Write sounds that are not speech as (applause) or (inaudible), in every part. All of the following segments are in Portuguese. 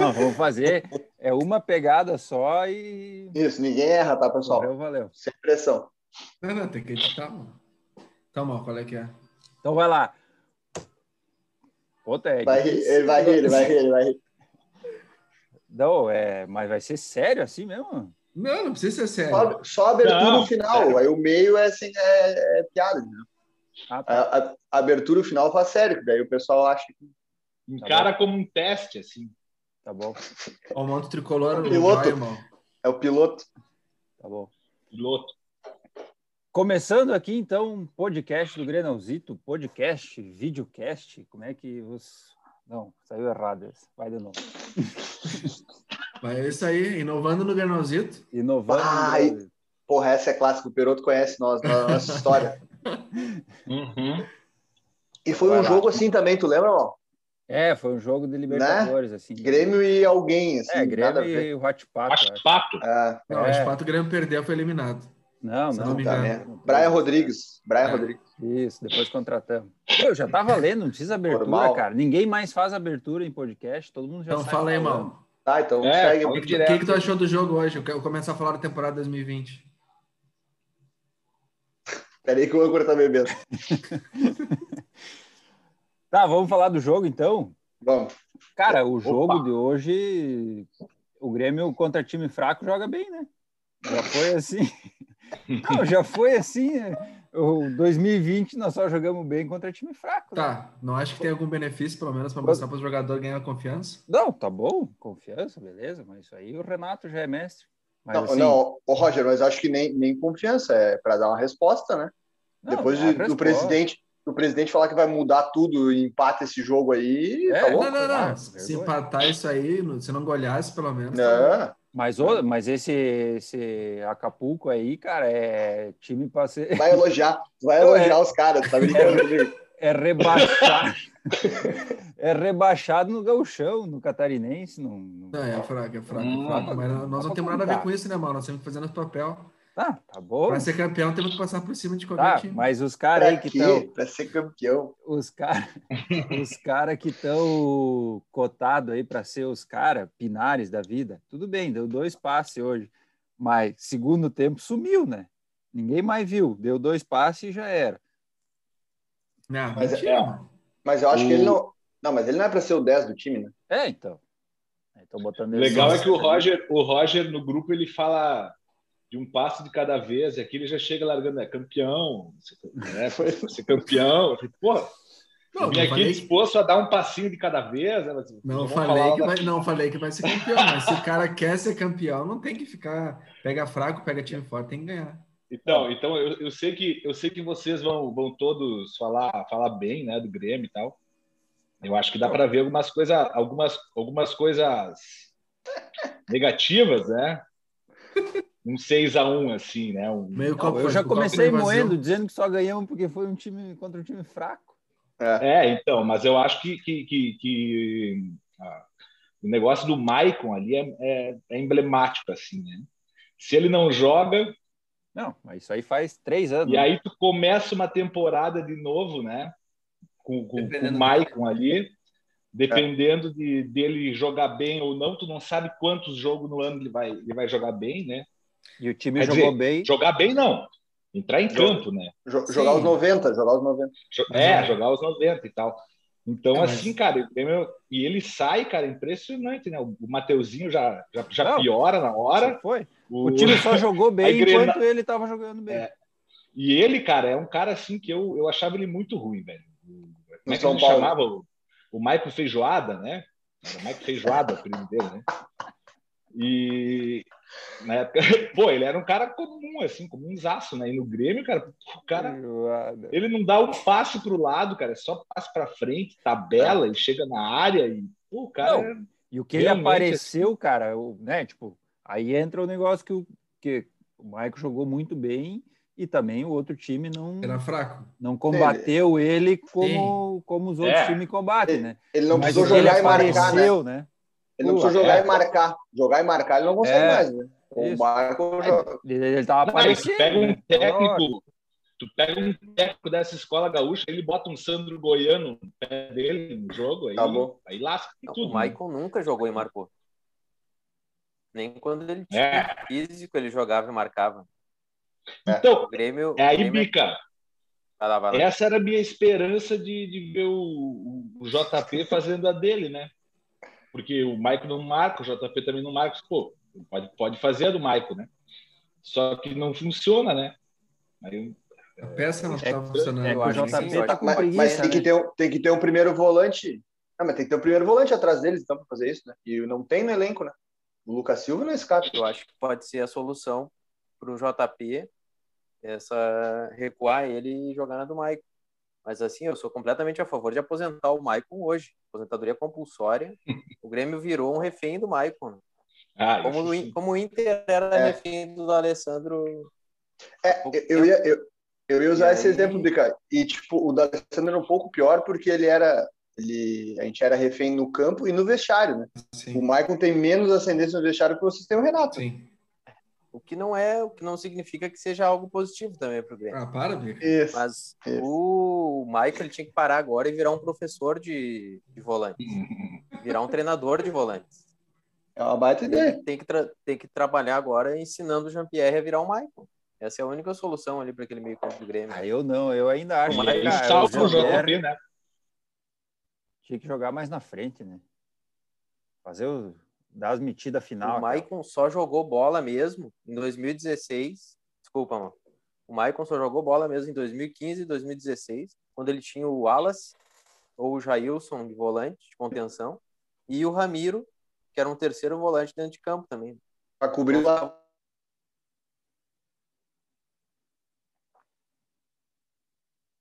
Não, vamos fazer. É uma pegada só e. Isso, ninguém erra, tá, pessoal? Valeu, valeu. Sem pressão. Não, não, tem que editar, mano. Calma, qual é que é? Então vai lá. Puta, é Vai rir, ele vai rir, ele vai rir, ele vai rir. Não, é, mas vai ser sério assim mesmo? Não, não É. precisa ser sério. Só, só a abertura Não. e o final. Aí o meio é assim, é, é piada. Né? Ah, tá. A, a- a abertura e o final faz sério, que daí o pessoal acha que. Tá Encara como um teste, assim. Tá bom, Ó, o manto tricolor, o Piloto. Joy, irmão. É o piloto. tá bom. Piloto. Começando aqui, então, podcast do Grenalzito, podcast, videocast, como é que os... Não, saiu errado esse, vai de novo. Mas é isso aí, inovando no granalzito. Inovando. Vai. Grenalzito. Porra, essa é clássica. O Peroto conhece nós, na nossa (laughs) história. Uhum. E foi Vai um lá. jogo assim também, tu lembra, ó? É, foi um jogo de Libertadores, assim. Né? Grêmio e alguém, assim. É, nada a Grêmio ver. e o Hot Pato, eu Acho acho. pato. Ah, Não, É. de fato o Grêmio perdeu, foi eliminado. Não, Se não. não me tá, engano. né? Brian Rodrigues. Brian É. Rodrigues. Isso, depois contratamos. Eu já tava lendo, não precisa abertura, Normal. cara. Ninguém mais faz abertura em podcast, todo mundo já Então sai fala aí, falando. irmão. Tá, então É, segue. O que, que- o que que tu achou do jogo hoje? Eu quero começar a falar da temporada 2020. Peraí que o âncora tá bebendo. Tá, vamos falar do jogo, então? Vamos. Cara, o jogo de hoje, o Grêmio contra time fraco joga bem, né? Já foi assim. (laughs) Não, já foi assim. né? O 2020 nós só jogamos bem contra time fraco. né? Tá, não acho que tem algum benefício, pelo menos, para mostrar para o jogador ganhar confiança? Não, tá bom, confiança, beleza, mas isso aí o Renato já é mestre. Mas, não, assim, não, ô Roger, mas acho que nem, nem confiança, é para dar uma resposta, né? não, é, Depois dá de- pra do expor. presidente, do presidente falar que vai mudar tudo e empata esse jogo aí, É, tá Pô, bom? não, cara, não, não. vergonha. Se empatar isso aí, no- se não goleasse, pelo menos. tá bom. Não, Mas, ô, mas esse, esse Acapulco aí, cara, é time pra ser. (laughs) vai elogiar, vai Não, é. elogiar os caras, tá brincando comigo? É (laughs) rebaixado. é rebaixado no gauchão, no catarinense. No, no- Não, é fraco, é fraco, Hum, é fraco. Mas nós dá pra não temos nada a ver contar. com isso, né, mano? Nós temos que fazer nosso papel. Tá, tá bom. Para ser campeão, temos que passar por cima de qualquer Tá, time. mas os Pra caras aí que tá quê? estão. Pra ser campeão. Os (laughs) caras os cara que estão cotado aí para ser os caras, pinares da vida. Tudo bem, deu dois passes hoje. Mas segundo tempo sumiu, né? Ninguém mais viu. Deu dois passes e já era. Não, Mas é- mentira, é. mano. Mas eu acho que O- ele não. Não, mas ele não é pra ser o 10 do time, né? É, então. Então botando O eles legal lá. é que o Roger, o Roger, no grupo, ele fala de um passo de cada vez, e aqui ele já chega largando, é campeão, né? Foi ser campeão. Eu falei, Porra, Não, eu não vim aqui falei, que- disposto a dar um passinho de cada vez. Ela disse, não, vamos falei falar que lá vai, não falei que vai ser campeão, mas se o cara quer ser campeão, não tem que ficar. Pega fraco, pega time forte, tem que ganhar. Então, então eu, eu sei que eu sei que vocês vão, vão todos falar falar bem, né, do Grêmio e tal. Eu acho que dá para ver algumas coisas algumas algumas coisas negativas, né? Um 6 a 1 assim, né? Um- Meio Não, copo- eu já copo comecei meio vazio. moendo, dizendo que só ganhamos porque foi um time contra um time fraco. É. É, então, mas eu acho que, que, que- que, ah, o negócio do Maicon ali é, é- é emblemático, assim, né? Se ele não joga, Não, mas isso aí faz três anos. e aí tu começa uma temporada de novo, né? Com, com- com o Dependendo do Maicon ali, dependendo de, dele jogar bem ou não, tu não sabe quantos jogos no ano ele vai, ele vai jogar bem, né? E o time Quer jogou dizer, bem. Jogar bem não, entrar em Jogo. campo, né? Jo- Sim. Jogar os 90, jogar os 90. Jo- Mas É, é. jogar os 90 e tal. Então, É, mas- assim, cara, o Grêmio- e ele sai, cara, impressionante, né? O Mateuzinho já, já, já Não. piora na hora. Só foi. O- O time só jogou A É, bem Grena- enquanto ele estava jogando bem. E ele, cara, é um cara assim que eu, eu achava ele muito ruim, velho. O- Como é que São ele Paulo. chamava? O, o Michael Feijoada, né? Era o Michael Feijoada, (laughs) o primo dele, né? E na época, (laughs) pô, ele era um cara comum, assim, comum zaço, né? E no Grêmio, cara, o cara Feijoada. Ele não dá um passo para o lado, cara. É só passo para frente, É. tabela e chega na área e pô, o cara. é Não. E o que ele Realmente, assim, apareceu, cara, o- né? Tipo, aí entra o negócio que o, que o Michael jogou muito bem e também o outro time não, Era fraco. não combateu ele como, como os outros É. times combatem, né? É. Ele não Mas precisou ele jogar e marcar, né? apareceu, né? Ele não Pô, precisou jogar é. e marcar. Jogar e marcar ele não consegue É. mais, né? O Isso. Marco joga. Ele, ele tava Não, e tu aparecendo. pega um né? técnico, tu pega um técnico dessa escola gaúcha, ele bota um Sandro Goiano no pé dele no jogo, aí, Tá bom. aí lasca Não, tudo. o Maicon nunca jogou e marcou. Nem quando ele tinha É. físico, ele jogava e marcava. O Então, Grêmio. é o aí, Grêmio... Bica. É Vai lá, vai lá. Essa era a minha esperança de, de ver o, o JP fazendo a dele, né? Porque o Maico não marca, o JP também não marca. Pô, pode, pode fazer a do Maico, né? Só que não funciona, né? Aí, A peça não É estava funcionando. É que Eu o acho que sim, JP eu tá acho com Mas, preguiça, mas tem, né? que ter, um- tem que ter um primeiro volante. Ah, mas tem que ter um primeiro volante atrás deles, então, pra fazer isso, né? E não tem no elenco, né? O Lucas Silva não escapa. Eu acho que pode ser a solução para o JP essa recuar ele e jogar na do Maicon. Mas assim, eu sou completamente a favor de aposentar o Maicon hoje. Aposentadoria (laughs) compulsória. O Grêmio virou um refém do Maicon. ah, Como, isso o sim. In- como o Inter era É. refém do Alessandro. É, eu, eu ia, eu, eu ia usar E esse aí- exemplo, Bica. E, tipo, o da Alessandro era um pouco pior porque ele era. Ele, a gente era refém no campo e no vestiário, né? O Sim, Maicon tem menos ascendência no vestiário que vocês têm o Renato. sim. O que não é, o que não significa que seja algo positivo também para o Grêmio. Ah, para, Bica. Isso. Mas Isso. o Michael tinha que parar agora e virar um professor de, de volante, virar um treinador de volantes. É uma baita ideia. Ele tem que, tra- tem que trabalhar agora ensinando o Jean-Pierre a virar o Michael. Essa é a única solução ali para aquele meio campo do Grêmio. Ah, eu não, eu ainda acho Mas, que Aí cara, salva o o Jean-Pierre JP, né? tinha que jogar mais na frente, né? Fazer o, dar as metidas final. o aquela. Maicon só jogou bola mesmo em 2016. Desculpa, mano. O Maicon só jogou bola mesmo em 2015 e 2016, quando ele tinha o Wallace ou o Jailson de volante, de contenção, e o Ramiro, que era um terceiro volante dentro de campo também. Pra cobrir o lado.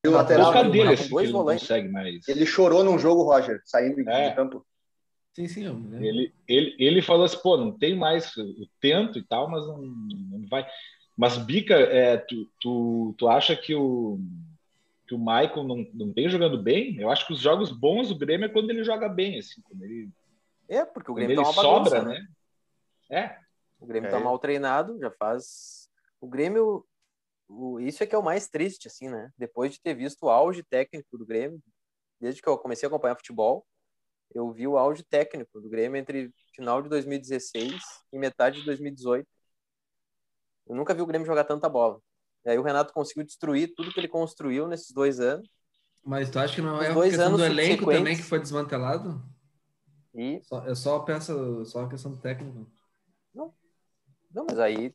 E o É lateral. boca Não, dele, não, assim, que dois ele não volantes. consegue mais. Ele chorou num jogo, Roger, saindo de É. campo. Sim, sim, eu né? me lembro. Ele, ele, ele falou assim, pô, não tem mais, eu tento e tal, mas não, não vai. Mas, Bica, é, tu, tu, tu acha que o, que o Michael não, não vem jogando bem? Eu acho que os jogos bons do Grêmio é quando ele joga bem, assim, quando ele, É, porque o quando Grêmio ele tá uma sobra, bagunça, né? né? É, O Grêmio É. tá mal treinado, já faz. O Grêmio. o- Isso é que é o mais triste, assim, né? Depois de ter visto o auge técnico do Grêmio, desde que eu comecei a acompanhar futebol, eu vi o auge técnico do Grêmio entre final de 2016 e metade de 2018. Eu nunca vi o Grêmio jogar tanta bola. E aí o Renato conseguiu destruir tudo que ele construiu nesses dois anos. Mas tu acha que não Os é a dois questão anos do elenco subsequentes- também que foi desmantelado? E Só, é só peça, só a questão do técnico. não, mas aí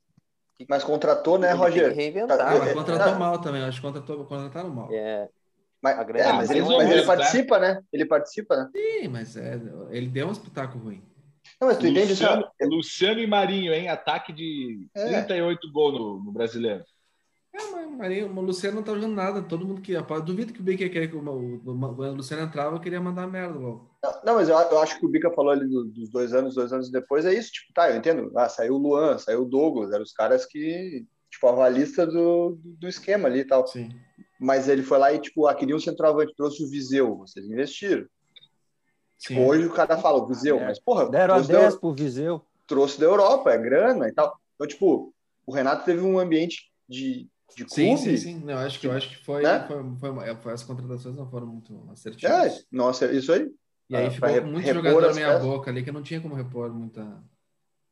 Mas contratou, né, ele tem que Roger? reinventar. Tá, Ah, eu- né? mas eu- contratou mal também, eu acho que contratou, contrataram mal. É, Mas, A grande- é, mas ele, mais mas ou ele menos, né? participa, né? Ele participa, né? Sim, mas é, ele deu um espetáculo ruim. Não, mas tu entende isso? Luciano, Luciano e Marinho, hein? Ataque de É. 38 gols no, no brasileiro. É, mas Marinho, o Luciano não tá jogando nada. Todo mundo que. Duvido que o Bica queria que o, o, o- o Luciano entrava, eu queria mandar merda logo. Não, mas eu, eu acho que o Bica falou ali do- dos dois anos, dois anos depois, é isso, tipo, tá, eu entendo. Ah, saiu o Luan, saiu o Douglas, eram os caras que, tipo, avalista do, do esquema ali e tal. Sim. Mas ele foi lá e, tipo, ah, queria um centroavante, trouxe o Viseu, vocês investiram. Sim. Hoje o cara fala, o Viseu, mas porra, É. Deram a trouxe da- 10 pro Viseu. trouxe da Europa, é grana e tal. Então, tipo, o Renato teve um ambiente de, de Sim, clube. sim, sim. Não, eu acho que eu acho que foi, Né? foi, foi- é, foi- as contratações não foram muito É, assertivas. nossa, isso aí. e aí pra ficou re- com muito repor jogador as meia peças. boca ali que não tinha como repor muita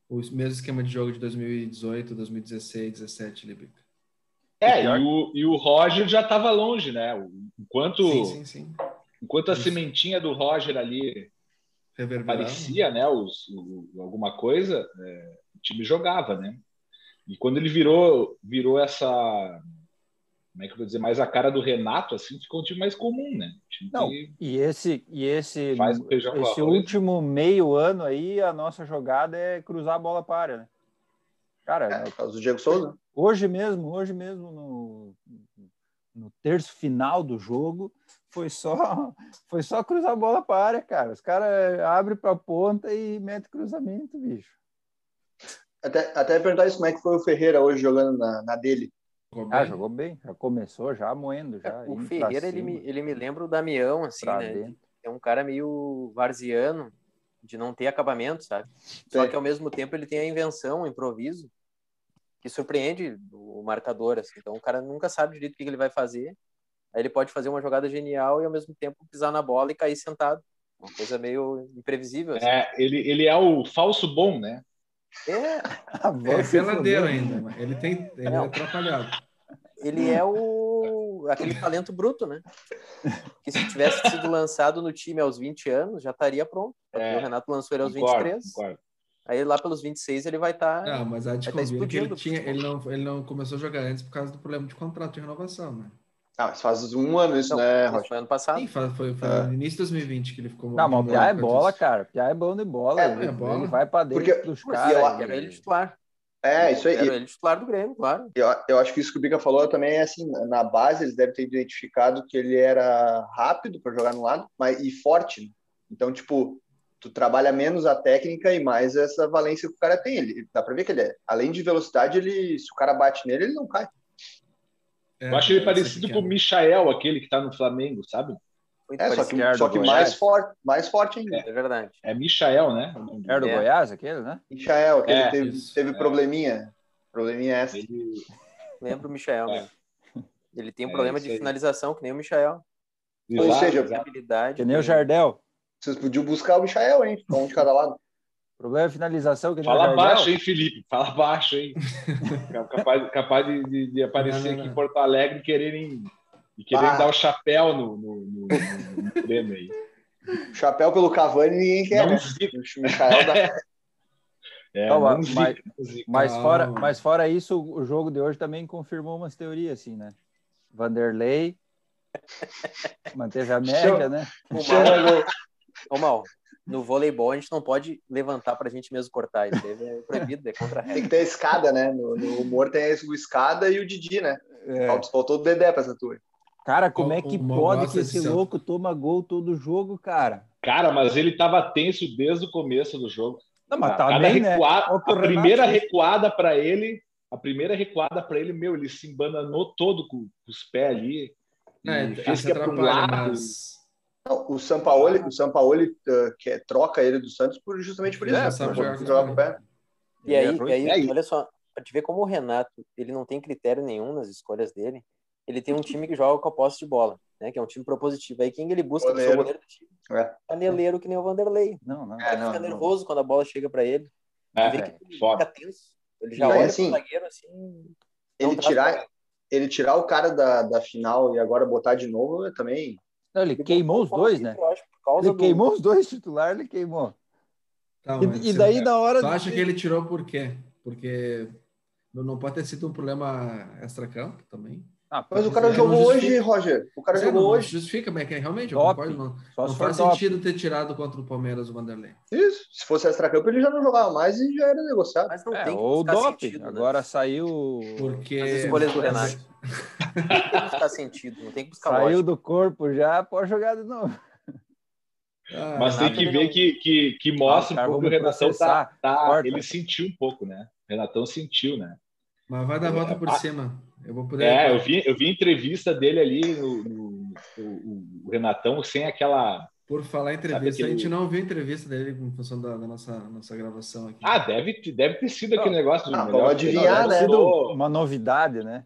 o mesmo esquema de jogo de 2018, 2016, 17 ali, Bica. É, e o, e o Roger já estava longe, né? O- Enquanto, Sim, sim, sim. enquanto a Isso. sementinha do Roger ali Reverberando. parecia, né, os, o- alguma coisa, é, o time jogava, né? E quando ele virou, virou essa, como é que eu vou dizer, mais a cara do Renato, assim, ficou um time mais comum, né? Um time Não. que E esse, e esse, faz o feijão com esse arroz. último meio ano aí, a nossa jogada é cruzar a bola para área, né? Cara, É, por causa do Diego Souza. hoje mesmo, hoje mesmo, no, no terço final do jogo, foi só, (laughs) foi só cruzar a bola para área, cara. Os caras abrem para ponta e metem cruzamento, bicho. Até, até perguntar isso, como é que foi o Ferreira hoje jogando na, na dele? Ficou bem. Ah, jogou bem, já começou, já moendo, já. É, o indo pra Ferreira, ele cima, (laughs) me, ele me lembra o Damião, assim, pra né? dentro. é um cara meio varziano, de não ter acabamento, sabe? Só Sim. que ao mesmo tempo ele tem a invenção, o improviso, que surpreende o marcador, assim. Então o cara nunca sabe direito o que que ele vai fazer. Aí ele pode fazer uma jogada genial e ao mesmo tempo pisar na bola e cair sentado. Uma coisa meio imprevisível, assim. É, ele, ele é o falso bom, né? É, É peladeiro ainda. Ele tem. Ele é Não. atrapalhado. ele é o aquele talento bruto, né? Que se tivesse sido lançado no time aos 20 anos, já estaria pronto. Porque É. o Renato lançou ele aos Concordo, 23. concordo. Aí lá pelos 26 ele vai estar. Ah, mas a tá gente convida que explodindo. ele, tinha, ele, não, ele não começou a jogar antes por causa do problema de contrato de renovação, né? Ah, mas faz um ano isso, Não, né, isso Rocha? foi ano passado. Sim, foi, foi, foi Ah. no início de 2020 que ele ficou. Não, mas o mal Piá é por causa bola, disso. cara. O Piá é bom de bola. É, ele, é bola. ele vai pra dentro Porque- dos Mas caras. eu- era ele titular. É, isso aí. Era ele titular do Grêmio, claro. Eu, eu acho que isso que o Bica falou também é assim, na base eles devem ter identificado que ele era rápido para jogar no lado, mas e forte. né? Então, tipo, tu trabalha menos a técnica e mais essa valência que o cara tem. Ele, dá pra ver que ele é, além de velocidade, ele se o cara bate nele, ele não cai. É, Eu acho ele esse parecido aqui, com o né? Michael, aquele que tá no Flamengo, sabe? Muito É, só parecido. que, só que Goiás. mais forte, mais forte ainda. É verdade. É Michael, né? O nome dele. Era do É. Goiás, aquele, né? Michael, que É, ele teve, isso, teve é. probleminha. Probleminha essa. Ele- Lembra o Michael, É. né? Ele tem um É problema isso de aí. finalização, que nem o Michael. Ou Exato, seja, exato. Habilidade. Que nem o Jardel. Vocês podiam buscar o Michael, hein? Um de cada lado. O problema é a finalização. Que nem o Fala Jardel. baixo, hein, Felipe? Fala baixo, (laughs) hein? Ca- capaz capaz de, de- de aparecer Não, não, aqui não. em Porto Alegre e quererem, e quererem Ah. dar o chapéu no, no, no, no- no Grêmio aí. Chapéu pelo Cavani, ninguém quer, Não né? zica. O Michael dá É, Calma, não zica, Tá mas- não né? zica. Mas Não. fora, mas fora isso, o jogo de hoje também confirmou umas teorias, assim, né? Vanderlei (laughs) manteve a média, né? O mal, chama gol. o mal. No voleibol, a gente não pode levantar pra gente mesmo cortar. Isso aí é proibido, é contra a regra. Tem que ter a escada, né? No, no humor tem esse- o escada e o Didi, né? É. Faltou, faltou o Dedé pra essa tua. Cara, como é O- que o mal pode gosta que de esse ser- louco toma gol todo jogo, cara? Cara, mas ele tava tenso desde o começo do jogo. Não, mas Ah, A tá cada bem, né? recuada- Olha o que o a primeira Renato- recuada para ele, a primeira recuada para ele, meu, ele se embananou todo com, com os pés ali. E É, fez se que é pra um atrapalha, né? lado. mas. Não, o Sampaoli, o Sampaoli uh, que é- troca ele do Santos por, justamente por isso. É, né? sabe Por jogar com jogar os com o pé. E aí, Ele errou e aí, e aí? olha só, pra te ver como o Renato, ele não tem critério nenhum nas escolhas dele. Ele tem um time que joga com a posse de bola, né? Que é um time propositivo. Aí quem ele busca pra ser o Goleiro. goleiro do time? É. Caneleiro que nem o Vanderlei. Não, não. É, não, Fica não. nervoso quando a bola chega pra ele. É, vê é, que ele foda. fica tenso. Ele já Não, olha assim, pro zagueiro assim. Ele não traz tirar, bola. ele tirar o cara da, da final e agora botar de novo é também. Não, ele queimou os dois, né? Eu acho, por causa Ele do- queimou os dois titulares, ele queimou. Tá, E- mas E se- daí, na hora. Tu acha de- que ele tirou por quê? Porque não- não pode ter sido um problema extracampo também. Ah, Mas o Mas cara ele jogou não hoje, justifica. Roger. O cara Mas é, jogou não hoje. Justifica, mas é que realmente, eu Top. concordo. Não, só não se for faz top. sentido ter tirado contra o Palmeiras o Vanderlei. Isso. Se fosse extracampo, ele já não jogava mais e já era negociado. Mas não É, tem que ou o buscar doping. sentido, né? Agora saiu. Porque. As escolhas do Renato. Mas- Não tem que buscar sentido, não tem que buscar Saiu lógica. do corpo já, pode jogar de novo. Ah, Mas tem Renato, que ele ver não- que, que, que mostra Ah, um os caras pouco vão que o me Renatão tá, processar. tá- Corta. Ele sentiu um pouco, né? O Renatão sentiu, né? Mas vai dar a volta por Ah. cima. Eu vou poder. É, eu vi, eu vi entrevista dele ali, no, no- o, o Renatão, sem aquela. Por falar em Sabe entrevista, aquele- a gente não viu a entrevista dele em função da, da nossa, nossa gravação aqui. Ah, deve, te- deve ter sido aquele negócio do Ah, melhor vamos futebol adivinhar, do né? Sido Brasil. uma novidade, né?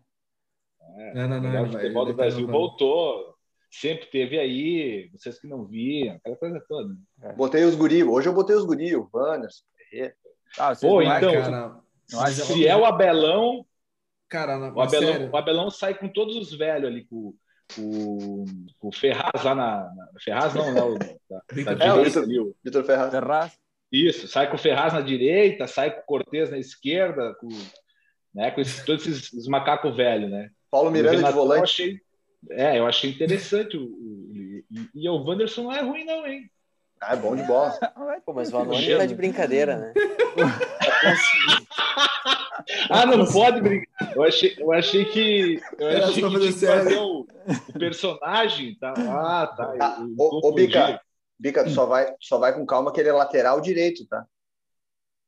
não, não, não. O melhor ele vai- futebol ele tá do vai Brasil gravar. voltou. Sempre teve aí, vocês que não viam, aquela coisa toda. Botei os guri. Hoje eu botei os guri, o Wanderson. Ah, vocês Pô, não Ah, acham- então- cara, não acham- Se é o Abelão, cara, na- O mas Abelão, sério, o Abelão sai com todos os velhos ali, com, com, com o Ferraz lá na, na- Ferraz não, né? O, (laughs) da, da Vitor É, o direita Vitor- ali, o- Vitor Ferraz. então- (laughs) Ferraz. isso, sai com o Ferraz na direita, sai com o Cortez na esquerda, com, né, com esses- todos esses, esses macacos velhos, né? Paulo Miranda de O Renatão eu volante. achei- é, eu achei interessante. O, o- e, e o Wanderson não é ruim, não, hein? Ah, é bom de bola. Pô, mas o Anônimo Gelo. tá de brincadeira, né? Ah, não pode brigar. Eu achei, eu achei que. Eu Era achei que só fazer tinha que sério. fazer o, o personagem. Tá? Ah, tá. eu- Ah, eu ô, ô, confundi. Bica, Bica, tu só vai, só vai com calma que ele é lateral direito, tá?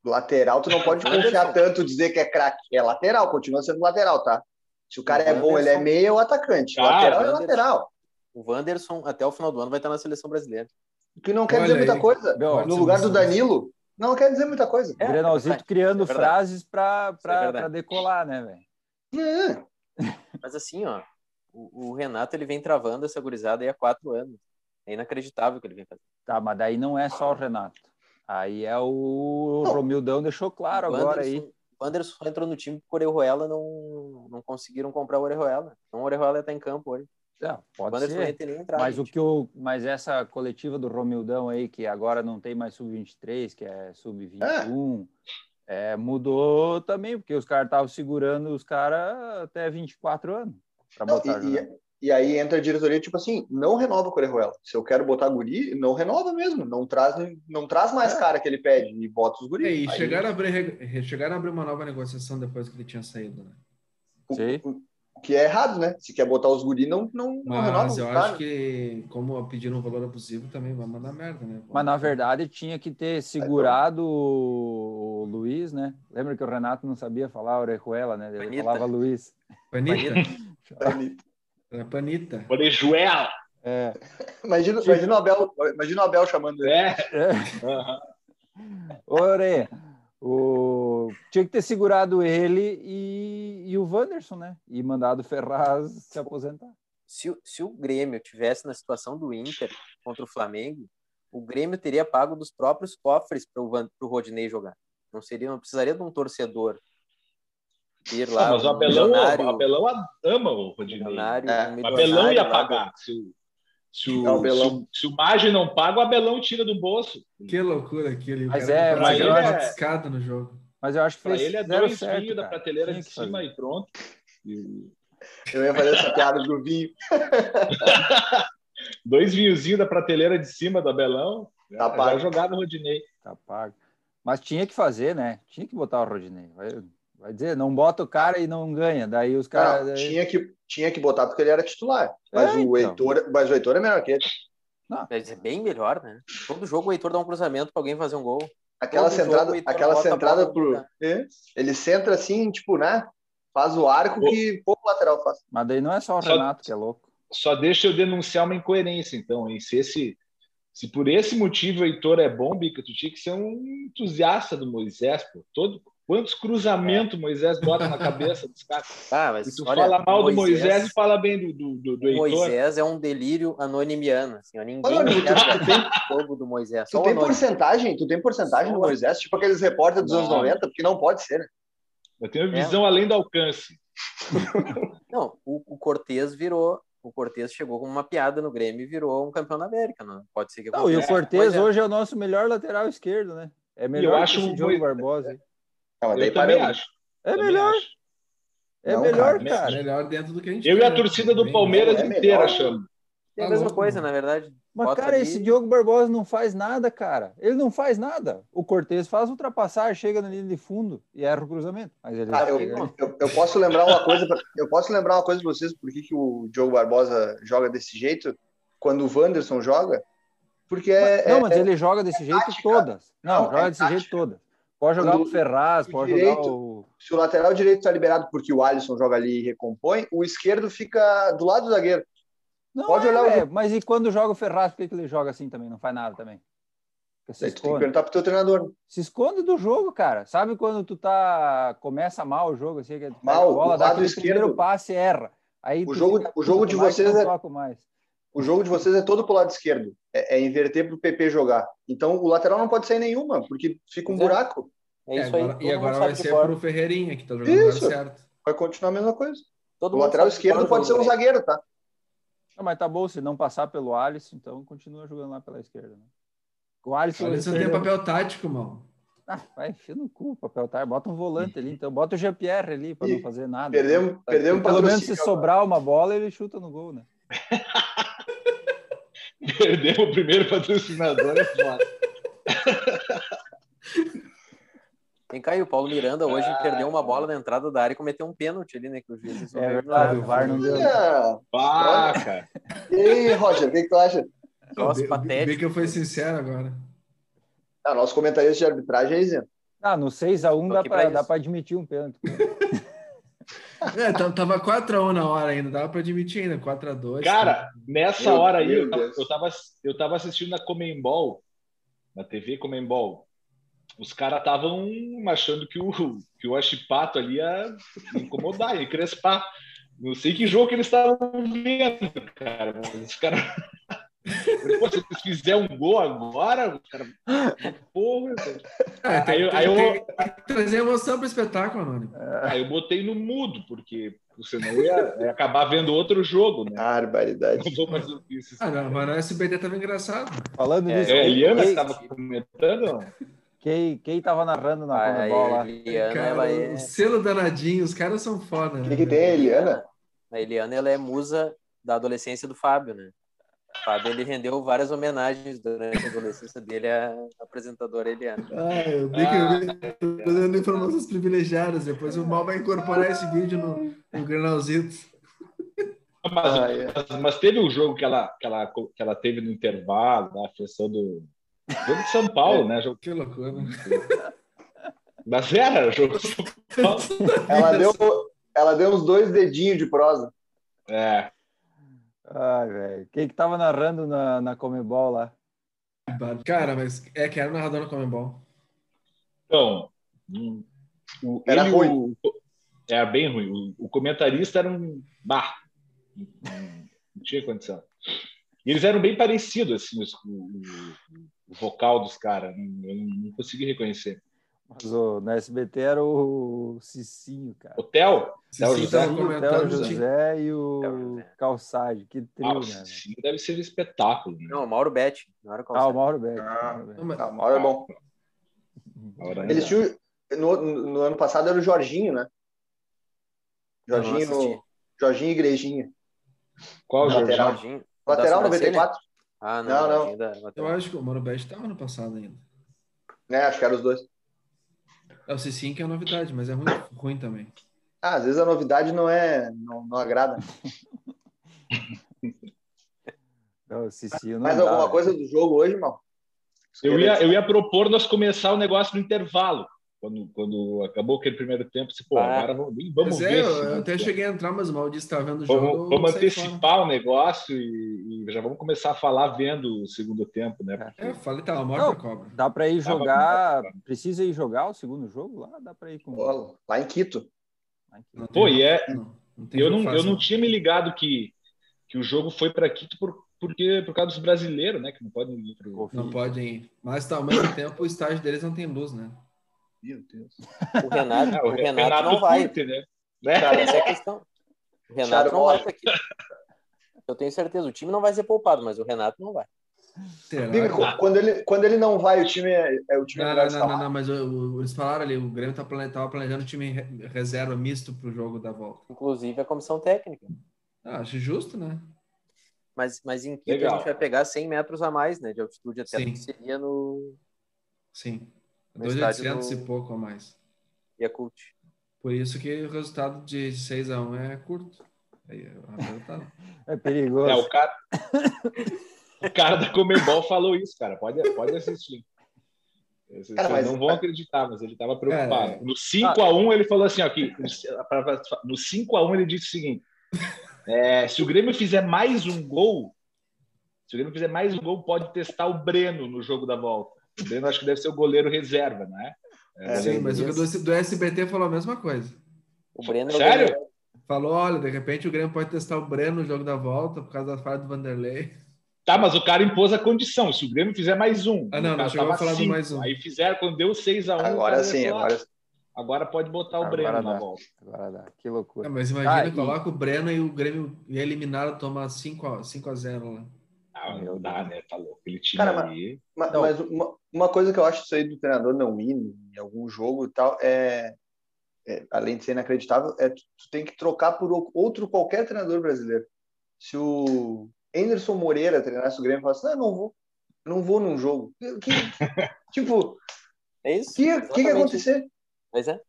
Lateral, tu não pode confiar tanto dizer que é craque. É lateral, continua sendo lateral, tá? Se o cara é bom, ele é meia ou atacante. Ah, lateral é Wanderson. lateral. O Wanderson, até o final do ano, vai estar na seleção brasileira. O que não quer Olha dizer muita aí. coisa. Meu, No lugar do Nossa, Danilo, não quer dizer muita coisa. o Grenalzito verdade, criando é verdade. é frases pra, pra, verdade. pra decolar, né, velho? Não, Mas assim, ó, o, o Renato ele vem travando essa gurizada aí há quatro anos. É inacreditável o que ele vem fazendo. Tá, mas daí não é só o Renato. Aí é o Não. Romildão deixou claro O agora aí. Wanderson- O Anderson só entrou no time porque o Orejuela não, não conseguiram comprar o Orejuela. Então o Orejuela tá em campo hoje. Não, o pode Anderson ser. entra nem entrar. Mas o gente. que o, mas essa coletiva do Romildão aí que agora não tem mais sub-23, que é sub-21, é, mudou também porque os caras estavam segurando os caras até 24 anos para Não, botar. e, jogar. né? e, e aí entra a diretoria, tipo assim, não renova com o Orejuela. Se eu quero botar guri, não renova mesmo. Não traz, não traz mais cara que ele pede e bota os guri. É, e Aí- chegaram a, abrir, re- chegaram a abrir uma nova negociação depois que ele tinha saído, né? O, Sim. o- o que é errado, né? Se quer botar os guri, não, não, não renova. Mas eu claro. acho que, como pediram um valor abusivo, também vai mandar merda, né? Mas na verdade tinha que ter segurado o Luiz, né? Lembra que o Renato não sabia falar Orejuela, né? Ele Anitta. falava Luiz. Panita. Panita. Era Panita. Orejuela! É, (laughs) Imagina, imagina, o Abel, imagina o Abel chamando ele. É. é. Ore, o... tinha que ter segurado ele e, e o Wanderson, né? E mandado o Ferraz se aposentar. se, o- se o Grêmio tivesse na situação do Inter contra o Flamengo, o Grêmio teria pago dos próprios cofres para o Rodinei jogar. Não seria, não precisaria de um torcedor ir lá, Ah, mas o um Abelão, milionário, o Abelão ama o Rodinei. milionário, É, um O Abelão milionário ia lá um pagar. Se o, se o, É, o Abelão. se o- se o Maggi não paga, o Abelão tira do bolso. Que loucura aquilo. Mas é, cara mas foi ele é- descascado no jogo. Mas eu acho que Pra fez ele é zero dois certo, vinhos da cara. prateleira Tinha de que cima fazer. e pronto. Eu ia fazer (laughs) essa piada do vinho. Dois vinhozinhos da prateleira de cima do Abelão. Tá já, já pago. jogava o Rodinei. Tá pago. Mas tinha que fazer, né? Tinha que botar o Rodinei. Vai, vai dizer, não bota o cara e não ganha. Daí os Cara, caras. daí- tinha, que, tinha que botar porque ele era titular. Mas, É, então. o, Heitor, mas o Heitor é melhor que ele. Mas é bem melhor, né? Todo jogo o Heitor dá um cruzamento para alguém fazer um gol. Aquela Todo jogo centrada, o Heitor aquela bota a centrada bola pro. pra- É. Ele centra assim, tipo, né? Faz o arco que pouco lateral faz. Mas daí não é só o Só- Renato que é louco. Só deixa eu denunciar uma incoerência, então. Hein? Se, esse, se por esse motivo o Heitor é bom, Bica, tu tinha que ser um entusiasta do Moisés. Pô. Todo, quantos É. cruzamentos o Moisés bota na cabeça dos caras? Ah, mas E tu olha, fala mal do Moisés, Moisés e fala bem do, do, do, do O Heitor. Moisés é um delírio anonimiano. Assim, ó, ninguém Olha, tu- quer tu jogar o jogo do Moisés. Só Tu o tem anônimo. porcentagem? Tu tem porcentagem no Só- Moisés? Tipo aqueles repórteres dos anos Não. 90, porque não pode ser, né? Eu tenho visão além do alcance. Não, o, o Cortez virou. O Cortez chegou com uma piada no Grêmio e virou um campeão da América. Não pode ser que Não, e o aconteça. Cortez Pois é. hoje é o nosso melhor lateral esquerdo, né? É melhor Eu que acho esse o Diogo Moisés- Barbosa. aí. Não, mas daí Eu também paramos. acho. É também melhor, acho. é Não, melhor, cara, cara. Melhor dentro do que a gente Eu e quer, a né? torcida do Bem Palmeiras é melhor. melhor. inteira (laughs) achando. É a Tá mesma louco, coisa, mano. na verdade. Mas, Bota cara, ali. esse Diogo Barbosa não faz nada, cara. Ele não faz nada. O Cortez faz ultrapassar, chega na linha de fundo e erra o cruzamento. Mas ele Ah, já eu, pega ali. eu- eu posso lembrar uma coisa, pra, eu posso lembrar uma coisa para vocês, por que, que o Diogo Barbosa joga desse jeito quando o Wanderson joga? Porque é, não, é- mas ele joga desse jeito todas. Não, Não, é joga desse tática. jeito todas. Pode jogar Quando o Ferraz, o pode jogar direito- o. se o lateral direito está liberado porque o Alisson joga ali e recompõe, o esquerdo fica do lado do zagueiro. Não, Pode é, olhar o velho, Mas e quando joga o Ferraz, por que que ele joga assim também? Não faz nada também. Porque se Daí tu tem É que esconde. perguntar pro teu treinador. Se esconde do jogo, cara. Sabe quando tu tá começa mal o jogo, assim, que tu pega a Mal, bola, o dá lado aquele esquerdo. primeiro passe e erra. Aí O tu jogo- fica o jogo puto, de mais que vocês não é- toco mais. O jogo de vocês é todo pro lado esquerdo. É, é inverter pro PP jogar. Então o lateral não pode sair nenhuma, porque fica um Pois é. buraco. É É, isso aí. agora- todo e mundo agora sabe vai de ser cor. pro Ferreirinha, que tá jogando no Isso. lugar certo. Vai continuar a mesma coisa. Todo O mundo lateral sabe de cor esquerdo o pode ser jogo um do Grêmio. zagueiro, tá? Não, mas tá bom, se não passar pelo Alisson, então continua jogando lá pela esquerda. Né? O Alisson. Olha, isso não tem perdeu- papel tático, mano. Ah, vai, enfia no cu, papel, tá? Bota um volante ali, então. Bota o Jean-Pierre ali pra não Ih, fazer nada. Perdemos, perdemos Pelo menos se patrocínio. sobrar uma bola, ele chuta no gol, né? Perdeu o primeiro patrocinador. é foda. Vem cá, e o Paulo Miranda hoje Ah. perdeu uma bola na entrada da área e cometeu um pênalti ali, né? Que o É juiz resolveu verdade, ignorar. o VAR É não deu. Olha! Pá, cara. E aí, Roger, o que, que tu acha? Nossa, Bem- patético. Bem que eu fui sincero agora. Ah, nosso comentarista de arbitragem é isento. Ah, no 6x1 Tô dá aqui pra pra, dá isso. pra admitir um pênalti. É, tá- tava 4x1 na hora ainda, dava pra admitir ainda, 4x2. Cara, nessa Meu- hora aí, meu eu tava, Deus. eu, tava, eu tava assistindo na Comembol, na TV Comembol. Os caras estavam achando que o, que o Achipato ali ia incomodar, ia crespar. Não sei que jogo que eles estavam vendo, cara. mas Os caras (laughs) Pô, se eles fizer um gol agora, o cara. Porra, velho. É, tem, Aí eu- tem- aí eu- tem que trazer emoção pro espetáculo, mano. Aí eu botei no mudo, porque senão eu ia, ia acabar vendo outro jogo, né? (laughs) Barbaridade. Não vou mais ouvir esses. Ah, não, mas no SBT tava engraçado. Falando É, nisso, É, a Eliana quem, estava comentando? quem, quem tava narrando na né? Ah, Conmebol lá? a Eliana, ela Cara, é... o selo danadinho, os caras são foda. O né? que, que tem, Eliana? A Eliana, ela é musa da adolescência do Fábio, né? O Fábio, ele rendeu várias homenagens durante a adolescência dele à apresentadora Eliana. Ah, eu vi que eu vi, tô dando informações privilegiadas. Depois o Mal vai incorporar esse vídeo no, no Granalzito. Mas, Ah, é. mas- mas teve um jogo que ela, que ela, que ela teve no intervalo, na feição do. Jogo de São Paulo, né? Jogo- Que loucura. Mas era jogo de São Paulo. Ela deu, ela deu uns dois dedinhos de prosa. É. Ai, velho. Quem que tava narrando na, na Comebol lá? Cara, mas é que era o narrador no Comembol. Então. hum, o- Era ele, ruim. o- era bem ruim. O, o comentarista era um. Bah, não, não tinha condição. E eles eram bem parecidos, assim, os- o, o- o vocal dos caras. Não- Eu não, não consegui reconhecer. Mas o, na SBT era o Cicinho, cara. Hotel? Se Léo sim, José. tava O Theo comentando. tinha- José e Theo o José. Calçade. Que trio, Ah, o né? velho? Cicinho deve ser um espetáculo. Né? Não, Mauro Betti. Não Ah, era o qual Mauro Beck. Ah, Mauro Beck. Não, mas- Tá, uma hora é bom. Agora, né? Ah, Eles tinham, no, no ano passado era o Jorginho, né? Eu não Jorginho, assisti. Jorginho Igrejinha. Qual o Lateral. Jorginho? Jorginho. O da Lateral sobrancelha? 94, Ah, Não, não. não. Jorginho da- Eu acho que o Mauro Best tava no passado ainda. né? Acho que eram os dois. É o C5 que é a novidade, mas é ruim, ruim também. Ah, às vezes a novidade não é, não, não agrada. Não, Então, o Cicinho não Mais dá, né? alguma velho. coisa do jogo hoje, mal? Eu ia, eu ia propor nós começar o negócio no intervalo. Quando, quando acabou aquele primeiro tempo, se pô, Ah. agora vamos, vamos Mas é, ver. eu, se- eu até cheguei a entrar, mas o Mal disse que tava vendo o jogo. Vamos, eu vamos saí fora. antecipar o negócio e, e já vamos começar a falar vendo o segundo tempo, né? É, eu falei, tá, Mauro Não. pra cobra. Dá pra ir Tava jogar. mal, Precisa ir jogar o segundo jogo lá? Dá pra ir com. Bola, Lá em Quito. Não tem Pô, jogo- e é, não, não tem eu jogo né? não, eu fácil, não tinha me ligado que, que o jogo foi para Quito por, porque, por causa dos brasileiros, né? Que não podem ir pro. Covid. Não podem ir. Mas tá, ao mesmo tempo o estágio deles não tem luz, né? Meu Deus. O Renato, Ah, o Renato, não vai. curte, né? Né? Cara, Essa é a questão. O Renato não Charmosa. vai pra aqui. Eu tenho certeza. O time não vai ser poupado, mas o Renato não vai. Será? Liga, cara? quando, ele, quando ele não vai, o time é, é o time Não, melhor não, não, não, escalado. não, mas o- o- eles falaram ali, o Grêmio tá plane- tava planejando o time re- reserva misto pro jogo da volta. Inclusive a comissão técnica. Ah, acho justo, né? Mas, mas em Quito Legal. a gente vai pegar 100 metros a mais, né? De altitude até Sim. que seria no Sim. No estádio 2,800 do- e pouco a mais. Yakult. Por isso que o resultado de 6 a 1 é curto. Aí, é um resultado. É perigoso. É, o cara. O cara da Comembol falou isso, cara. Pode, pode assistir. Vocês Cara, mas- não vão acreditar, mas ele estava preocupado. Cara, no 5x1, ele falou assim: ó, que, no 5x1, ele disse o seguinte: é, se o Grêmio fizer mais um gol, se o Grêmio fizer mais um gol, pode testar o Breno no jogo da volta. O Breno acho que deve ser o goleiro reserva, né? É, Sim, mas o do, do SBT falou a mesma coisa. O Breno é o Sério? goleiro. Falou, olha, de repente o Grêmio pode testar o Breno no jogo da volta por causa da falha do Vanderlei. Tá, mas o cara impôs a condição. Se o Grêmio fizer mais um. Ah, não, o não, cara chegou tava a falar do cinco, mais um. Aí fizeram, quando deu 6x1. Agora sim, agora Agora pode botar o Agora Breno dá. na volta. Agora dá. Que É, loucura. mas imagina, Ah, e- coloca o Breno e o Grêmio e é eliminado, toma 5 a, 5 a 0 lá. Ah, Meu não dá, né? Tá louco. Ele time Cara, ali. Ma- Não. Mas uma, uma coisa que eu acho isso aí do treinador não ir em algum jogo e tal é, é, além de ser inacreditável, é tu, tu tem que trocar por ou- outro qualquer treinador brasileiro. Se o Anderson Moreira treinasse o Grêmio, falasse, não, eu não vou, eu não vou num jogo. Que- (laughs) tipo, o É isso? que, que, que ia Exatamente isso. acontecer? Mas é.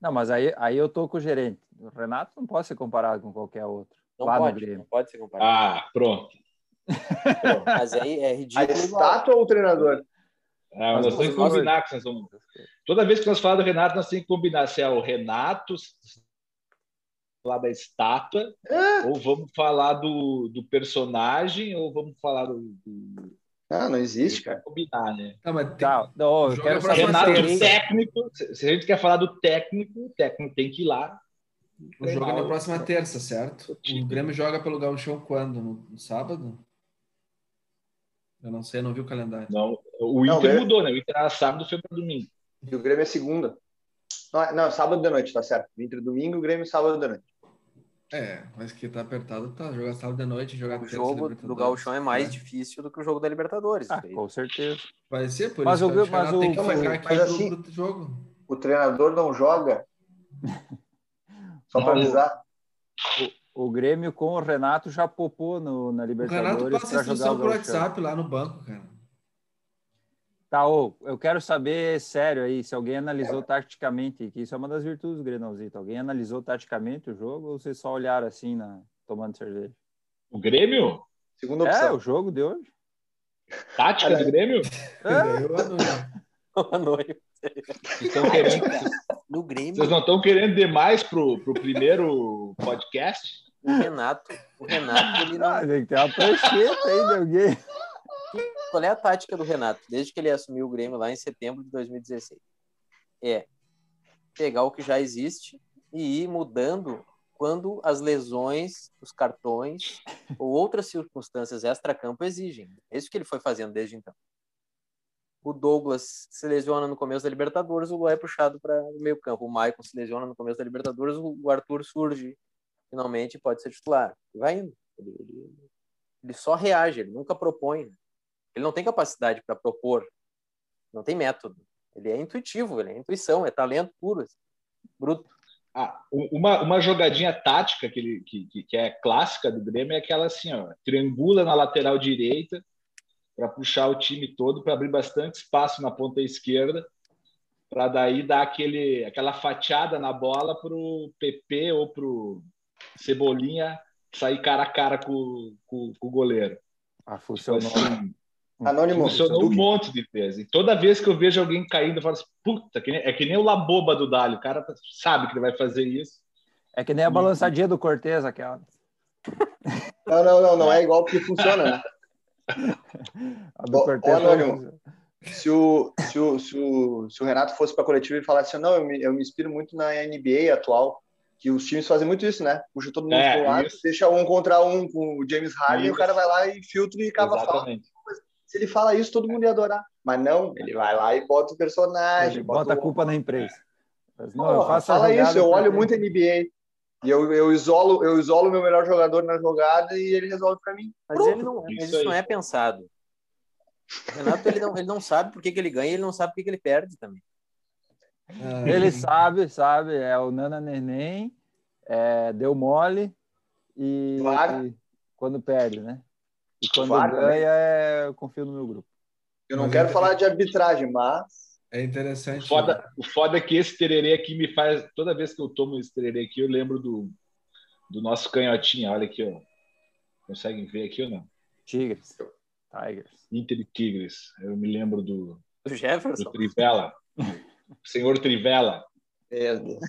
Não, mas aí, aí eu tô com o gerente. O Renato não pode ser comparado com qualquer outro. Não lá no pode. Grêmio. Não pode ser comparado. Ah, pronto. Pronto. Mas aí (laughs) é A ridículo. igual. estátua ou o treinador? Ah, Mas nós vamos temos que nós- combinar que nós vamos. Toda vez que nós falamos do Renato, nós temos que combinar se é o Renato se- lá da estátua, ou vamos falar do, do personagem, ou vamos falar do. do... Ah, não existe, cara. Combinar, né? Tá, mas tem- Tá, não, eu Joga quero pra saber se fora. Renato é o tem- técnico. Se se a gente quer falar do técnico, o técnico tem que ir lá. o jogo é treinar na próxima terça, certo? O Grêmio joga pelo Gauchão quando? No, no sábado? Eu não sei, eu não vi o calendário. Não, o Não, Inter né? mudou, né? O Inter era sábado, foi para domingo. E o Grêmio é segunda. Não, é- não, sábado de noite, tá certo. Entre domingo e o Grêmio sábado de noite. É, mas que tá apertado, tá. Jogar sábado de noite, jogar O terça, jogo do Libertadores. Galchão é mais É. difícil do que o jogo da Libertadores. Ah, isso aí. com certeza. Vai ser, por Mas isso o que Gre- o Ceará mas o- tem que Não, mas- ficar aqui mas pro- assim- pro jogo. O treinador (laughs) não joga. Só para Não. avisar. O Grêmio com o Renato já popou no, na O Renato Libertadores passa a para jogar instrução o por Gauchão. WhatsApp lá no banco, cara. Tá, ô, eu quero saber sério aí, se alguém analisou taticamente, que isso é uma das virtudes do Grenãozito. Alguém analisou taticamente o jogo ou vocês só olharam assim, na, tomando cerveja? O Grêmio? Segunda É, o opção. jogo de (laughs) hoje. Tática do Grêmio? É, Eu adoro. (laughs) À noite. Vocês estão querendo- No Grêmio, vocês não estão querendo demais pro, pro primeiro podcast? o Renato, o Renato, ele não. ah, tem que ter uma prancheta aí de (laughs) alguém. Qual é a tática do Renato, desde que ele assumiu o Grêmio lá em setembro de 2016? É pegar o que já existe e ir mudando quando as lesões, os cartões ou outras circunstâncias extra-campo exigem. É isso que ele foi fazendo desde então. O Douglas se lesiona no começo da Libertadores, o Luan é puxado para o meio-campo. O Maicon se lesiona no começo da Libertadores, o Arthur surge finalmente e pode ser titular. E vai indo. Ele, ele- ele só reage, ele nunca propõe. né? Ele não tem capacidade para propor, não tem método. Ele é intuitivo, ele é intuição, é talento puro. assim. Bruto. Ah, u- uma, uma jogadinha tática que, ele, que, que, que é clássica do Grêmio é aquela assim, ó, triangula na lateral direita para puxar o time todo, para abrir bastante espaço na ponta esquerda, para daí dar aquele, aquela fatiada na bola para o PP ou para o Cebolinha sair cara a cara com, com, com o goleiro. Ah, Então, funcionou. assim, Anônimo. funcionou um Duque. monte de vezes. E toda vez que eu vejo alguém caindo, eu falo assim, puta, que nem- é que nem o Laboba do Dali, o cara sabe que ele vai fazer isso. É que nem a balançadinha do Cortez, aquela. Não, não, não, não é igual porque funciona, né? A do Ô, Cortez. ô, Anônimo. Se o, se o, se o, se o Renato fosse para coletivo e falasse, assim, não, eu me, eu me inspiro muito na NBA atual, que os times fazem muito isso, né? Puxa todo mundo É, pro lado, isso. deixa um contra um com o James Harden, e o Isso. cara vai lá e filtra e cava a falta. Exatamente. Se ele fala isso, todo mundo ia adorar. Mas não, ele vai lá e bota o personagem. Ele bota a o- culpa na imprensa. Mas, não, Porra, eu faço a fala jogada isso, eu pra olho frente. muito NBA. E eu, eu isolo eu isolo o meu melhor jogador na jogada e ele resolve para mim. Mas ele não, mas Isso isso aí. não é pensado. O Renato, ele não, ele não sabe por que, que ele ganha e ele não sabe por que, que ele perde também. (laughs) Ah, (laughs) Ele sabe, sabe, é o Nana Neném, é, deu mole e, Claro. e quando perde, né? E quando Claro, né? ganha, é, eu confio no meu grupo. Eu não Mas quero ele- falar de arbitragem, mas É O interessante. foda, o foda é que esse tererê aqui me faz. Toda vez que eu tomo esse tererê aqui, eu lembro do, do nosso canhotinha. Olha aqui, ó. Conseguem ver aqui ou não? Tigres. Tigers. Inter e Tigres. Eu me lembro do, Do do Jefferson. Trivela. Senhor Trivela, meu Deus.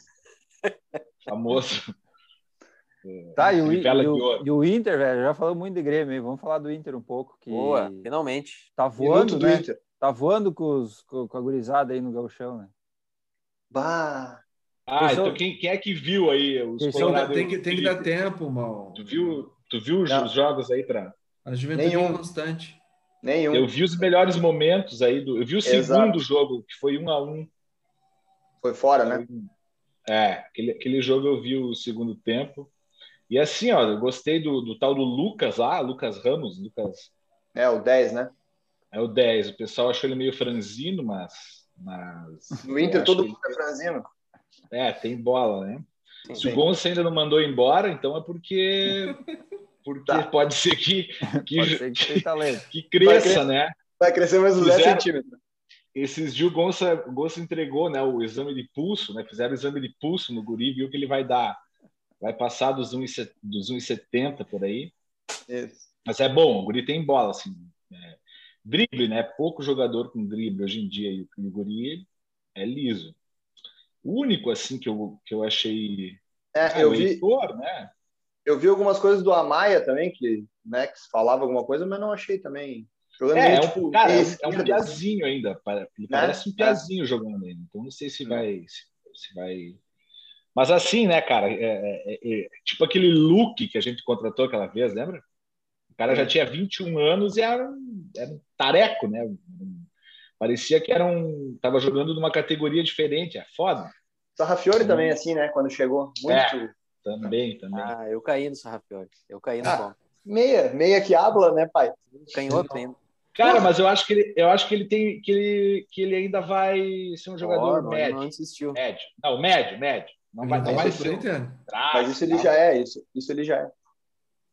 famoso. (laughs) Tá, e o, I- Trivela e o- de ouro. e o Inter, velho, já falou muito de Grêmio, hein? Vamos falar do Inter um pouco, que Boa, finalmente. tá minuto voando, do né? Inter. Tá voando com, os, com, com a gurizada aí no gauchão, né? Bah, Ah, Pessoal- então quem, quem é que viu aí Pessoal, os Tem que dar- Colorado? Tem que, tem que dar tempo, mal. Tu viu, tu viu os, Não. os jogos aí pra. A juventude Nenhum. é constante. nenhum. Eu vi os melhores momentos aí do. Eu vi o segundo um- Exato. jogo, que foi um a um. Foi fora, né? É, aquele, aquele jogo eu vi o segundo tempo. E assim, ó, eu gostei do, do tal do Lucas lá, Lucas Ramos, Lucas É, o 10, né? é o 10. O pessoal achou ele meio franzino, mas. mas No eu Inter acho todo que mundo é franzino. ele- É, tem bola, né? Sim. Se o Gonça ainda não mandou embora, então é porque. Porque Tá. pode ser que, que, Pode ser que tem talento. que Vai cresça, né? Vai crescer mais uns Fizeram. 10 centímetros. Esses dias o Gonça, o Gonça entregou né, o exame de pulso, né? Fizeram o exame de pulso no Guri, viu que ele vai dar. Vai passar dos 1,70 dos 1,70 por aí. Isso. Mas é bom, o Guri tem bola, assim. né? drible, né? Pouco jogador com drible hoje em dia. E o- e o Guri é liso. O único, assim, que eu, que eu achei... É, eu o vi, Heitor, né? eu vi algumas coisas do Amaya também, que, né, que falava alguma coisa, mas não achei também. Jogando É, meio, é um, tipo, cara, é meio um- é um esquerda. piazinho ainda. para- Ele parece um piazinho jogando ainda. Então, não sei se vai... Se, se vai... Mas assim, né, cara? é- é- é- é tipo aquele look que a gente contratou aquela vez, lembra? O cara já tinha 21 anos e era um, era um tareco, né? Parecia que era um. Tava jogando numa categoria diferente, é foda. Sarrafiore também, assim, né? Quando chegou. Muito. É. Também, também. Ah, eu caí no Sarrafiore. Eu caí no Ah. pau. Meia, meia que habla, né, pai? Canhoto ainda. Cara, mas eu acho que ele, eu acho que ele tem que ele, que ele ainda vai ser um Ó, jogador não, ele médio, não insistiu. médio. Não, médio, médio. Não vai, Ele não vai vai ser ser. um corintiano. craque, Ah, Mas isso ele tá? já é, isso, isso ele já é.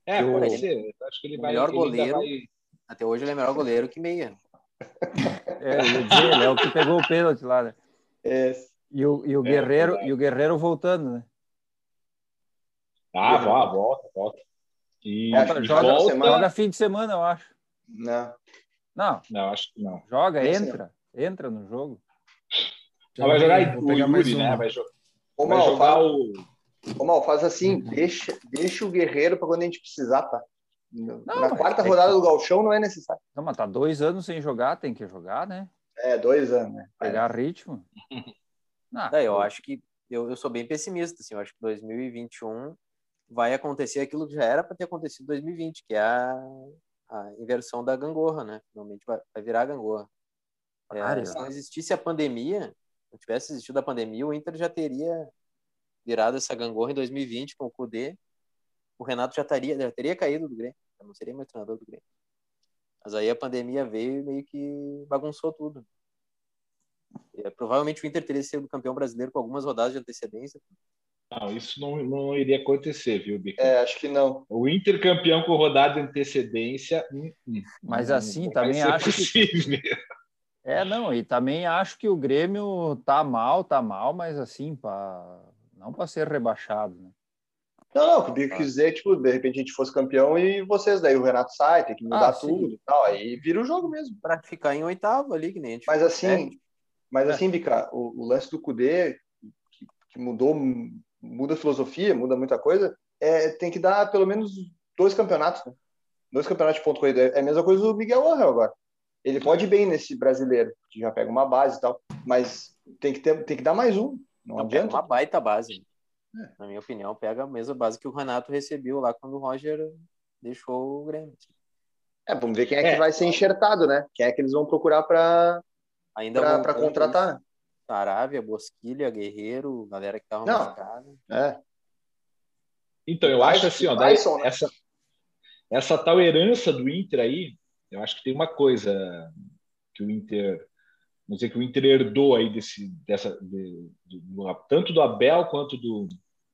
É, Eu- pode ser. Eu acho que ele O vai. melhor ele ainda goleiro. vai- Até hoje ele é melhor goleiro que meia. É, eu ia dizer, ele é o que pegou o pênalti lá, né? É, E o, e o É, Guerreiro, verdade. e o Guerreiro voltando, né? Ah, vá, volta, volta. E, Acho e que É, joga, volta. semana- joga fim de semana, eu acho. né? Não, Não, acho que não. joga, Sim, sim. entra. Entra no jogo. Já Então vai jogar vou o pegar mais Yuri, né? um. uma. Vai, jo- Ô, vai Mal, jogar faz, o. ô, Mal, faz assim, deixa, deixa o guerreiro pra quando a gente precisar, tá? Na mas quarta é que- rodada do Galchão não é necessário. Não, mas tá dois anos sem jogar, tem que jogar, né? É, dois anos, né? Pegar É. (laughs) ritmo. Não, Daí, eu acho que eu, eu sou bem pessimista, assim, eu acho que 2021 vai acontecer aquilo que já era para ter acontecido em 2020, que é a, a inversão da gangorra, né? Finalmente vai, vai virar a gangorra. É, Cara, se não existisse a pandemia, não tivesse existido a pandemia, o Inter já teria virado essa gangorra em 2020 com o Cudê. O Renato já, estaria, já teria caído do Grêmio, já não seria mais treinador do Grêmio. Mas aí a pandemia veio e meio que bagunçou tudo. É, provavelmente o Inter teria sido campeão brasileiro com algumas rodadas de antecedência. Não, isso não, não iria acontecer, viu, Bica? É, acho que não. O Inter campeão com rodada de antecedência. hum, hum. Mas Não assim, vai também ser acho que- possível. É, não, e também acho que o Grêmio tá mal, tá mal, mas assim, pra... não para ser rebaixado, né? Não, não, o que o Bico quis dizer, tipo, de repente a gente fosse campeão e vocês, daí o Renato sai, tem que mudar Ah, sim. tudo e tal, aí vira o jogo mesmo. Para ficar em oitavo ali, que nem a gente. Mas assim, É. mas assim, Bica, o, o lance do Kudê, que, que mudou, muda a filosofia, muda muita coisa, é, tem que dar pelo menos dois campeonatos, né? Dois campeonatos de ponto corrido. É a mesma coisa do Miguel Angel agora. Ele pode ir bem nesse brasileiro, que já pega uma base e tal, mas tem que, ter, tem que dar mais um. Não, Não, pega adianta. É. uma baita base. Na minha opinião, pega a mesma base que o Renato recebeu lá quando o Roger deixou o Grêmio. É, vamos ver quem é que É. vai ser enxertado, né? Quem é que eles vão procurar para Ainda um para voltando contratar. né? Saravia, Bosquilha, Guerreiro, galera que tava Não. machucada. É. Então, eu acho assim, ó, daí, Tyson, né? essa, essa tal herança do Inter aí, eu acho que tem uma coisa que o Inter, vamos dizer que o Inter herdou aí desse, dessa, de- do- do- tanto do Abel quanto do,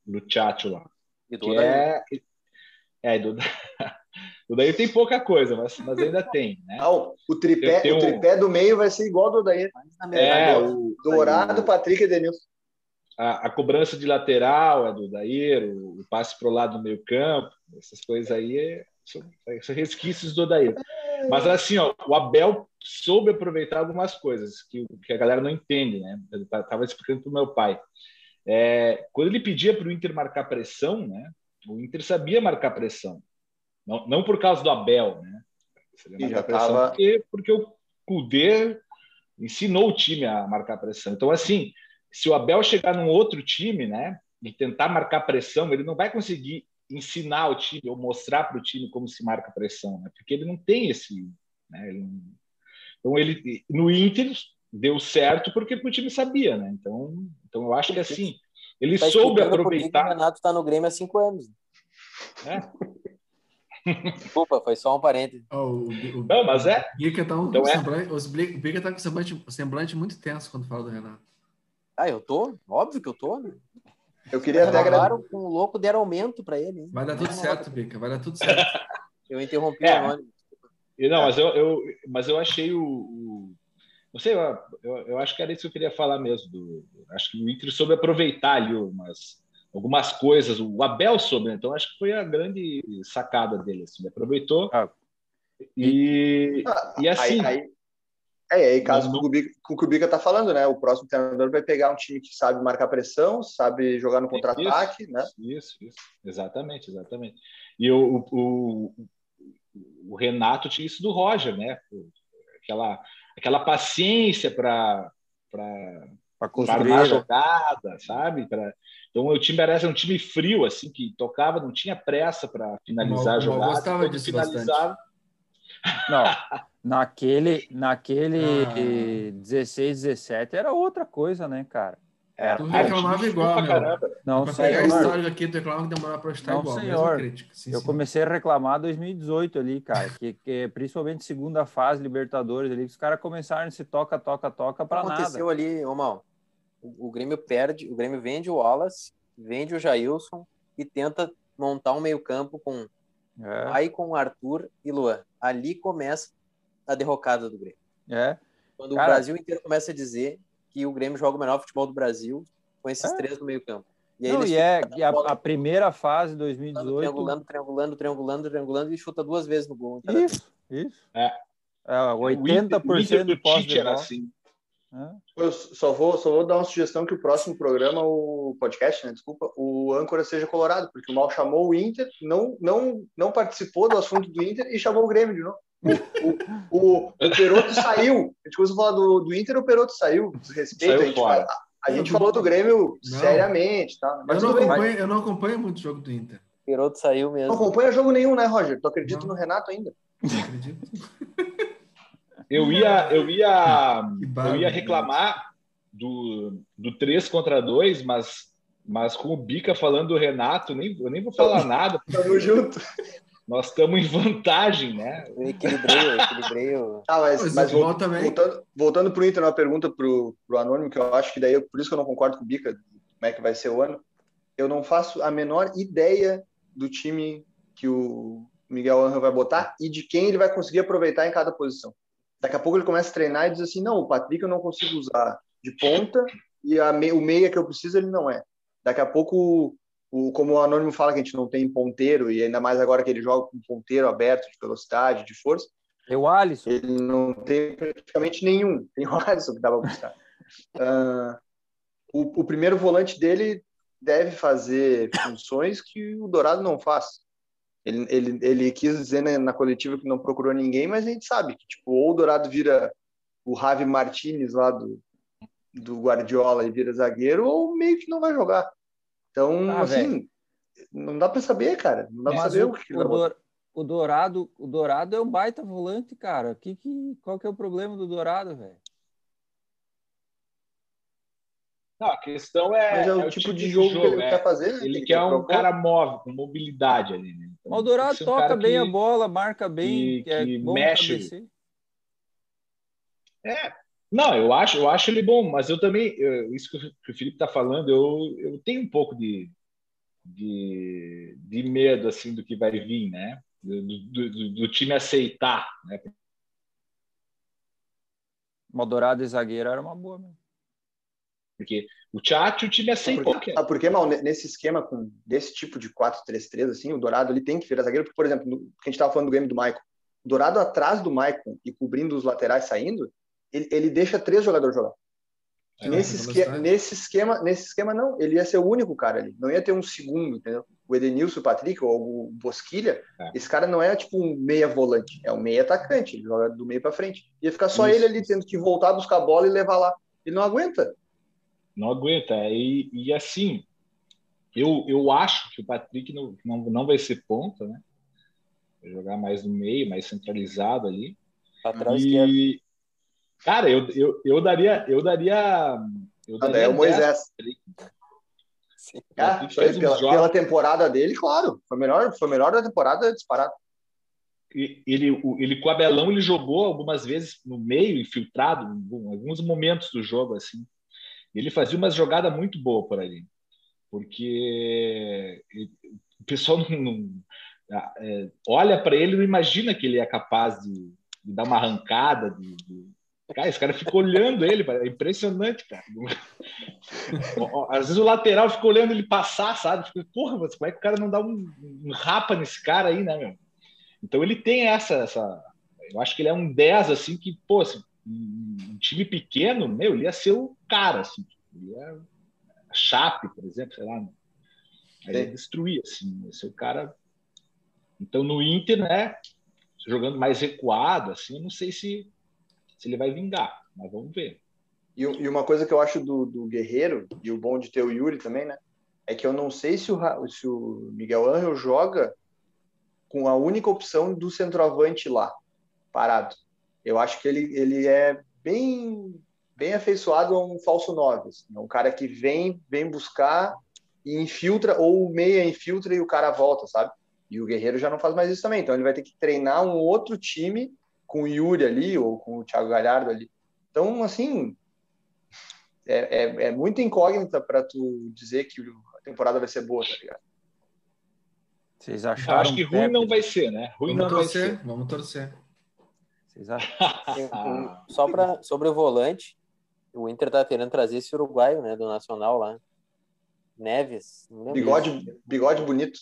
do Tchatcho lá. E do Que Odair. é, é, do, (laughs) do daí tem pouca coisa, mas, mas ainda tem, né? Não, É. Ah, o tripé, Eu tenho- o tripé do meio vai ser igual do Odair. Mas na É, verdade, o, Dourado, Aí- Patrick e Denilson. a, a cobrança de lateral é do Odair, o, o passe para o lado do meio campo, essas coisas aí é- são, são resquícios do Odair. Mas assim, ó, o Abel soube aproveitar algumas coisas que, que a galera não entende, né? Eu ta- tava explicando para o meu pai. É, quando ele pedia para o Inter marcar pressão, né? O Inter sabia marcar pressão. Não, não por causa do Abel, né? Sabia E já marcar pressão tava- porque, porque o Kudê ensinou o time a marcar pressão. Então, assim, se o Abel chegar num outro time, né? E tentar marcar pressão, ele não vai conseguir ensinar o time ou mostrar para o time como se marca pressão, né? Porque ele não tem esse, né? Ele não- Então ele no Inter deu certo porque o time sabia, né? Então, então eu acho que assim ele tá soube explicando por que que O aproveitar. Renato tá no Grêmio há cinco anos. É. Desculpa, foi só um parênteses. Ó, o, o, né? Não, mas é. o Bica tá, um Então é. semblante, os Bli- o Bica tá com semblante, semblante muito tenso quando fala do Renato. Ah, eu tô? Óbvio que eu tô, né? Eu queria até agradecer. Acabaram com o louco, deram aumento pra ele. hein? Vai dar tudo certo, Bica, vai dar tudo certo. Eu interrompi É. o Rony. E Não, mas eu, eu mas eu achei o, o- não sei, eu, eu, eu acho que era isso que eu queria falar mesmo. do- acho que o Inter soube aproveitar ali umas algumas coisas. O Abel soube, né? então acho que foi a grande sacada dele, assim, ele aproveitou. Ah. E, e assim, Ah, Aí, aí, é, aí caso Não, com o Kubica- com o Kubica tá falando, né? O próximo treinador vai pegar um time que sabe marcar pressão, sabe jogar É no contra-ataque, né? Isso, isso. Exatamente, exatamente. E o, o, o- o Renato tinha isso do Roger, né? Aquela, aquela paciência para Para armar construir. jogada, sabe? Pra- Então o time era um time frio, assim, que tocava, não tinha pressa para finalizar a Mal- mal jogada. gostava Quando disso finalizava, Não, naquele, naquele Ah. 16, 17 era outra coisa, né, cara? Tu ah, o time reclamava chutou igual, pra meu. caramba. Não, Pra sei. pegar senhor. histórico aqui, tu reclamava que demorava pra chutar Não, igual. senhor. Mesma crítica. Sim, Eu sim. comecei a reclamar 2018 ali, cara, que, que principalmente segunda fase Libertadores ali, que os caras começaram esse toca, toca, toca para nada. aconteceu ali, ô Mal? O, o Grêmio perde, o Grêmio vende o Wallace, vende o Jailson e tenta montar um meio-campo com É, Maicon, Arthur e Luan. Ali começa a derrocada do Grêmio. é. Quando Cara. o Brasil inteiro começa a dizer que o Grêmio joga o melhor futebol do Brasil com esses É. três no meio-campo. E aí Não, eles e é ficam e a, bola a primeira fase de triangulando, 2018. triangulando, triangulando, triangulando, triangulando e chuta duas vezes no gol. Cada vez. Isso, isso. É. É, O Inter 80% do de posse Tite de era bola. assim. É. Eu só vou, só vou dar uma sugestão que o próximo programa, o podcast, né, desculpa, o âncora seja colorado, porque o Mal chamou o Inter, não, não, não participou do assunto do Inter e chamou o Grêmio de novo. O, o, o- (laughs) o Peroto saiu. A gente começou a falar do, do Inter, o Peroto saiu. Desrespeito. Saiu a gente, fora. fala- a gente falou do Grêmio Não. seriamente, tá? Mas Eu não, tudo bem. acompanho, eu não acompanho muito o jogo (laughs) do Inter. Peroto saiu Não mesmo. acompanha jogo nenhum, né, Roger? Tu acredita no Não. Renato ainda? Não acredito. Eu ia, eu ia, Que eu barba, ia reclamar do, do 3 contra 2, mas, mas com o Bica falando do Renato, nem, eu nem vou falar nada. Tamo junto. Nós estamos em vantagem, né? Eu equilibrei, eu equilibrei. o- Ah, mas, Mas mas o Mal também. Voltando, voltando pro Inter, uma pergunta pro, pro Anônimo, que eu acho que daí, eu- por isso que eu não concordo com o Bica, como é que vai ser o ano. Eu não faço a menor ideia do time que o Miguel Angel vai botar e de quem ele vai conseguir aproveitar em cada posição. Daqui a pouco ele começa a treinar e diz assim, não, o Patrick eu não consigo usar de ponta e a me- o meia que eu preciso ele não é. Daqui a pouco, o, o- como o Anônimo fala que a gente não tem ponteiro, e ainda mais agora que ele joga com ponteiro aberto, de velocidade, de força, E o Alisson. ele não tem praticamente nenhum. (laughs) Tem o Alisson que dá pra buscar. Ah, o, o primeiro volante dele deve fazer funções que o Dourado não faz. Ele, ele, ele quis dizer na, na coletiva que não procurou ninguém, mas a gente sabe que tipo, ou o Dourado vira o Javi Martinez lá do, do Guardiola e vira zagueiro, ou meio que não vai jogar. Então, Ah, assim, não dá pra saber, cara. Não dá pra Mas saber o, o, que ele vai o botar. Dor- o Dourado, o Dourado é um baita volante, cara. Que, que, qual que é o problema do Dourado, velho? Não, a questão é, Mas é o é tipo de jogo, que ele é. quer fazer. né? Ele Que quer um propor. cara móvel, com mobilidade ali. Né? Então, Mas o tem que Dourado ser um toca cara bem que- a bola, marca bem, que- que, é que bom mexe. cabeceio. Não, eu acho, eu acho ele bom, mas eu também, eu- isso que o- que o Felipe está falando, eu, eu tenho um pouco de, de, de medo assim do que vai vir, né? Do, do- do- do time aceitar, né? Mas o Dourado e zagueiro era uma boa mesmo. Porque o Tchatcho, o time aceitou. Porque, cara. sabe por quê, Mal? Ne- Nesse esquema com, desse tipo de 4-3-3, assim, o Dourado ele tem que virar zagueiro, porque, por exemplo, no, que a gente estava falando do game do Maicon. O Dourado atrás do Maicon e cobrindo os laterais saindo, ele, ele deixa três jogadores jogar. É, nesse, com esque- velocidade. nesse esquema, nesse esquema, não. Ele ia ser o único cara ali. Não ia ter um segundo, entendeu? O Edenilson, o Patrick ou o Bosquilha, É. esse cara não é tipo um meia volante, é um meia atacante, ele joga do meio para frente. Ia ficar só Isso. ele ali tendo que voltar, buscar a bola e levar lá. Ele não aguenta. Não aguenta. E, e assim, eu, eu acho que o Patrick não, não, não vai ser ponta, né? Vai jogar mais no meio, mais centralizado ali. Lateral esquerdo. E, cara, eu, eu, eu daria, eu daria, eu Não, daria daí é o 10 Moisés. Sim. Ah, Ele foi né? fez um uns pela, jogos. pela temporada dele, claro. Foi melhor, foi melhor da temporada disparado. E- ele, o- ele com o Abelão ele jogou algumas vezes no meio, infiltrado, em algum- alguns momentos do jogo assim. Ele fazia umas jogadas muito boas por ali, porque ele- o pessoal (laughs) não, não- ah, é, olha para ele e não imagina que ele é capaz de, de dar uma arrancada. De, de- Cara, esse cara fica olhando ele, é impressionante, cara. (laughs) Ó, ó, Às vezes o lateral fica olhando ele passar, sabe? Fica, porra, mas como é que o cara não dá um, um rapa nesse cara aí, né, meu? Então ele tem essa, essa. Eu acho que ele é um 10, assim, que, pô, se- um time pequeno, meu, ele ia ser o cara, assim. Ele ia. A Chape, por exemplo, sei lá. né? Aí ia Sim. destruir, assim, ia ser o cara. Então no Inter, né? Jogando mais recuado, assim, eu não sei se, se ele vai vingar, mas vamos ver. E, e uma coisa que eu acho do, do Guerreiro, e o bom de ter o Yuri também, né? É que eu não sei se o, Ra- se o Miguel Angel joga com a única opção do centroavante lá, parado. Eu acho que ele, ele é bem bem afeiçoado a um falso 9. Assim, é um cara que vem, vem buscar e infiltra, ou o meia infiltra e o cara volta, sabe? E o Guerreiro já não faz mais isso também. Então ele vai ter que treinar um outro time com o Yuri ali, ou com o Thiago Galhardo ali. Então, assim, é, é, é muito incógnita para tu dizer que a temporada vai ser boa, tá ligado? Vocês Eu acharam acho que ruim Pepe, não né? vai ser, né? Ruim Vamos não vai ser. torcer, vamos torcer. Vocês acharam? (laughs) Tem- tem- Ah. só pra, sobre o volante, o Inter tá querendo trazer esse uruguaio, né, do Nacional lá. Neves, não lembro Bigode, bigode bonito.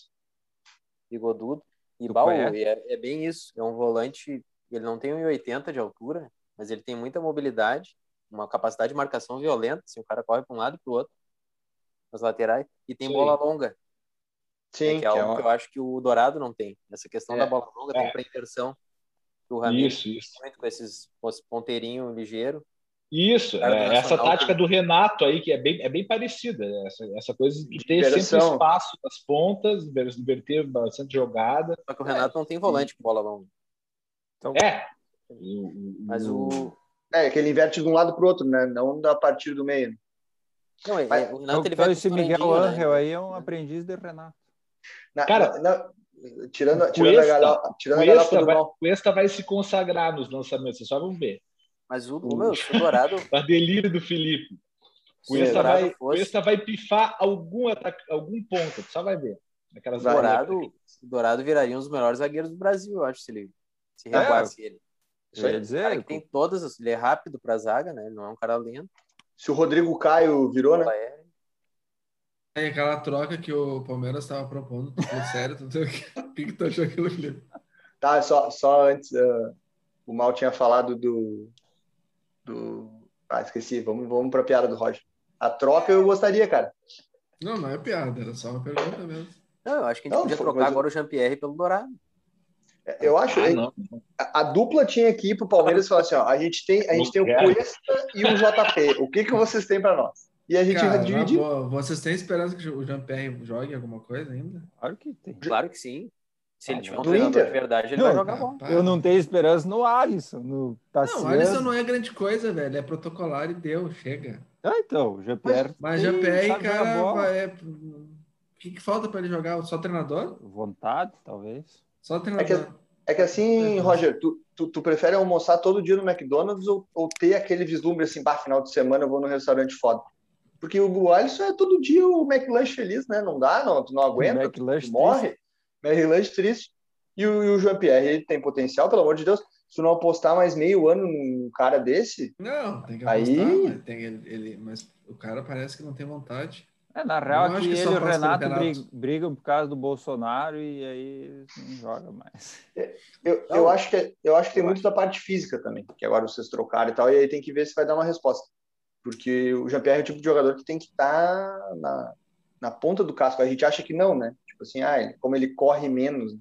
bigodudo. E Tu Baú, conhece? é, é bem isso. É um volante, ele não tem 1,80 de altura, mas ele tem muita mobilidade, uma capacidade de marcação violenta, assim, o cara corre para um lado e para o outro, nas laterais, e tem Sim. bola longa, né, Sim, que é algo uma- que eu acho que o Dourado não tem. Essa questão É, da bola longa, é. tem para inversão. O Ramiro Isso, isso. muito com esses com esse ponteirinho ligeiro. Isso, Cara do é, essa Nacional, tática cara. do Renato aí, que é bem, é bem parecida, né? essa, essa coisa de ter sempre Liberação. espaço nas pontas, inver- inverter bastante jogada. Só É. que o Renato não tem volante com bola longa. É, o- o- Mas o. É, que ele inverte de um lado para o outro, né? Não da partir do meio. Não, ele- Mas- o Renato Então, ele então vai com esse o Miguel Fernandinho, né? Angel aí é um aprendiz de Renato. Na- Cara, na- na- tirando, tirando a o Cuesta- galo- tirando o a galopa Cuesta do um- vai, mal. o Cuesta vai se consagrar nos lançamentos, vocês só vão ver. Mas o, O- o meu, se o Dourado. (laughs) A delírio do Felipe. O Se o Cuesta Dourado vai, o fosse. Cuesta vai pifar algum, ataca- algum ponto, tu só vai ver. Aquelas Vai. bolinhas. Dourado, Dourado viraria um dos melhores zagueiros do Brasil, eu acho, se ele se É, recuasse ele. Isso Eu ia aí. dizer, Cara, que tem todas, as- ele é rápido pra zaga, né? Ele não é um cara lento. Se o Rodrigo Caio virou, né? bola é. aérea. Aí É, aquela troca que o Palmeiras estava propondo, tá tu falou sério, tu o que que tu achou aquilo ali? Tá, só, só antes, ah, o Mal tinha falado do. do... Ah, esqueci, vamos, vamos pra piada do Roger. A troca eu gostaria, cara. Não, não é piada, era só uma pergunta mesmo. Não, eu acho que a gente Não, podia foi- trocar mas- agora o Jean-Pierre pelo Dourado. Eu acho. Ah, não. a, a dupla tinha que ir pro Palmeiras e falar assim: ó, a gente tem, a gente tem o Não quero. Cuesta e o JP. O que, que vocês têm pra nós? E a gente Cara, é vai na dividir. boa, vocês têm esperança que o Jean-Pierre jogue alguma coisa ainda? Claro que tem. Claro que sim. Se ele Ah, tiver não. um Do treinador Inter? de verdade, ele Não, vai jogar cara. bom. Pá. Eu não tenho esperança no Alisson, no Tá Tassiano. Não, o Alisson não é grande coisa, velho. É protocolar e deu, chega. Ah, então, o GPR. Mas tem- Jean-Pierre, sabe jogar cara, bola. vai- é... o que, que falta pra ele jogar? Só treinador? Vontade, talvez. Só treinador. É É que assim, Roger, tu, tu, tu prefere almoçar todo dia no McDonald's ou, ou ter aquele vislumbre assim, bah, final de semana eu vou num restaurante foda? Porque o Alisson é todo dia o McLanche feliz, né? Não dá, não, tu não aguenta. O McLanche Tu morre. Mary Lange triste. E o, e o Jean-Pierre, ele tem potencial, pelo amor de Deus. Se não apostar mais meio ano num cara desse, Não, tem que Aí- apostar, mas, tem ele, ele- mas o cara parece que não tem vontade. É, na real, Eu é acho que que ele só e o passa pelo Renato Renato. brig- brigam por causa do Bolsonaro e aí não joga mais. eu, Não. eu, acho, que, é, eu acho que tem Eu muito da parte física também, que agora vocês trocaram e tal, e aí tem que ver se vai dar uma resposta. Porque o Jean-Pierre é o tipo de jogador que tem que estar na, na ponta do casco. A gente acha que não, né? Tipo assim, ah, ele- como ele corre menos. né?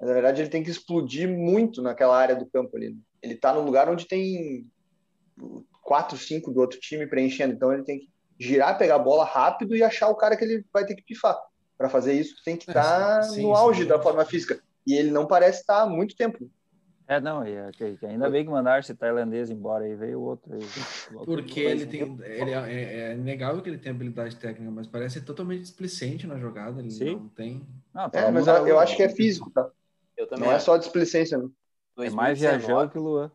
Mas na verdade ele tem que explodir muito naquela área do campo ali. Ele tá num lugar onde tem quatro, cinco do outro time preenchendo. Então ele tem que girar, pegar a bola rápido e achar o cara que ele vai ter que pifar. Para fazer isso, tem que É, estar sim, sim, no auge sim. da forma física. E ele não parece estar há muito tempo. É, não, e é que- que ainda bem que mandaram esse tailandês embora aí, veio outro aí. Porque ele tem. Ele é, é, é inegável que ele tem habilidade técnica, mas parece totalmente displicente na jogada. Ele Sim. não tem. Não, tá É, pelo mas amor eu, de eu Deus. acho que é físico, tá? Eu também Não é acho. só displicência. Não. É mais 2019, viajão que o Luan.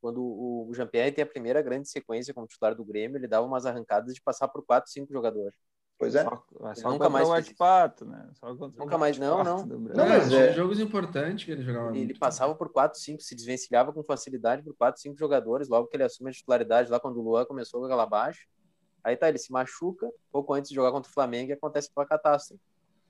quando o o Jean-Pierre tem a primeira grande sequência como titular do Grêmio, ele dava umas arrancadas de passar por quatro, cinco jogadores. Pois é. Só, mas só Nunca contra mais o fez White Pato, né? Só contra Nunca o mais, não, White Pato não. do Brasil. Não, mas tinha é- jogos importantes que ele jogava. Ele muito. passava por quatro, cinco, se desvencilhava com facilidade por quatro, cinco jogadores, logo que ele assume a titularidade, lá quando o Luan começou com aquela baixa. Aí tá, ele se machuca, pouco antes de jogar contra o Flamengo, e acontece aquela catástrofe.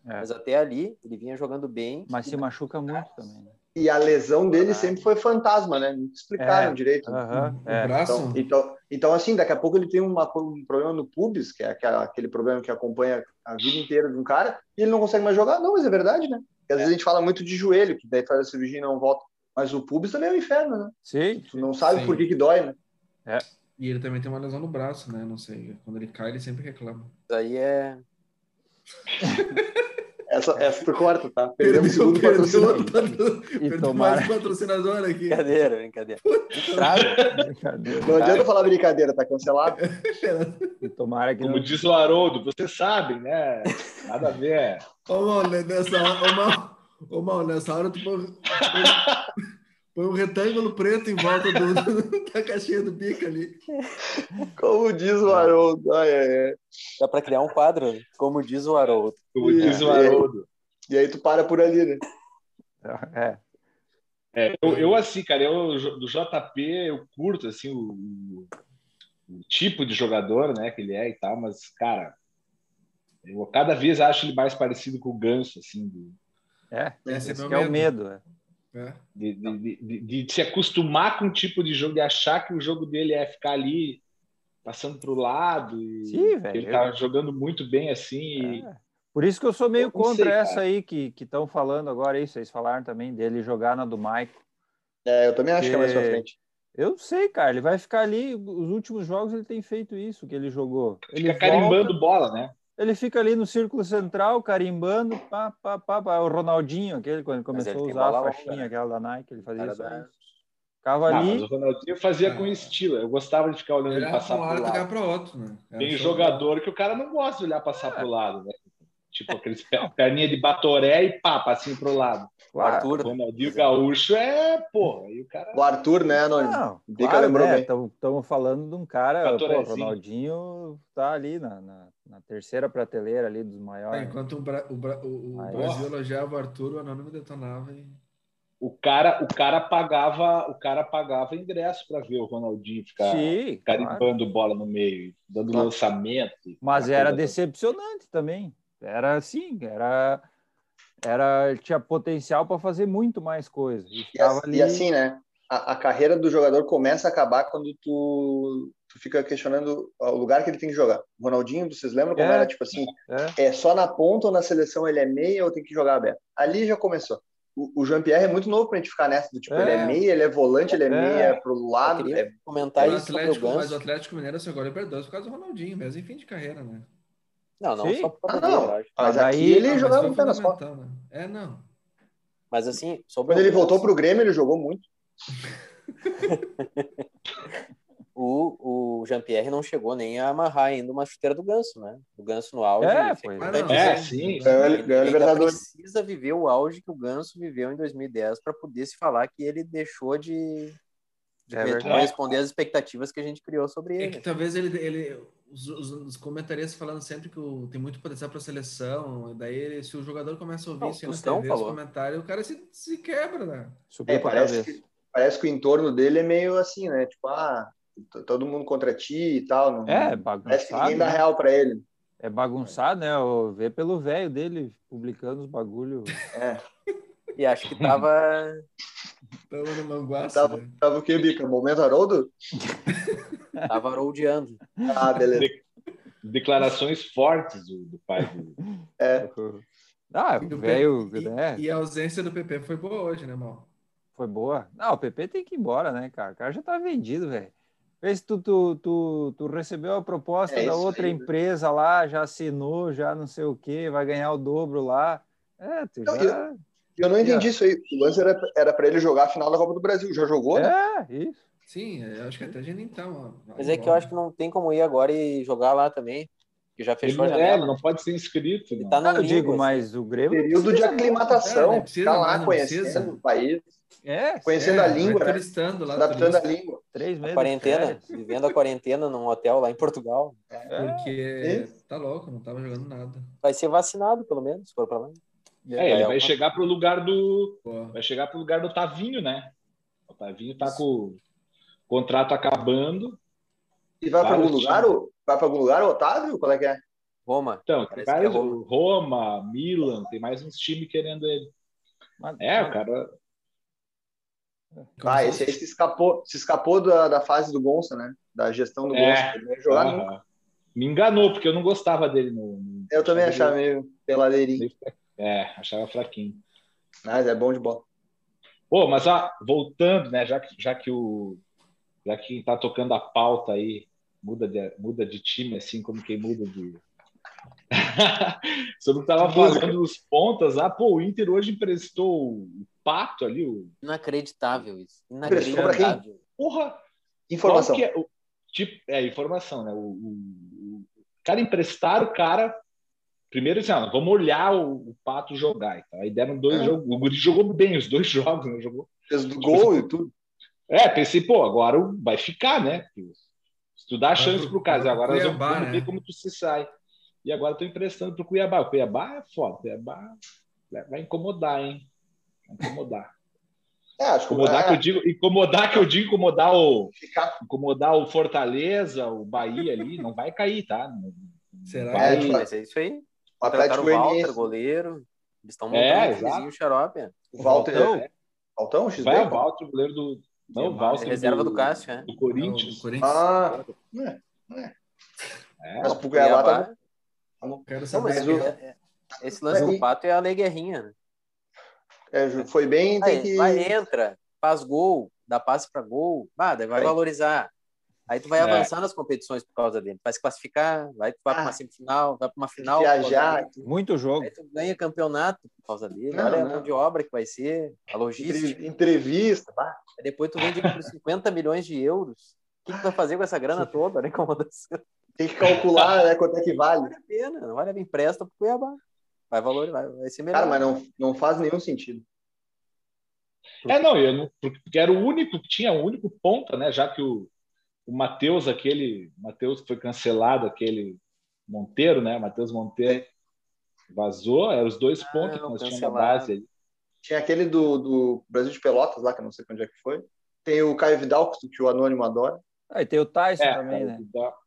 É. Mas até ali, ele vinha jogando bem. Mas e se machuca muito também. né? E a lesão dele Caralho. sempre foi fantasma, né? Não explicaram É. direito. Aham, O é. braço. Então, então, então, assim, daqui a pouco ele tem uma co- um problema no pubis, que é aquela- aquele problema que acompanha a vida inteira de um cara, e ele não consegue mais jogar. Não, mas é verdade, né? Porque às vezes a gente fala muito de joelho, que daí faz a (laughs) cirurgia e não volta. Mas o pubis também é um inferno, né? Sim, Tu não sabe Sim. por que, que dói, né? E ele também tem uma lesão no braço, né? Não sei. Quando ele cai, ele sempre reclama. Isso aí é. Essa, É. essa tu corta, tá? Perdemos o segundo patrocinador. patrocinador. E Perdeu (laughs) tomara. mais um patrocinador aqui. Brincadeira, brincadeira. Trago. Brincadeira. Não adianta falar brincadeira, tá cancelado. E tomara que Como não... diz o Haroldo, vocês sabem, né? Nada a ver. Ô, Mal, nessa hora, ô, Mal, ô, Mal, nessa hora tu põe, põe- põe um retângulo preto em volta do- (laughs) da caixinha do bico ali. Como diz É. o Haroldo. Ai, ai, ai. Dá pra criar um quadro, né? como diz o Haroldo. Como diz É. o Haroldo. E aí tu para por ali, né? (laughs) É, É, eu, eu, assim, cara, eu do JP, eu curto assim o, o tipo de jogador, né, que ele é e tal, mas cara, eu cada vez acho ele mais parecido com o Ganso, assim, de, é. Esse é Esse meu que é o medo. medo. é. É. de, de- de- de- de se acostumar com um tipo de jogo, de achar que o jogo dele é ficar ali passando pro lado. E Sim, que velho. ele tá jogando muito bem assim. É. Por isso que eu sou meio Eu não contra sei, essa cara. aí que estão falando agora. Isso, vocês falaram também dele jogar na do Maico. É, eu também acho que é mais pra É. frente. Eu não sei, cara. Ele vai ficar ali. Os últimos jogos ele tem feito isso que ele jogou. E Ele fica volta, carimbando bola, né? ele fica ali no círculo central, carimbando. Pá, pá, pá, pá. O Ronaldinho, aquele, quando ele Mas ele começou a tem usar bola a longa, faixinha, né? aquela da Nike, ele fazia Cara isso. da- Ficava Ah, mas ali. o Ronaldinho fazia com estilo. Eu gostava de ficar olhando ele, Era pra passar um lado pro e tocar lado. para outro, né? É, Era Tem só- jogador que o cara não gosta de olhar passar pro lado, né? Tipo aqueles pe- perninha de batoré e pá, passinho pro lado. O Claro. Arthur. O Ronaldinho Gaúcho é, porra, aí o cara. O Arthur, né, Anônimo? Não, Bica claro, lembrou né? bem. Estamos falando de um cara, pô, o Fatorezinho. Ronaldinho tá ali na, na- na terceira prateleira ali dos É, maiores. enquanto o, Bra- o Bra- o- o Aí, Brasil elogiava o Arthur, o Anônimo detonava. E... O cara, o cara pagava, o cara pagava ingresso para ver o Ronaldinho Tá ficar Sim, claro. carimbando bola no meio, dando Claro. lançamento. Mas Aquela era coisa decepcionante também. Era assim, era era tinha potencial para fazer muito mais coisa. E E, ficava as- ali, e assim, né? A, a carreira do jogador começa a acabar quando tu, tu fica questionando o lugar que ele tem que jogar. O Ronaldinho, vocês lembram como É. era? Tipo assim, é, é só na ponta ou na seleção ele é meia ou tem que jogar aberto? Ali já começou. O, o Jean-Pierre é muito novo pra gente ficar nessa. Do, tipo, É. ele é meia, ele é volante, ele é, É. meia pro Eu lado. queria É, comentar o isso Tá sobre o Atlético, mas o Ganso. Atlético Mineiro só agora perdeu por causa do Ronaldinho, mesmo em fim de carreira, né? Não, não Sim. só por causa Ah, não. dele, eu acho. mas Mas aqui aí- ele Ah, mas jogava foi muito nas costas. fundamental, né? É, não. Mas assim, sobre Quando o ele voltou Ganso- pro Grêmio, ele jogou muito. o, o Jean-Pierre não chegou nem a amarrar ainda uma chuteira do Ganso, né? O Ganso no auge. É, ele pois é. fez Ah, não, É, sim. sim. Ganhou, Ele ele- ganhou a ainda Libertadores. precisa viver o auge que o Ganso viveu em 2010 para poder se falar que ele deixou de, de É re- verdade. responder às expectativas que a gente criou sobre É (laughs) que ele. talvez ele, ele os, os- os comentaristas falando sempre que o- tem muito potencial para seleção, e daí ele- se o jogador começa a ouvir Não, isso aí na Tostão TV, os falou. comentários, o cara se, se quebra, né? subiu É, pra parece, cabeça. que, parece que o entorno dele é meio assim, né? Tipo, ah, t- todo mundo contra ti e tal. Não, É, parece que bagunçado. ninguém dá né? real pra ele. É bagunçado, né? Eu vê pelo velho dele publicando os bagulho. E acho que tava. Então no Manguaço, Tava, né? tava o que, Bica? Momento Haroldo? tava aroldeando. Ah, beleza. Declarações fortes do, do pai (laughs) do, É. Ah, E o o velho, Pepe- né? e, e a ausência do PP foi boa hoje, né, mal? Foi boa. Não, o PP tem que ir embora, né, cara? O cara já tá vendido, velho. Vê se tu, tu, tu, tu recebeu a proposta É da isso outra aí, né? empresa lá, já assinou, já não sei o quê, vai ganhar o dobro lá. É, tu Não, já... Eu não entendi isso aí. O lance era, era pra ele jogar a final da Copa do Brasil. Já jogou, né? É, isso. Sim, eu acho que até a gente nem tá, mano. Mas é que eu acho que não tem como ir agora e jogar lá também. Que já Ele não, fechou a é, janela. ele não pode ser inscrito. Ele não. tá Ah, no eu limbo, digo, assim. mas o Grêmio... não Período de precisa muito. É, aclimatação. não precisa Ficar lá mais, não conhecendo precisa. o país, É, conhecendo a língua, né? turistando lá, adaptando a turista, língua. três meses É, de A assim, quarentena, férias. vivendo a quarentena num hotel lá em Portugal. É, porque tá louco, não tava jogando nada. Vai ser vacinado, pelo menos, se for pra lá. É, ele é vai uma- chegar pro lugar do. Pô, Vai chegar pro lugar do Tavinho, né? O Tavinho tá com o contrato acabando. E vai pra Vários algum lugar? o- Vai pra algum lugar, Otávio? Qual é que é? Roma. Então, tem Parece vários- que é Roma. Roma, Milan, tem mais uns times querendo ele. Mas- É, o mas- cara. Ah, esse aí se escapou, se escapou da, da fase do Gonça, né? Da gestão do É. Gonça. Ele não ia jogar nunca. ah, me enganou, porque eu não gostava dele no. no- Eu também achava meio peladeirinho. É, achava fraquinho. Mas é bom de bola. Pô, mas ah, voltando, né? Já que, já que o, Já que quem tá tocando a pauta aí muda de, muda de time, assim como quem muda de. (laughs) Sobre o que tava falando dos pontas, ah, pô, o Inter hoje emprestou o Pato ali, o. Inacreditável isso. Impressão pra quem? Inacreditável. Porra! Informação. Qual que é, o, tipo, é informação, né? O, o- o- cara emprestaram o cara. Primeiro assim, ah, vamos olhar o, o Pato jogar. e tal. Aí deram dois Ah. É. jogos. O Guri jogou bem os dois (laughs) jogos, né? Jogou Fez do gol e tudo. é, pensei, pô, agora vai ficar, né? Porque Se tu dá a Vai chance pro- pro vai Casal, pro agora nós Cuiabá, vamos ver né? como tu se sai. E agora eu tô emprestando pro Cuiabá. O Cuiabá é foda, o Cuiabá vai- vai incomodar, hein? Vai incomodar. É, acho que Incomodar que eu é, digo, incomodar que eu digo, incomodar o, ficar. incomodar o Fortaleza, o Bahia ali, não vai cair, tá? Não- Será? Vai- É, Sim, tipo, mas é isso aí. O Contrataram Atlético o Walter, Goianiense. goleiro. Eles É, estão montando um exato. timezinho xarope. é. O Walter. Faltão? Faltão? X Vai o Walter, o goleiro do. Não, o Walter. É reserva do Cássio, é. Do Não, Corinthians. Corinthians. Ah, É, mas pro Cuiabá tá bom. Quero Não, saber. mas Mas o- é- é- esse lance Mas do e- Pato é a lei guerrinha. né? É, Ju, foi bem, tem Aí, que. vai, entra, faz gol, dá passe pra gol, bah, daí vai Aí. valorizar. Aí tu vai É. avançar nas competições por causa dele. Vai se classificar, vai, vai pra uma Ah. semifinal, vai pra uma final. por causa viajar. dele. Muito jogo. Aí tu ganha campeonato por causa dele. Não, Olha a não. mão de obra que vai ser, a logística. entre- Entrevista, pá. Aí depois tu vende ele por 50 milhões de euros. O que, que tu vai fazer com (laughs) essa grana toda? Né? Incomodação. tem que calcular né, quanto é que vale. Não vale a pena, não vale a pena. Empresta pro Cuiabá. Vai valor, vai, vai ser melhor. Cara, mas não, não faz nenhum sentido. É, não, eu não, porque era o único que tinha, o único ponta, né? Já que o, o Matheus, aquele. Matheus que foi cancelado, aquele Monteiro, né? Matheus Monteiro vazou, eram os dois pontos que nós tínhamos na cancelado. base. aí. Tinha aquele do, do Brasil de Pelotas lá, que eu não sei pra onde é que foi. Tem o Caio Vidal, que o Anônimo adora. Aí tem o Tyson É, também, o né? Vidal-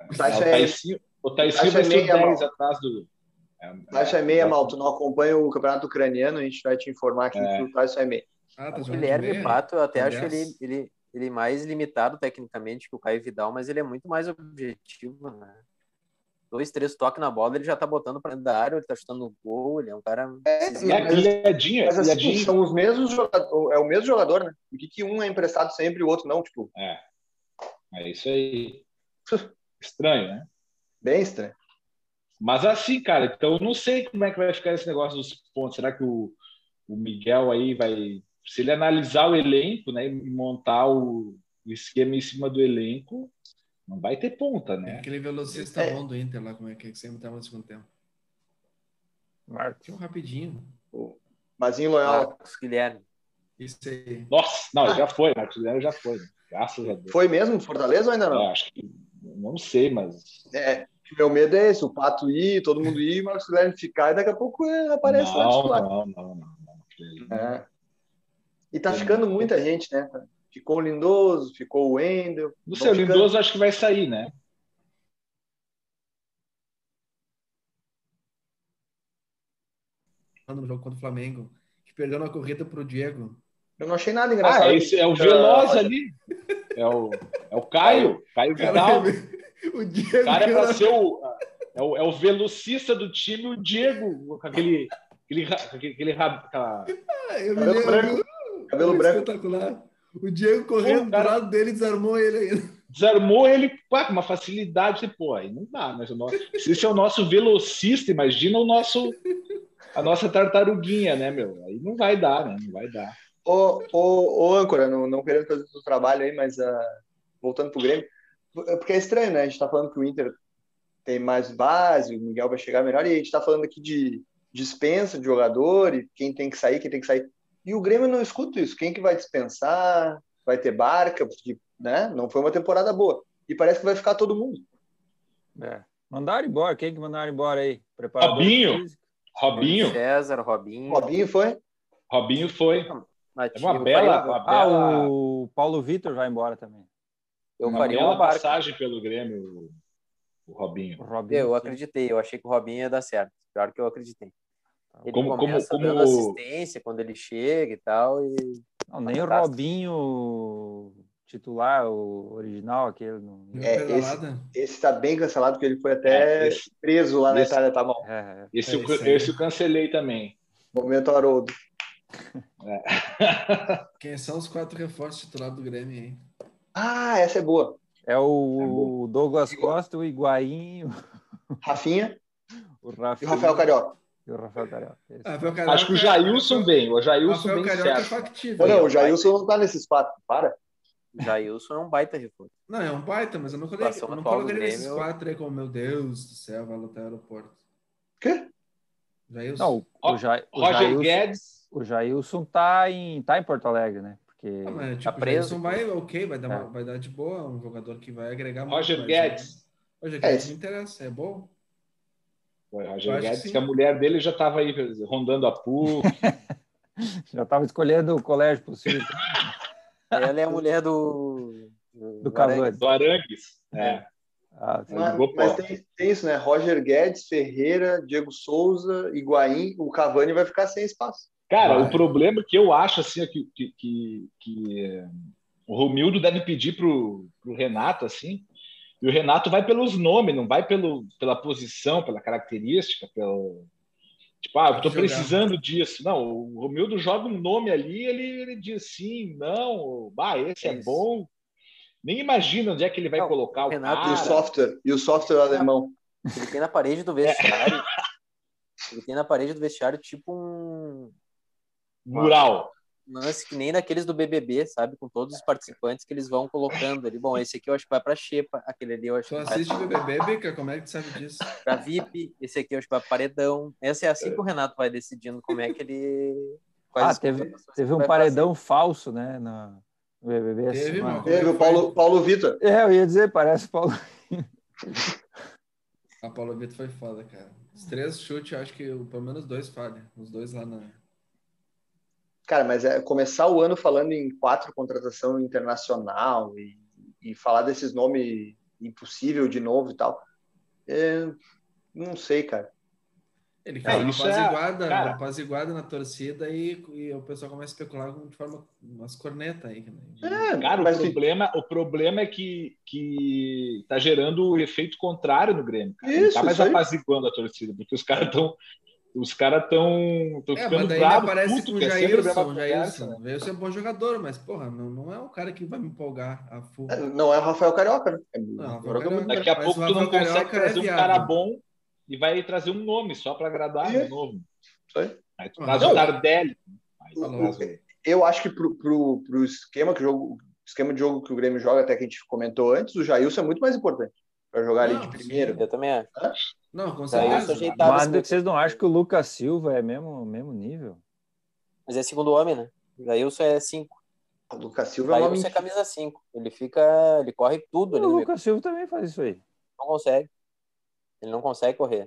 O é, o Taixa é, Taicinho- o Taicinho Taixa vai é ser o meia 10 mal. atrás do. É, Taixa é meia, vai- mal. Tu não acompanha o campeonato ucraniano, a gente vai te informar aqui É. que o Taixa é meia. Ah, tá jogando O de Guilherme meia? Pato, eu até acho Aliás. ele, ele, ele mais limitado tecnicamente que o Caio Vidal, mas ele é muito mais objetivo, né? Dois, três toques na bola, ele já tá botando pra dentro da área, ele tá chutando no gol, ele é um cara. E a Guilhadinha, Mas assim, Guilhadinha- são os mesmos jogadores, é o mesmo jogador, né? Por que, que um é emprestado sempre e o outro não? Tipo, É isso aí. (laughs) Estranho, né? bem estranho. Mas assim, cara, então eu não sei como é que vai ficar esse negócio dos pontos. Será que o, o Miguel aí vai. Se ele analisar o elenco, né? E montar o, o esquema em cima do elenco, não vai ter ponta, É né? aquele velocista É. bom do Inter lá, como é que é, que sempre tava no segundo tempo. Tinha um rapidinho. Mas em É. Loyola, Marcos Guilherme. Isso aí. Nossa, não, já foi, Marcos Guilherme já foi. né? Graças a Deus. foi mesmo no Fortaleza ou ainda não? É, acho que. Não sei, mas. É, meu medo é esse, o Pato ir, todo mundo ir, o Marcos Guilherme ficar e daqui a pouco ele aparece lá não, titular. não, não, não, não. É. E tá ficando muita gente, né? cara? Ficou o Lindoso, ficou o Wendel. vão Não sei, o ficando- Lindoso acho que vai sair, né? No jogo contra o Flamengo, que perdeu na corrida pro Diego. Eu não achei nada engraçado. Ah, esse é o Veloz ali. É o, é o Caio. Caio é Vidal. (laughs) o Diego. O cara é pra ser o, é o, é o velocista do time, o Diego, com aquele, aquele, ra- aquele, aquele rabo, aquela- Ah, Eu me Cabelo lembro- branco. Cabelo Foi branco. Espetacular. O Diego correndo Pô, cara. do lado dele desarmou ele É, ainda. desarmou ele pá, com uma facilidade, assim, pô, aí não dá, mas o nosso, se esse é o nosso velocista, imagina o nosso, a nossa tartaruguinha, né, meu, aí não vai dar, né, não vai dar. Ô, ô, ô, âncora, não, não querendo fazer o trabalho aí, mas ah, voltando pro Grêmio, é porque é estranho, né? A gente tá falando que o Inter tem mais base, o Miguel vai chegar melhor, e a gente tá falando aqui de dispensa de jogador, e quem tem que sair, quem tem que sair. E o Grêmio não escuta isso. Quem que vai dispensar? Vai ter barca? Porque, né? Não foi uma temporada boa. E parece que vai ficar todo mundo. É. Mandaram embora. Quem que mandaram embora aí? Preparador Robinho. físico? Robinho, César, Robinho. Robinho foi? Robinho foi, é Nativo. uma bela, Eu faria, uma Ah, bela, o Paulo Vitor vai embora também. eu uma faria bela uma barca. passagem pelo Grêmio, o- o Robinho. O Robinho. Eu sim. acreditei, eu achei que o Robinho ia dar certo. Pior que eu acreditei. Ele Tá, Como- como- começa como- dando assistência quando ele chega e tal. E Não, nem o Fantástico. Robinho titular, o original, aquele. Não... Deu É. É, uma pedalada. Esse tá bem cancelado, porque ele foi É, até É, esse, preso lá na esse- Itália, tá mal. é. esse, É eu, isso aí. esse eu cancelei também. Momento Haroldo. é Quem são os quatro reforços titulares do Grêmio, hein? Ah, essa é boa. É o, o Douglas Costa, o Higuaín, Rafinha o e Rafael, o Rafael Carioca. E o Rafael Carioca. Esse. Ah, Rafael Carioca- Acho que o Jailson bem, o Jailson Rafael bem Carioca é certo. factível. Olha, o Jailson não tá nesses quatro, para. Jailson é um baita reforço. Não, é um baita, mas eu não coloquei, Situação eu não atual do coloquei nesses Grêmio. quatro aí como, meu Deus do céu, vai lutar no aeroporto. Quê? Jailson. Não, o, o, Ja- o Roger Jailson, Guedes, o Jailson tá em, tá em Porto Alegre, né? Porque Ah, mas, tipo, Tá o preso, né? Jailson vai, ok, vai dar, uma- É. vai dar de boa, um jogador que vai agregar muito. Roger mas- Guedes. Roger É Guedes isso. me interessa, é bom. Foi Eu Roger acho que Guedes, sim. que a mulher dele já estava aí rondando a (laughs) PUC. já tava escolhendo o colégio possível Ela é a mulher do. Do, do Aranha. Cavani. do Arangues. É. Ah, sim. Mas, jogou mas pouco. tem, tem isso, né? Roger Guedes, Ferreira, Diego Souza, Higuaín, o Cavani vai ficar sem espaço. Cara, Vai. o problema que eu acho assim é que, que, que, que, eh, o Romildo deve pedir pro, pro Renato assim, e o Renato vai pelos nomes, não vai pelo, pela posição, pela característica, pelo tipo, ah, eu tô Jogar. precisando disso. Não, o Romildo joga um nome ali, ele, ele diz sim, não, bah, esse é, É isso. bom. Nem imagina onde é que ele vai Não, colocar o Renato, E cara. o software, e o software alemão. Ele tem na parede do vestiário. Ele tem na parede do vestiário tipo um Mural. lance que nem daqueles do BBB, sabe? Com todos os participantes que eles vão colocando ali. Bom, esse aqui eu acho que vai pra Xepa, aquele ali eu acho Tu que vai assiste o BBB, Bica? Como é que tu sabe disso? pra VIP, esse aqui eu acho que vai pra Paredão. Essa é assim que o Renato vai decidindo como é que ele. Ah, as teve- contratações Teve que um vai fazer. paredão falso, né? No no BBB essa Teve, semana. mano. Teve o Paulo, Paulo Vitor. É, eu ia dizer, parece o Paulo. A Ah, Paulo Vitor foi foda, cara. Os três chutes, eu acho que o- pelo menos dois falham. Os dois lá na. Cara, mas é, começar o ano falando em quatro contratação internacional e, e falar desses nomes impossível de novo e tal. é, não sei, cara. Ele É, faz uma isso é- apaziguada, uma cara. apaziguada na torcida e, e o pessoal começa a especular com- de forma umas cornetas aí. Né? É, Cara, mas o problema, o problema é que, que tá gerando o efeito contrário no Grêmio. Cara. Não Isso, tá mais isso aí. apaziguando a torcida, porque os caras estão. Os caras estão É, ficando mas daí ele bravos. aparece puto, com o que é sempre a Jailson. mesma O conversa, Jailson. né? O Jailson é um bom jogador, mas, porra, não, não é um cara que vai me empolgar a full. não é o Rafael Carioca, né? É Não, um Rafael jogador Carioca. muito Daqui a Mas pouco o tu não Rafael consegue Carioca é trazer um viável. cara bom e vai trazer um nome só para agradar de Isso. novo. Isso aí. Aí tu Não, traz não. o Tardelli. Aí tu Tá traz louco. o- eu acho que pro, pro, pro esquema que o jogo, esquema de jogo que o Grêmio joga, até que a gente comentou antes, o Jailson é muito mais importante para jogar ali Não, de primeiro. Eu também acho. Não, com Daí eu certeza. sou ajeitado. Mas escutando. vocês não acham que o Lucas Silva é mesmo, mesmo nível? Mas é segundo homem, né? Jailson é 5. O Lucas Silva é um nome Jailson é camisa 5. Ele fica. Ele é corre tudo ali o no meio Lucas Silva também faz isso aí. não consegue. Ele não consegue correr.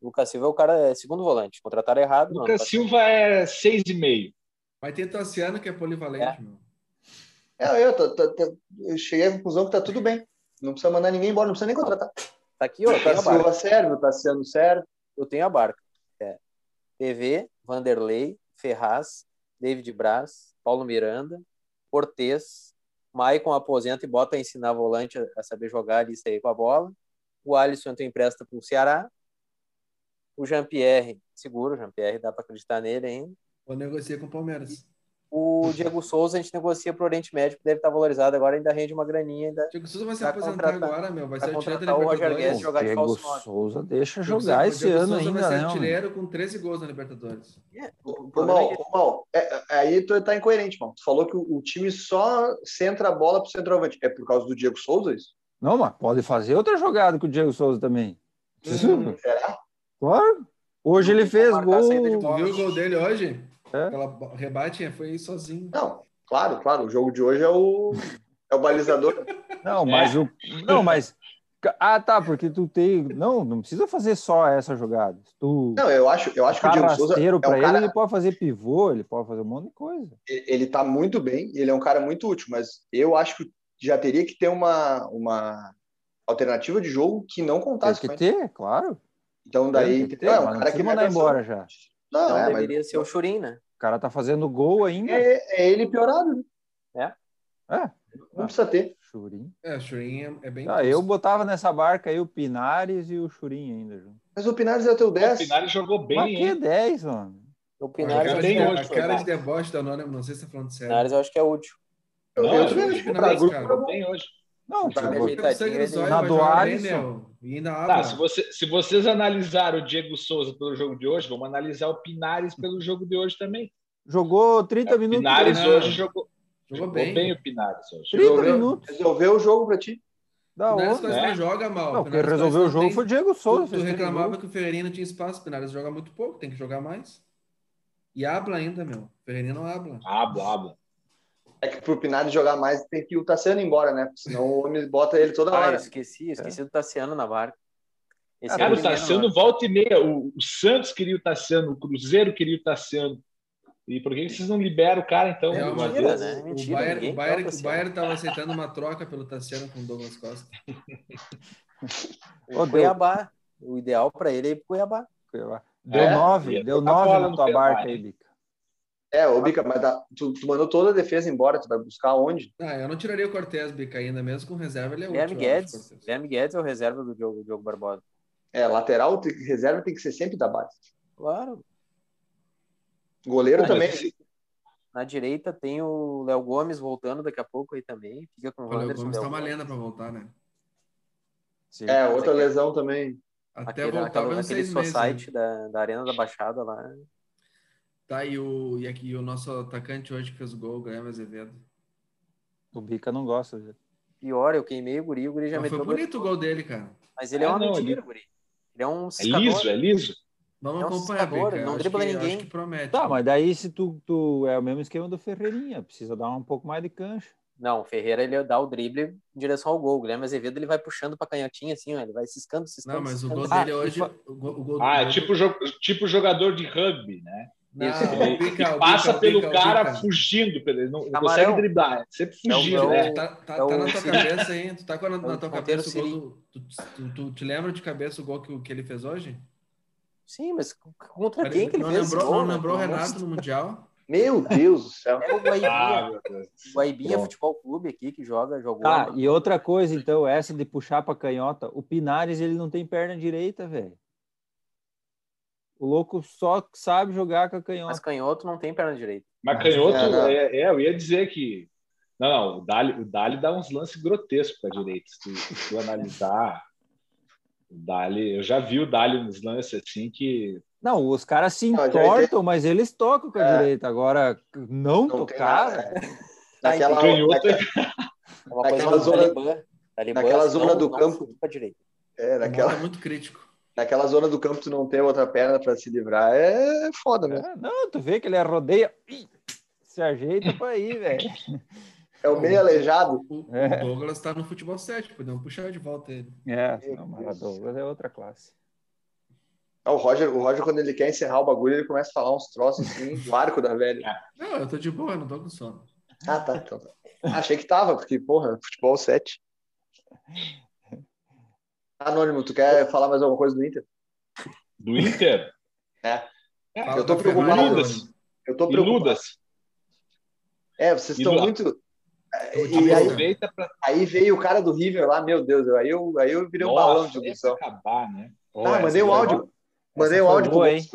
O Lucas Silva é o cara, é segundo volante. Contrataram errado, mano. Tá Lucas Silva é 6,5. Mas tem Tassiano que é polivalente, meu. É, eu, tô- tô- tô- eu cheguei à conclusão que tá tudo bem. Não precisa mandar ninguém embora, não precisa nem contratar. Tá aqui, ó. O Eu tenho a Lucas barca. Silva serve, o Tassiano serve. Eu tenho a barca. É. PV, Vanderlei, Ferraz, David Braz, Paulo Miranda, Cortez, Maicon aposenta e bota a ensinar volante a, a saber jogar isso aí com a bola. O Alisson tu empresta pro Ceará. O Jean-Pierre, seguro, o Jean-Pierre, dá pra acreditar nele ainda. Vou negociar com o Palmeiras. O Diego Souza a gente negocia pro Oriente Médio, que deve estar valorizado agora, ainda rende uma graninha, ainda Diego Souza vai se Pra aposentar contratar- agora, meu. Vai pra ser artilheiro da contratar o Roger Libertadores. Guedes. jogar de Diego falso nove. Souza deixa Diego jogar Souza- esse Diego ano Souza ainda, vai ser né? mano? artilheiro com 13 gols na Libertadores. O Ô, problema Mal, é que- ô, Mal, é- é- aí tu tá incoerente, Mal. Tu falou que o, o time só centra a bola pro centroavante. É por causa do Diego Souza isso? Não, mas pode fazer outra jogada com o Diego Souza também. Hum, será? Claro. Hoje ele fez Marcar a saída de gol. bola. Tu viu o gol dele hoje? É. Aquela bo- rebate foi sozinho. Não, claro, claro. O jogo de hoje é o, é o (laughs) balizador. Não, mas o. Não, mas. Ah, tá, porque tu tem. Não, não precisa fazer só essa jogada. Se Tu Não, eu acho, eu acho que o Diego Souza é rasteiro um pra ele, cara ele pode fazer pivô, ele pode fazer um monte de coisa. ele tá muito bem, ele é um cara muito útil, mas eu acho que já teria que ter uma, uma alternativa de jogo que não Tem contasse com que ele. ter, claro. Então Tá, daí, tem que ter, entendeu? mas é um não cara precisa que vai mandar pra embora já. Não, Então é, mas deveria ser o Churin, né? O cara tá fazendo gol ainda. É. é, é ele piorado, né? Não precisa ter. Churim. É, o Churin é, é bem. Ah, eu botava nessa barca aí o Pinares e o Churim ainda junto. Mas o Pinares é o teu O 10. Pinari jogou bem, Mas que hein? 10, mano. O A cara, Eu Pinares eu acho de, que tenho é a hoje, útil. cara de né? deboche do Anônimo, não sei se tá falando O sério. Pinares eu acho que é útil. Eu, Não, eu eu também acho acho que que não, não, grupo, cara. eu Não tem hoje. Não, Tá, tipo, mas ele- Consegue no zóio, Na vai do jogar bem, Alisson. meu. E ainda né? Tá, abre. se, você- se vocês analisaram o Diego Souza pelo jogo de hoje, vamos analisar o Pinares pelo jogo de hoje também. jogou 30 É, O minutos. Pinares né? Não. hoje jogou, Jogou jogou bem. bem. o Pinares hoje. 30 Resolveu. minutos. Resolveu o jogo pra ti? Da Pinares onda. quase né? não joga mal. tá Não, quem Pinares quase resolveu o não jogo tem- foi o Diego Tu, Souza. tu fez três reclamava gols. que o Ferreirinha não tinha espaço. O Pinares joga muito pouco, tem que jogar mais. E habla ainda, meu. O Ferreirinha não habla. Habla, habla. É que pro Pinari jogar mais tem que o Tassiano ir embora, né? Porque Senão o homem bota ele toda Ah, eu hora. esqueci, eu esqueci do Tassiano na barca. Esse Cara, é o Tassiano volta e meia. O, o Santos queria o Tassiano, o Cruzeiro queria o Tassiano. E por que que vocês não liberam o cara, então? É de uma uma mentira, vez? vez, né? o, Mentira, Bayern, ninguém o, Bayern, toca o assim. Bayern tava aceitando uma troca pelo Tassiano com o Douglas Costa. Ô, O Cuiabá. O ideal pra ele é ir pro Cuiabá. Deu É? 9, Ia deu tocar bola 9 na no tua Cuiabá, barca né? aí, Bica. É, ô Bica, mas dá- tu, tu mandou toda a defesa embora, tu vai buscar onde? Ah, eu não tiraria o Cortez, Bica, ainda mesmo com reserva ele é útil. Guilherme eu acho, Guedes. Cortez. Guilherme Guedes é o reserva do Diogo, Diogo Barbosa. É, lateral, tem- reserva tem que ser sempre da base. Claro. Goleiro Ah, também. mas esse- Na direita tem o Léo Gomes voltando daqui a pouco aí também. Fica com o Olha, o Wanderson. Gomes tá Léo uma Gomes. lenda pra voltar, né? Sim. É, outra Mas é que- lesão também. Até Aquele, voltar aquela, vai uns aquele seis meses. society né? da, da Arena da Baixada lá. Tá, e, o, e aqui o nosso atacante hoje que fez o gol, o Guilherme Azevedo. O Bica não gosta. dele. Pior, eu queimei o guri, o guri já Mas meteu foi o gol. bonito o gol dele, cara. Mas ele é Ah, uma não, mentira, ele- guri. Ele é um É ciscador. liso, é liso. Vamos É um acompanhar, assustador, Bica. ele não acho dribla que, ninguém. Acho que promete. Tá, mas daí se tu, tu é o mesmo esquema do Ferreirinha, precisa dar um pouco mais de cancha. Não, o Ferreira ele dá o drible em direção ao gol. O Guilherme Azevedo ele vai puxando pra canhotinha assim, ó, ele vai ciscando, ciscando. Não, mas o é ciscando. gol Ah, dele e hoje. fa- O gol, o gol Ah, é do- tipo, jo- tipo jogador de rugby, né? Não, Isso. o Bica, o Passa Bica, o pelo Bica, o cara Bica. fugindo, pelo- ele não, não Camarão. consegue driblar, é sempre É o- fugindo, é o- né? Tá, tá, é o- tá na tua cabeça, hein? Tu tá com a- na, o tua ponteiro cabeça o gol do. Tu, tu- tu te lembra de cabeça o gol que, o- que ele fez hoje? Sim, mas contra quem que ele não fez? esse lembrou, gol, não né? lembrou o Pelo amor de Renato no Mundial? (laughs) Meu Deus do céu. É o Ah, Guaibinha, meu Deus. o Guaibinha Bom. Futebol Clube aqui que joga, jogou. Tá, mas- e outra coisa, então, essa de puxar pra canhota, o Pinares, ele não tem perna direita, velho. O louco só sabe jogar com a Mas canhota. canhoto não tem perna direita. Mas canhoto, É, não. é, é, eu ia dizer que. Não, não, o Dali, o Dali dá uns lances grotescos para direita. Se tu, se tu analisar, o Dali, eu já vi o Dali uns lances assim que. Não, os caras se Não, já entortam, mas eles tocam com a É. direita. Agora, não, Não tem tocar, nada. velho, Naquela, Ganhou, naquela- É Naquela uma coisa mais zona- talibã. Talibã, naquela assim, zona não- do não campo. chuta pra direita. é, O naquela, Mota é muito crítico. naquela zona do campo tu não ter outra perna pra se livrar é foda, né? É, não, tu vê que ele rodeia, ih, se ajeita pra ir, (laughs) velho. É o meio aleijado. O, o É. Douglas tá no futebol 7, podemos puxar de volta ele. É, Meu não, Deus. mas a Douglas é outra classe. Ah, O Roger, o Roger, quando ele quer encerrar o bagulho, ele começa a falar uns troços assim, do arco da velha. Não, eu tô de boa, não tô com sono. Ah, tá. Então, tá. Achei que tava, porque, porra, futebol 7. Anônimo, tu quer falar mais alguma coisa do Inter? Do Inter. Fala eu tô da preocupado. Ferrari, Iludas. Tony. Eu tô preocupado. Iludas. É, vocês E estão do- muito. Eu tô E aí, Aproveita para. aí veio o cara do River lá, meu Deus, aí eu, aí eu virei um balão de ilusão. acabar, né? Tá, mandei um foi áudio. Mandei um foi áudio pro boa, Gomes.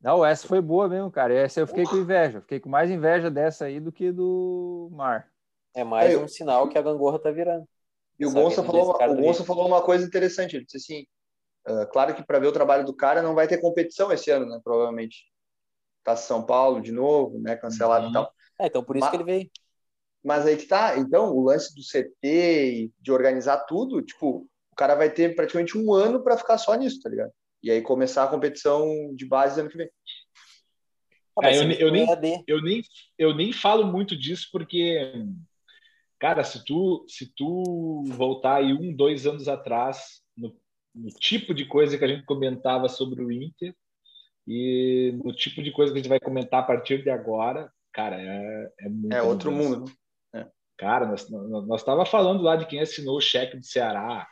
Não, essa foi boa mesmo, cara. Essa eu fiquei com inveja. Fiquei com mais inveja dessa aí do que do Mar. É mais Aí, um sinal que a gangorra tá virando. E o Essa Gonça vida falou, desse cara o do Gonça River. falou uma coisa interessante. Ele disse assim: "Ah, claro que para ver o trabalho do cara não vai ter competição esse ano, né? Provavelmente. Tá São Paulo de novo, né? Cancelado Uhum. e tal. É, então por isso Mas- que ele veio. Mas aí que tá. Então, o lance do CT e de organizar tudo, tipo, o cara vai ter praticamente um ano para ficar só nisso, tá ligado? E aí começar a competição de base ano que vem. Ah, É, mas eu se ne- ele eu nem- for EAD, eu nem, eu nem falo muito disso porque, cara, se tu, se tu voltar aí um, dois anos atrás, no, no tipo de coisa que a gente comentava sobre o Inter e no tipo de coisa que a gente vai comentar a partir de agora, cara, é, é muito. É outro mundo. Cara, nós, nós, nós tava falando lá de quem assinou o cheque do Ceará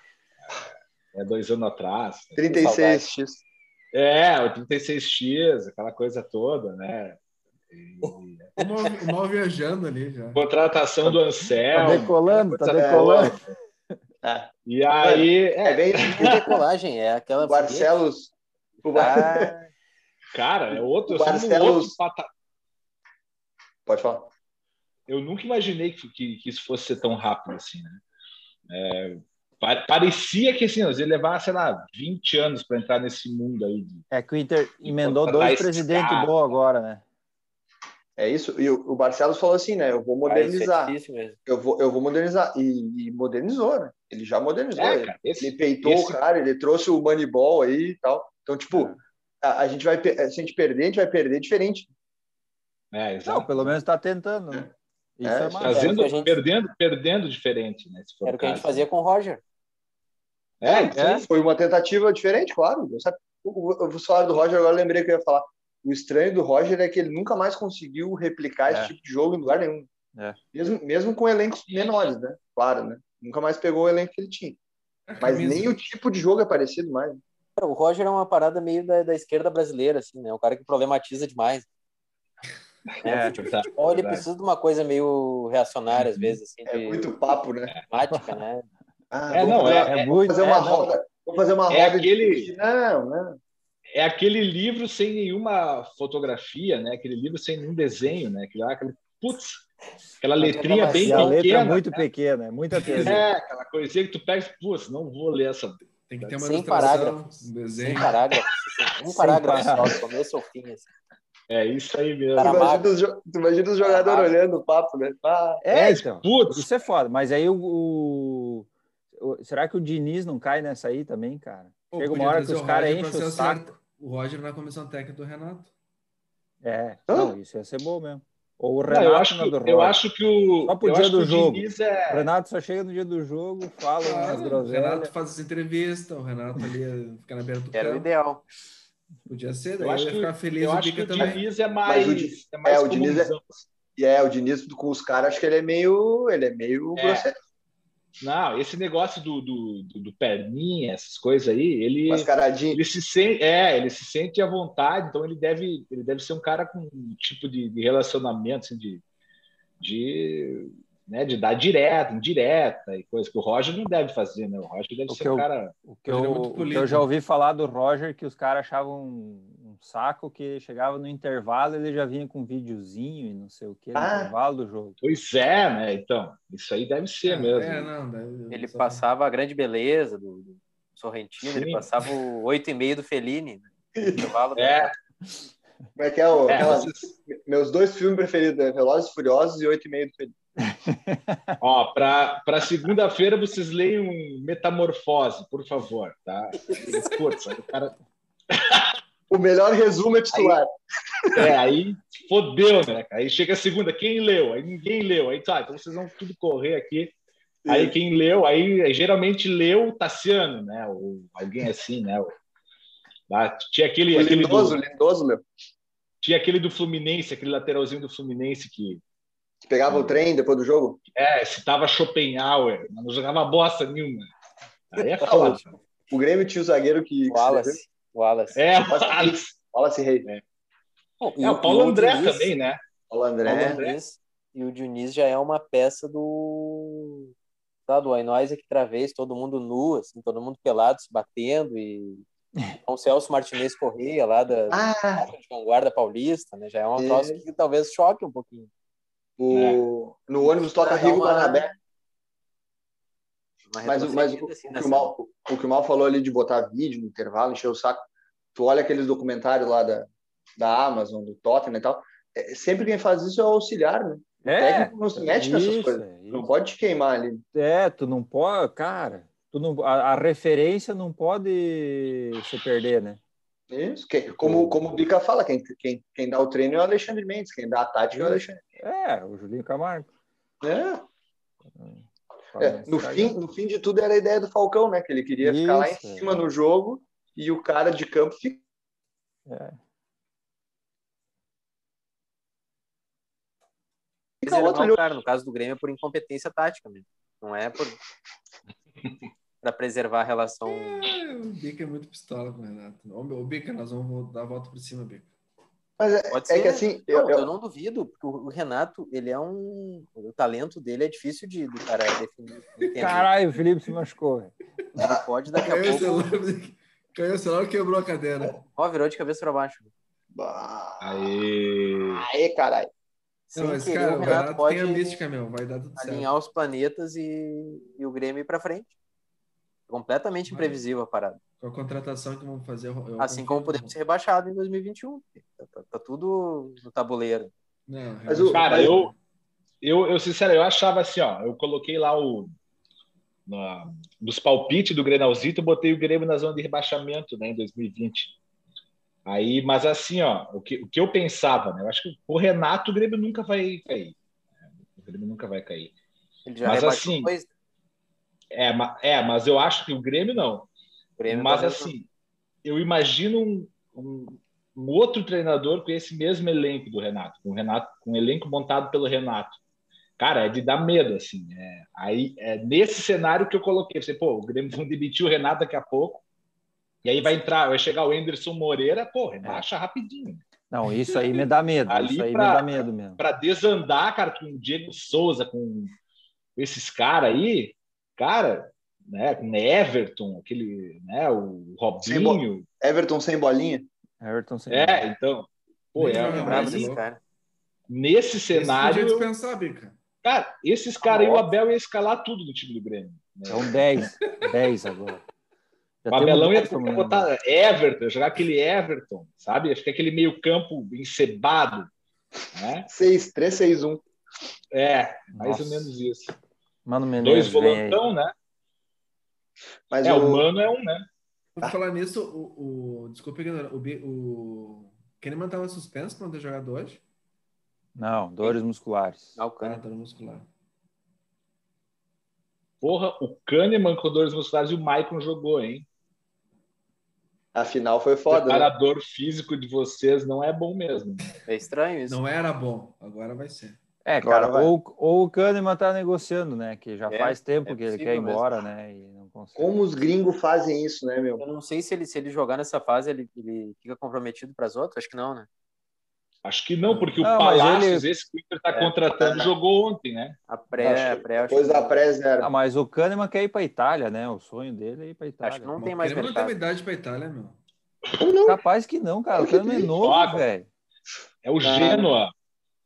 é, dois anos atrás. 36x. É, o 36X, aquela coisa toda, né? E- O mal, o mal viajando ali já. contratação do Tá Anselmo. decolando, tá coisa boa. decolando. É. E aí, É, é, vem não é decolagem, é aquela. o Barcelos. O Bar- Ah, cara, é outro, O assim, um Barcelos- outro patamar. Pode falar. eu nunca imaginei que, que, que isso fosse ser tão rápido assim, né? É, pa- parecia que assim, ele levar, sei lá, 20 anos para entrar nesse mundo aí. de- É que o Inter emendou contratar dois esse presidentes cara. bons agora, né? É isso. E o, o Barcelos falou assim, né? Eu vou Ah, isso é modernizar. difícil mesmo. eu, vou, eu vou modernizar. E, e modernizou, né? Ele já modernizou. É, ele, cara, esse- ele peitou esse- o cara, ele trouxe o Moneyball aí e tal. Então, tipo, É. a, a gente vai. pe- Se a gente perder, a gente vai perder diferente. Não, É, exato. pelo menos está tentando. né? Isso é, É, mais. Era o que Fazendo, a gente- perdendo, perdendo diferente, né? Se for Era o que a gente caso. fazia com o Roger. É, É. Foi uma tentativa diferente, claro. Eu, sabe, eu, eu falar do Roger, agora eu lembrei que eu ia falar. O estranho do Roger é que ele nunca mais conseguiu replicar É. esse tipo de jogo em lugar nenhum. É. Mesmo, mesmo com elencos menores, né? Claro, né? Nunca mais pegou o elenco que ele tinha. Mas nem o tipo de jogo é parecido mais. Cara, O Roger é uma parada meio da, da esquerda brasileira, assim, né? Um cara que problematiza demais. É, verdade, Ou ele verdade. precisa de uma coisa meio reacionária, às vezes, assim, É de muito papo, né? temática, (laughs) né? Ah, É, vou não, fazer- é, É muito. Vou fazer uma é, não, roda. Vou fazer uma É roda aquele- de. Não, né? não. é aquele livro sem nenhuma fotografia, né? Aquele livro sem nenhum desenho, né? Aquele, aquele putz, aquela letrinha bem e a letra é pequena. muito pequena, é muita coisa. É, aquela coisinha que tu pega e, putz, não vou ler essa. Tem que ter uma Sem ilustração, parágrafos. um Sem desenho. parágrafo. (laughs) assim, um Sem parágrafo só, parágrafo. do começo ao fim, assim. É isso aí mesmo. Cara, Tu imagina, Amado. os, jo- tu imagina os jogadores Amado. olhando o papo, né? Ah, É, É, então. Putz, Isso é foda. Mas aí o, o- o- Será que o Diniz não cai nessa aí também, cara? Pô, Chega uma podia hora que trazer os o caras Roger pra enchem ser o o saco. senhor- O Roger na comissão técnica do Renato. É, Hã? não, isso ia ser bom mesmo. Ou o Não, Renato eu, acho na do que, eu Roger. acho que o. Só pro eu dia acho que do o jogo. Diniz é- O Renato só chega no dia do jogo, fala Claro, umas o Renato groselhas. faz as entrevistas, o Renato ali eh, fica na beira do Então, Era o campo. ideal. Podia ser, Eu daí ele acho ia que- ficar feliz eu o acho que Bica o também. Diniz é mais. o Di- é, mais é, o Diniz é- comunzão. E é, o Diniz com os caras, acho que ele é meio. Ele é meio É. grosseiro. Não, esse negócio do, do, do, do perninha, essas coisas aí, ele. Mascaradinho. ele se sente, é, ele se sente à vontade, então ele deve, ele deve ser um cara com um tipo de, de relacionamento assim, de, de, né, de dar direta, indireta e coisa que o Roger não deve fazer, né? O Roger deve O ser que um eu- cara O que, Ele é eu, muito o que polido. eu já ouvi falar do Roger, que os caras achavam um, um saco que chegava no intervalo ele já vinha com um videozinho e não sei o que, no Ah. intervalo do jogo. pois é, né? Então, isso aí deve ser mesmo. É, não, então, daí- Ele só- passava a grande beleza do, do Sorrentino, ele Sim. passava o 8,5 do Fellini. (laughs) né? No intervalo da- É. Como é que é o. É, aquela- vocês- Meus dois filmes preferidos, né? Velozes e Furiosos e Oito e Meio do Felipe. ó, para segunda-feira vocês leiam um Metamorfose, por favor, tá? Putz, o cara, O melhor resumo é titular. é, aí fodeu, né? Aí chega a segunda, quem leu? Aí ninguém leu. Aí tá, então vocês vão tudo correr aqui Aí quem leu, aí aí, geralmente leu o Tassiano, né? Ou alguém assim, né? Ou- lá, tinha aquele, o aquele lindoso, do, lindoso, meu. tinha aquele do Fluminense, aquele lateralzinho do Fluminense que Que pegava o trem depois do jogo. é, citava Schopenhauer, mas não jogava bosta nenhuma. Aí é foda. O Grêmio tinha o zagueiro que. O Wallace. O Wallace. É, o Alex. Wallace Rei. Bom, e É, o Paulo e André Diniz- também, né? Paulo Paulo André. Diniz, e o Diniz já é uma peça do tá, do Ainóis aqui Travês, todo mundo nu, assim, todo mundo pelado, se batendo (laughs) e o Celso Martinez Correia lá da Ah, de Vanguarda Paulista, né? Já é um É. troço que talvez choque um pouquinho. o... É. no ônibus toca Tá, Dá Rigo uma- Barnabé. uma Mas, o- mas o, retrocedida, assim, o que nessa- o Mal, o que o Mal falou ali de botar vídeo no intervalo, encher o saco, tu olha aqueles documentários lá da, da Amazon, do Tottenham e tal, é, sempre quem faz isso é o auxiliar, né? O É. técnico não se mete nessas É, isso, coisas. é Não isso. pode te queimar ali. É, tu não pode, cara, tu não, a, a referência não pode se perder, né? Isso. Que- como, como o Bica fala, quem, quem, quem dá o treino é o Alexandre Mendes, quem dá a tática é o Alexandre. É, o Julinho Camargo. É, Fala né? é, nesse No, cara. fim, no fim de tudo era a ideia do Falcão, né? Que ele queria ficar lá em Isso, é. cima no jogo e o cara de campo fica. É. Fica Mas ele outro não, ali, cara, no caso do Grêmio é por incompetência tática mesmo. Não é por (laughs) para preservar a relação É, O Bica é muito pistola com o Renato. Ô, meu, Ô, Bica, nós vamos dar a volta por cima, Bica. mas é, Pode é ser, que né? assim, Não, eu, eu- eu não duvido, porque o o Renato, ele é um. O talento dele é difícil de do cara definir. entender. Caralho, o Felipe se machucou. velho. Ele pode daqui a Caiu o pouco. celular, (laughs) caiu o celular e quebrou a cadeira. Ó, virou de cabeça pra baixo. Bah, Aí. Aê, caralho. sem Não, mas, querer, cara, o o Renato Renato pode tem a mística, meu. Vai dar tudo certo. alinhar os planetas e, e o Grêmio ir pra frente. Completamente Vai. imprevisível a parada. Com a contratação que vamos fazer. eu- eu Assim confio como no- podemos ser rebaixados em 2021. Tá, tá- tá tudo no tabuleiro. Não, Mas o- Cara, Mas- eu, eu, eu sincero, eu achava assim, ó, eu coloquei lá o na- nos palpites do Grenalzito, eu botei o Grêmio na zona de rebaixamento, né, em 2020. Aí, mas assim, ó, o que, o que eu pensava, né, eu acho que o Renato o Grêmio nunca vai cair. né, O Grêmio nunca vai cair. Ele já Mas rebaixou assim, dois, né? É, ma- é, mas eu acho que o Grêmio não. O Grêmio tá mas talvez assim, eu imagino um, um- um outro treinador com esse mesmo elenco do Renato, com o Renato, com o elenco montado pelo Renato. Cara, é de dar medo, assim. é. aí, é nesse cenário que eu coloquei, você, pô, o Grêmio vão demitir o Renato daqui a pouco. E aí vai entrar, vai chegar o Enderson Moreira, pô, É. rebaixa rapidinho. Não, isso aí me dá medo. Ali isso aí pra- me dá medo mesmo. Pra desandar, cara, com o Diego Souza, com esses caras aí, cara, né, com Everton, aquele, né, o Sem bo- Robinho. Everton sem bolinha. Everton sem É, então, pô, é, Nem não. Mas Lembrava esse- desse um cara. nesse cenário, Esse é podia dispensar, Bica. cara, esses caras aí, o Abel ia escalar tudo do time do Grêmio. São 10. 10 Então, agora. Já O Abelão tem ia um ia Everton, né? botar Everton, jogar aquele Everton, sabe? Ia ficar aquele meio campo encebado, né? 6, 3, 6, 1. É, mais Nossa. ou menos isso. Mano Dois Menezes, vem aí. volantão, né? Mas É, o, o Mano é um, né? Por falar nisso, o, o desculpa ignorar, o, Bi- o Kahneman tava suspenso pra não ter jogado hoje. Não, dores musculares. Ah, o Cano. Ah, tá no muscular. Porra, o Kahneman com dores musculares e o Maicon jogou, hein? a final foi O foda. né? preparador físico de vocês não é bom mesmo. É estranho isso. Não era bom, agora vai ser. É, Agora cara, vai. ou, ou o Kahneman tá negociando, né? Que já É, faz tempo é que ele quer ir possível mesmo. embora, né? E não consegue. Como os gringos fazem isso, né, meu? Eu não sei se ele, se ele jogar nessa fase, ele, ele fica comprometido para as outras. Acho que não, né? Acho que não, porque o Não, mas Palácios, esse que o Inter tá É. contratando, jogou ontem, né? A pré, Acho- a pré acho, Depois que, da pré zero. Ah, mas o Kahneman quer ir pra Itália, né? O sonho dele é ir pra Itália. acho que não Bom, tem mais Kahneman mercado. não tem idade pra Itália, meu. Capaz que não, cara. O Kahneman é novo, Joga. velho. É o Ah. Genoa.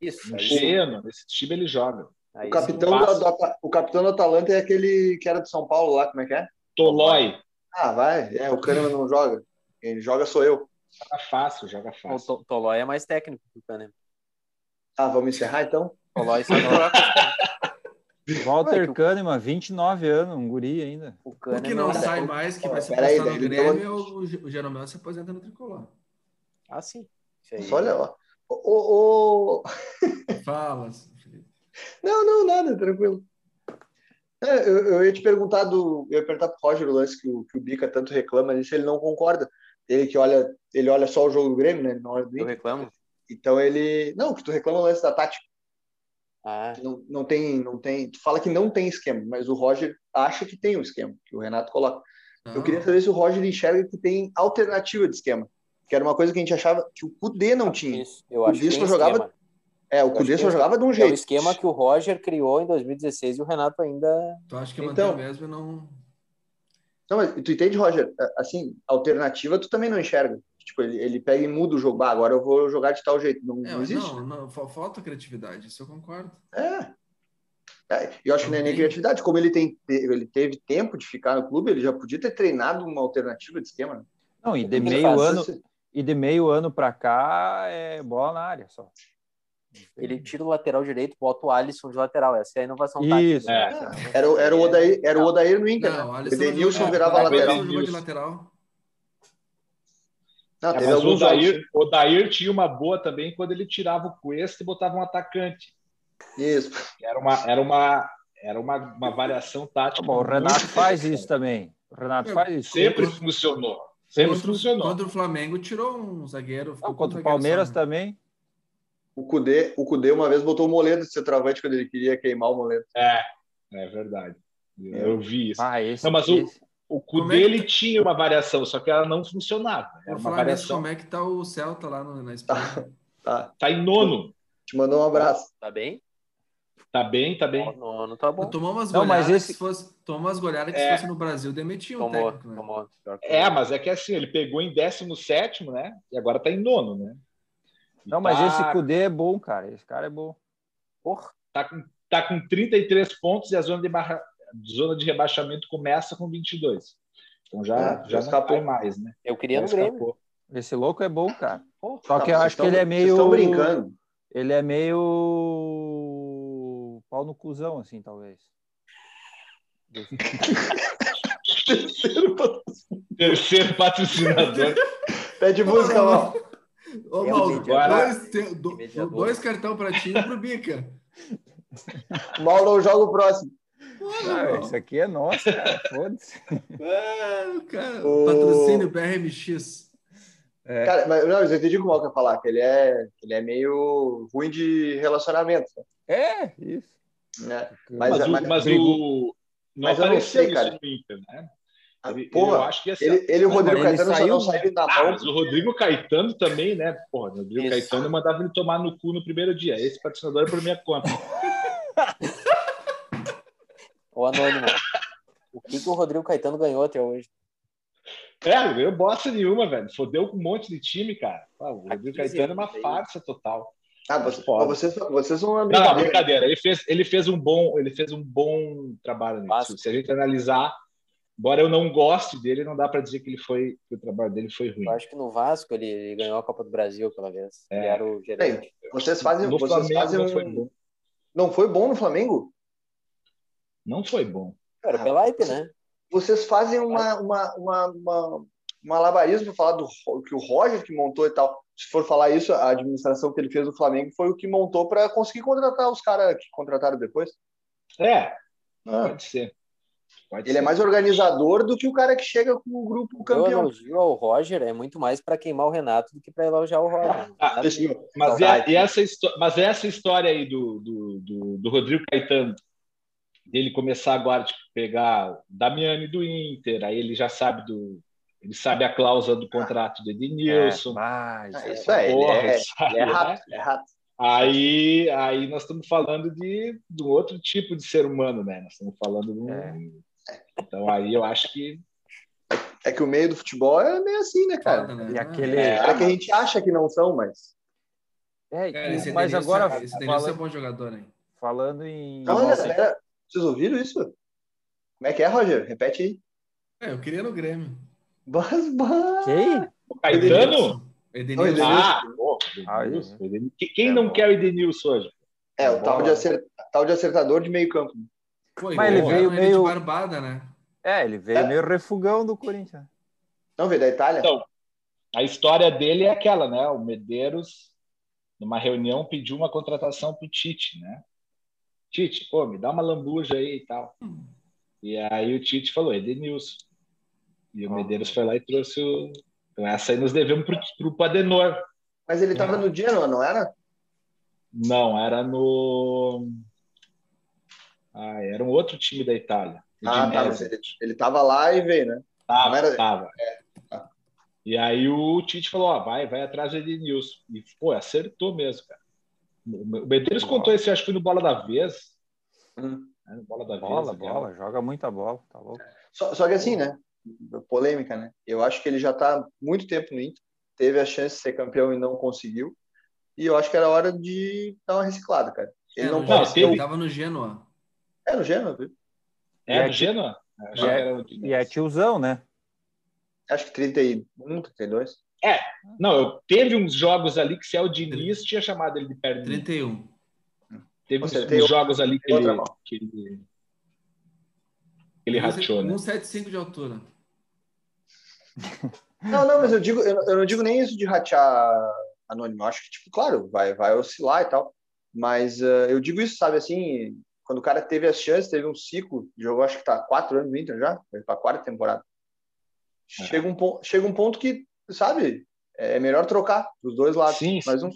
Isso. No aí- Tipo, Genoa, nesse time ele joga. aí O sim. um capitão, passa. da- do Ata- o capitão do Atalanta é aquele que era de São Paulo lá, como é que é? Tolói, Ah, vai. É, o Kahneman não joga. Quem joga sou eu. joga fácil, joga O fácil. To- Tolói é mais técnico que o Kahneman. Ah, vamos encerrar então? Tolói só joga com os caras. Walter Kahneman, 29 anos, um guri ainda. O é O que não Kahneman- né? sai mais, que vai se Peraí, então passar daí no ele Grêmio, é deu- o, o Jeromel se aposenta (laughs) no tricolor. Ah, sim. Isso aí. Nossa, olha, ó. Ô, ô, ô. Fala, Felipe. Não, não, nada, tranquilo. É, eu, eu ia te perguntar do. Eu ia perguntar pro Roger o lance que o, que o Bica tanto reclama ali, se ele não concorda. Ele que olha, ele olha só o jogo do Grêmio, né? Ele não olha do Eu Inter. reclamo. Então ele. Não, que tu reclama o lance da tática. Ah, Não, não tem, não tem. Tu fala que não tem esquema, mas o Roger acha que tem um esquema, que o Renato coloca. Eu Não. queria saber se o Roger enxerga que tem alternativa de esquema. Que era uma coisa que a gente achava que o Cudê não tinha. isso. Eu O acho que Bispo tem jogava esquema. É, o acho Cudê que só é- jogava de um É o jeito. esquema que o Roger criou em 2016 e o Renato ainda. Tu acha que Então- mantém mesmo e não. Não, mas tu entende, Roger? A- Assim, alternativa tu também não enxerga. Tipo, ele, ele pega e muda o jogo. Ah, agora eu vou jogar de tal jeito. Não, É, não mas existe. não, não, fa- falta criatividade, isso eu concordo. É. É, Eu acho que não é nem Entendi. criatividade. Como ele, tem, ele teve tempo de ficar no clube, ele já podia ter treinado uma alternativa de esquema. né? Não, e de Ele meio faz ano, e de meio ano pra cá é bola na área só. Ele tira o lateral direito, bota o Alisson de lateral. Essa é a inovação Isso. tática. É. Era, o- era, o Odair, era o Odair no Inter. Não, o né? Alisson O Denilson jogou- Ah, virava o Alisson lateral. jogou de lateral. Não, É, teve mas o alguns Odair, o Odair tinha uma boa também quando ele tirava o Cuesta e botava um atacante. Isso. Era uma, era uma, era uma, uma variação Tá tática. bom, o muito (laughs) Renato faz interessante. isso também. O Renato Eu faz isso. Sempre (laughs) funcionou. Sempre Contra o- funcionou. Contra o Flamengo tirou um zagueiro. ficou Não, com contra um o zagueiro Palmeiras só, né? também. O Cudê, o Cudê uma vez botou o Moledo de centroavante quando ele queria queimar o Moledo. É, é verdade. Eu vi isso. Ah, esse, Não, mas o- esse- O É. Como é Cudê, que- ele tinha uma variação, só que ela não funcionava. Era tá- Por uma falar nisso, variação. como é que tá o Celta lá no- na Espanha? Tá. Tá em nono. Te mandou um abraço. Tá bem? Tá bem, tá bem. Não, não tá bom. Tomou umas Não, mas goleadas esse- que se fosse, tomou umas goleadas que se É. fosse no Brasil, demitiu o Tomou, técnico, né? tomou. Pior que- É, mas é que assim, ele pegou em 17, né? E agora tá em nono, né? E não, mas tá- esse Cudê é bom, cara. Esse cara é bom. Porra, Tá com, tá com 33 pontos e a zona de, barra- zona de rebaixamento começa com 22. Então já, É, já já não escapou. cai mais, né? eu queria Já no Grêmio. escapou. Esse louco é bom, cara. Porra. Tá, Só que eu acho que ele é meio. Estão brincando. Ele é meio. pau no cuzão, assim, talvez. Terceiro (laughs) patrocinador. Pede música, mal. Ô, É o Mauro, mediador. dois, te- do- Mediador. dois cartão pra ti e um pro Bica. Mal não joga o próximo. Porra, (laughs) Ah, meu. isso aqui é nosso, (laughs) cara. Foda-se. Ah, cara, Ô. Patrocínio BRMX. É. Cara, mas não, eu entendi o que o Mal quer falar, que ele é, ele é meio ruim de relacionamento. É, isso. Né? Mas, Mas- o, mas- mas o- não mas eu não apareceu sei, isso cara. no Inter, né? Ah, Ele- eu Porra, acho que assim, ele, ele e o Mas Rodrigo ele Caetano só saiu, não saíram na Ah, mão. mas o Rodrigo Caetano também, né? Porra, o Rodrigo Isso. Caetano mandava ele tomar no cu no primeiro dia. Esse patrocinador é por minha conta. Ô, Anônimo. (laughs) o que, que o Rodrigo Caetano ganhou até hoje? É, não ganhou bosta nenhuma, velho. Fodeu com um monte de time, cara. Ah, o Rodrigo 15 Caetano é uma anos aí. farsa total. Ah, você- Foda. mas vocês, vocês são uma Não, não, brincadeira. brincadeira. Ele fez, ele fez um bom, ele fez um bom trabalho nisso. Vasco. Se a gente analisar, embora eu não goste dele, não dá pra dizer que ele foi que o trabalho dele foi ruim. Eu acho que no Vasco ele, ele ganhou a Copa do Brasil pela vez. É. Ele era o gerente. Vocês fazem, no vocês Flamengo fazem não um- foi bom. Não foi bom no Flamengo? Não foi bom. Era pela hype, né? Vocês fazem uma, uma, uma, uma, um malabarismo pra falar do Ro- que o Roger que montou e tal. Se for falar isso, a administração que ele fez do Flamengo foi o que montou para conseguir contratar os caras que contrataram depois. É, pode ser. Pode Ele é ser. mais organizador do que o cara que chega com o grupo Eu campeão. elogio ao Roger é muito mais pra queimar o Renato do que pra elogiar o Roger. Ah, Nada- Mas, Não, é- tá, e essa, histó- mas essa história aí do, do, do, do Rodrigo Caetano, dele começar agora de pegar o Damiani do Inter, aí ele já sabe do. Ele sabe a cláusula do contrato do É, Edenilson. mas, Ah, é. isso é, ele porra, é, sabe, ele é né? rápido, ele é rápido. Aí, aí nós estamos falando de, de um outro tipo de ser humano, né? Nós estamos falando de um. É. Então aí eu acho que. É que o meio do futebol é meio assim, né, cara? Foda, né? E aquele. É. É, Cara que a gente acha que não são, mas. e- Cara, esse É, mas Edenilson- agora, Esse Denilson é fala- bom jogador, hein? falando em. Olha, pera, né, vocês ouviram isso? Como é que é, Roger? Repete aí. É, eu queria no Grêmio. Bas, bas. Que? O Caetano? Não, Edenilson. Edenilson. Ah, Ah, Edenilson, isso. Edenilson. Quem- Quem É não bom. quer o Edenilson hoje? É, o tal de, acer- tal de acertador de meio campo. Foi, Mas ele colocaram veio meio- de barbada, né? É, ele veio É. meio refugão do Corinthians. Não veio da Itália? Então, a história dele é aquela, né? O Medeiros, numa reunião, pediu uma contratação para o Tite, né? Tite, pô, me dá uma lambuja aí e tal. E aí o Tite falou, Edenilson. E o Ó. Medeiros foi lá e trouxe o. Então essa aí nós devemos para o Padenor. Mas ele tava no Genoa, não era? Não, era no. Ah, era um outro time da Itália. o Ah, tá. mas Udinese. Ele, ele tava lá e veio, né? Tava, Não era- É. tava. E aí o Tite falou, ó, vai, vai atrás do Edenilson. E, pô, acertou mesmo, cara. O Medeiros Bola. contou isso, eu acho que foi no Bola da Vez. Hum. né? No Bola da Bola, Vez. aquela. bola, joga muita bola, tá louco? Só, só que assim, né? Polêmica, né? Eu acho que ele já tá há muito tempo no Inter. Teve a chance de ser campeão e não conseguiu. E eu acho que era hora de dar uma reciclada, cara. Ele É, não no pode Genoa, ser ele o- tava no Genoa. É no Genoa, viu? E É, é do ti- Genoa? Acho e que é- era o E é tiozão, né? Acho que 31, 32. Não, eu- teve uns jogos ali que se é o Diniz tinha chamado ele de perna. 31. Teve uns, Você tem uns jogos ali que tem outra ele, mão. que ele, que ele rachou, né? 175 de altura. Não, não, mas eu digo, eu, eu não digo nem isso de ratear anônimo. Eu acho que, tipo, claro, vai, vai oscilar e tal. Mas eh, eu digo isso, sabe, assim, quando o cara teve as chances, teve um ciclo, jogou acho que tá quatro anos no Inter já, vai pra quarta temporada. É. Chega, um, pon- chega um ponto que, sabe, é melhor trocar dos dois lados. Sim, sim. Mas um,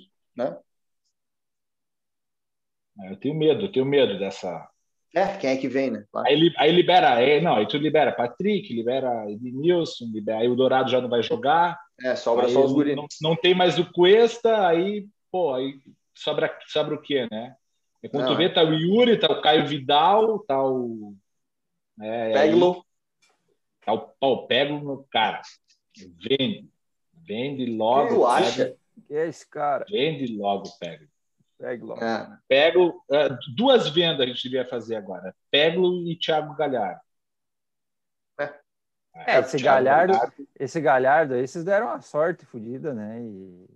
É, Eu tenho medo, eu tenho medo dessa. é, quem é que vem, né? Claro. Aí, li- aí libera, aí- não, aí tu libera Patrick, libera Ednilson, libera, aí o Dourado já não vai jogar. É, sobra Aí só os não- guris. Não, não tem mais o Cuesta, aí, pô, aí sobra, sobra o quê, né? E quando Não, tu vê, tá o Yuri, tá o Caio Vidal, tá o. É, aí, Peglo, tá o pau, pego no cara. Vende. Vende o que logo. tu pega, acha? Que é esse cara? Vende logo, pega. Segue logo. É. Pego eh, duas vendas a gente devia fazer agora. Pego e Thiago Galhardo. É, esse Thiago Galhardo- Esse Galhardo aí, vocês deram uma sorte fodida, né? (laughs) E...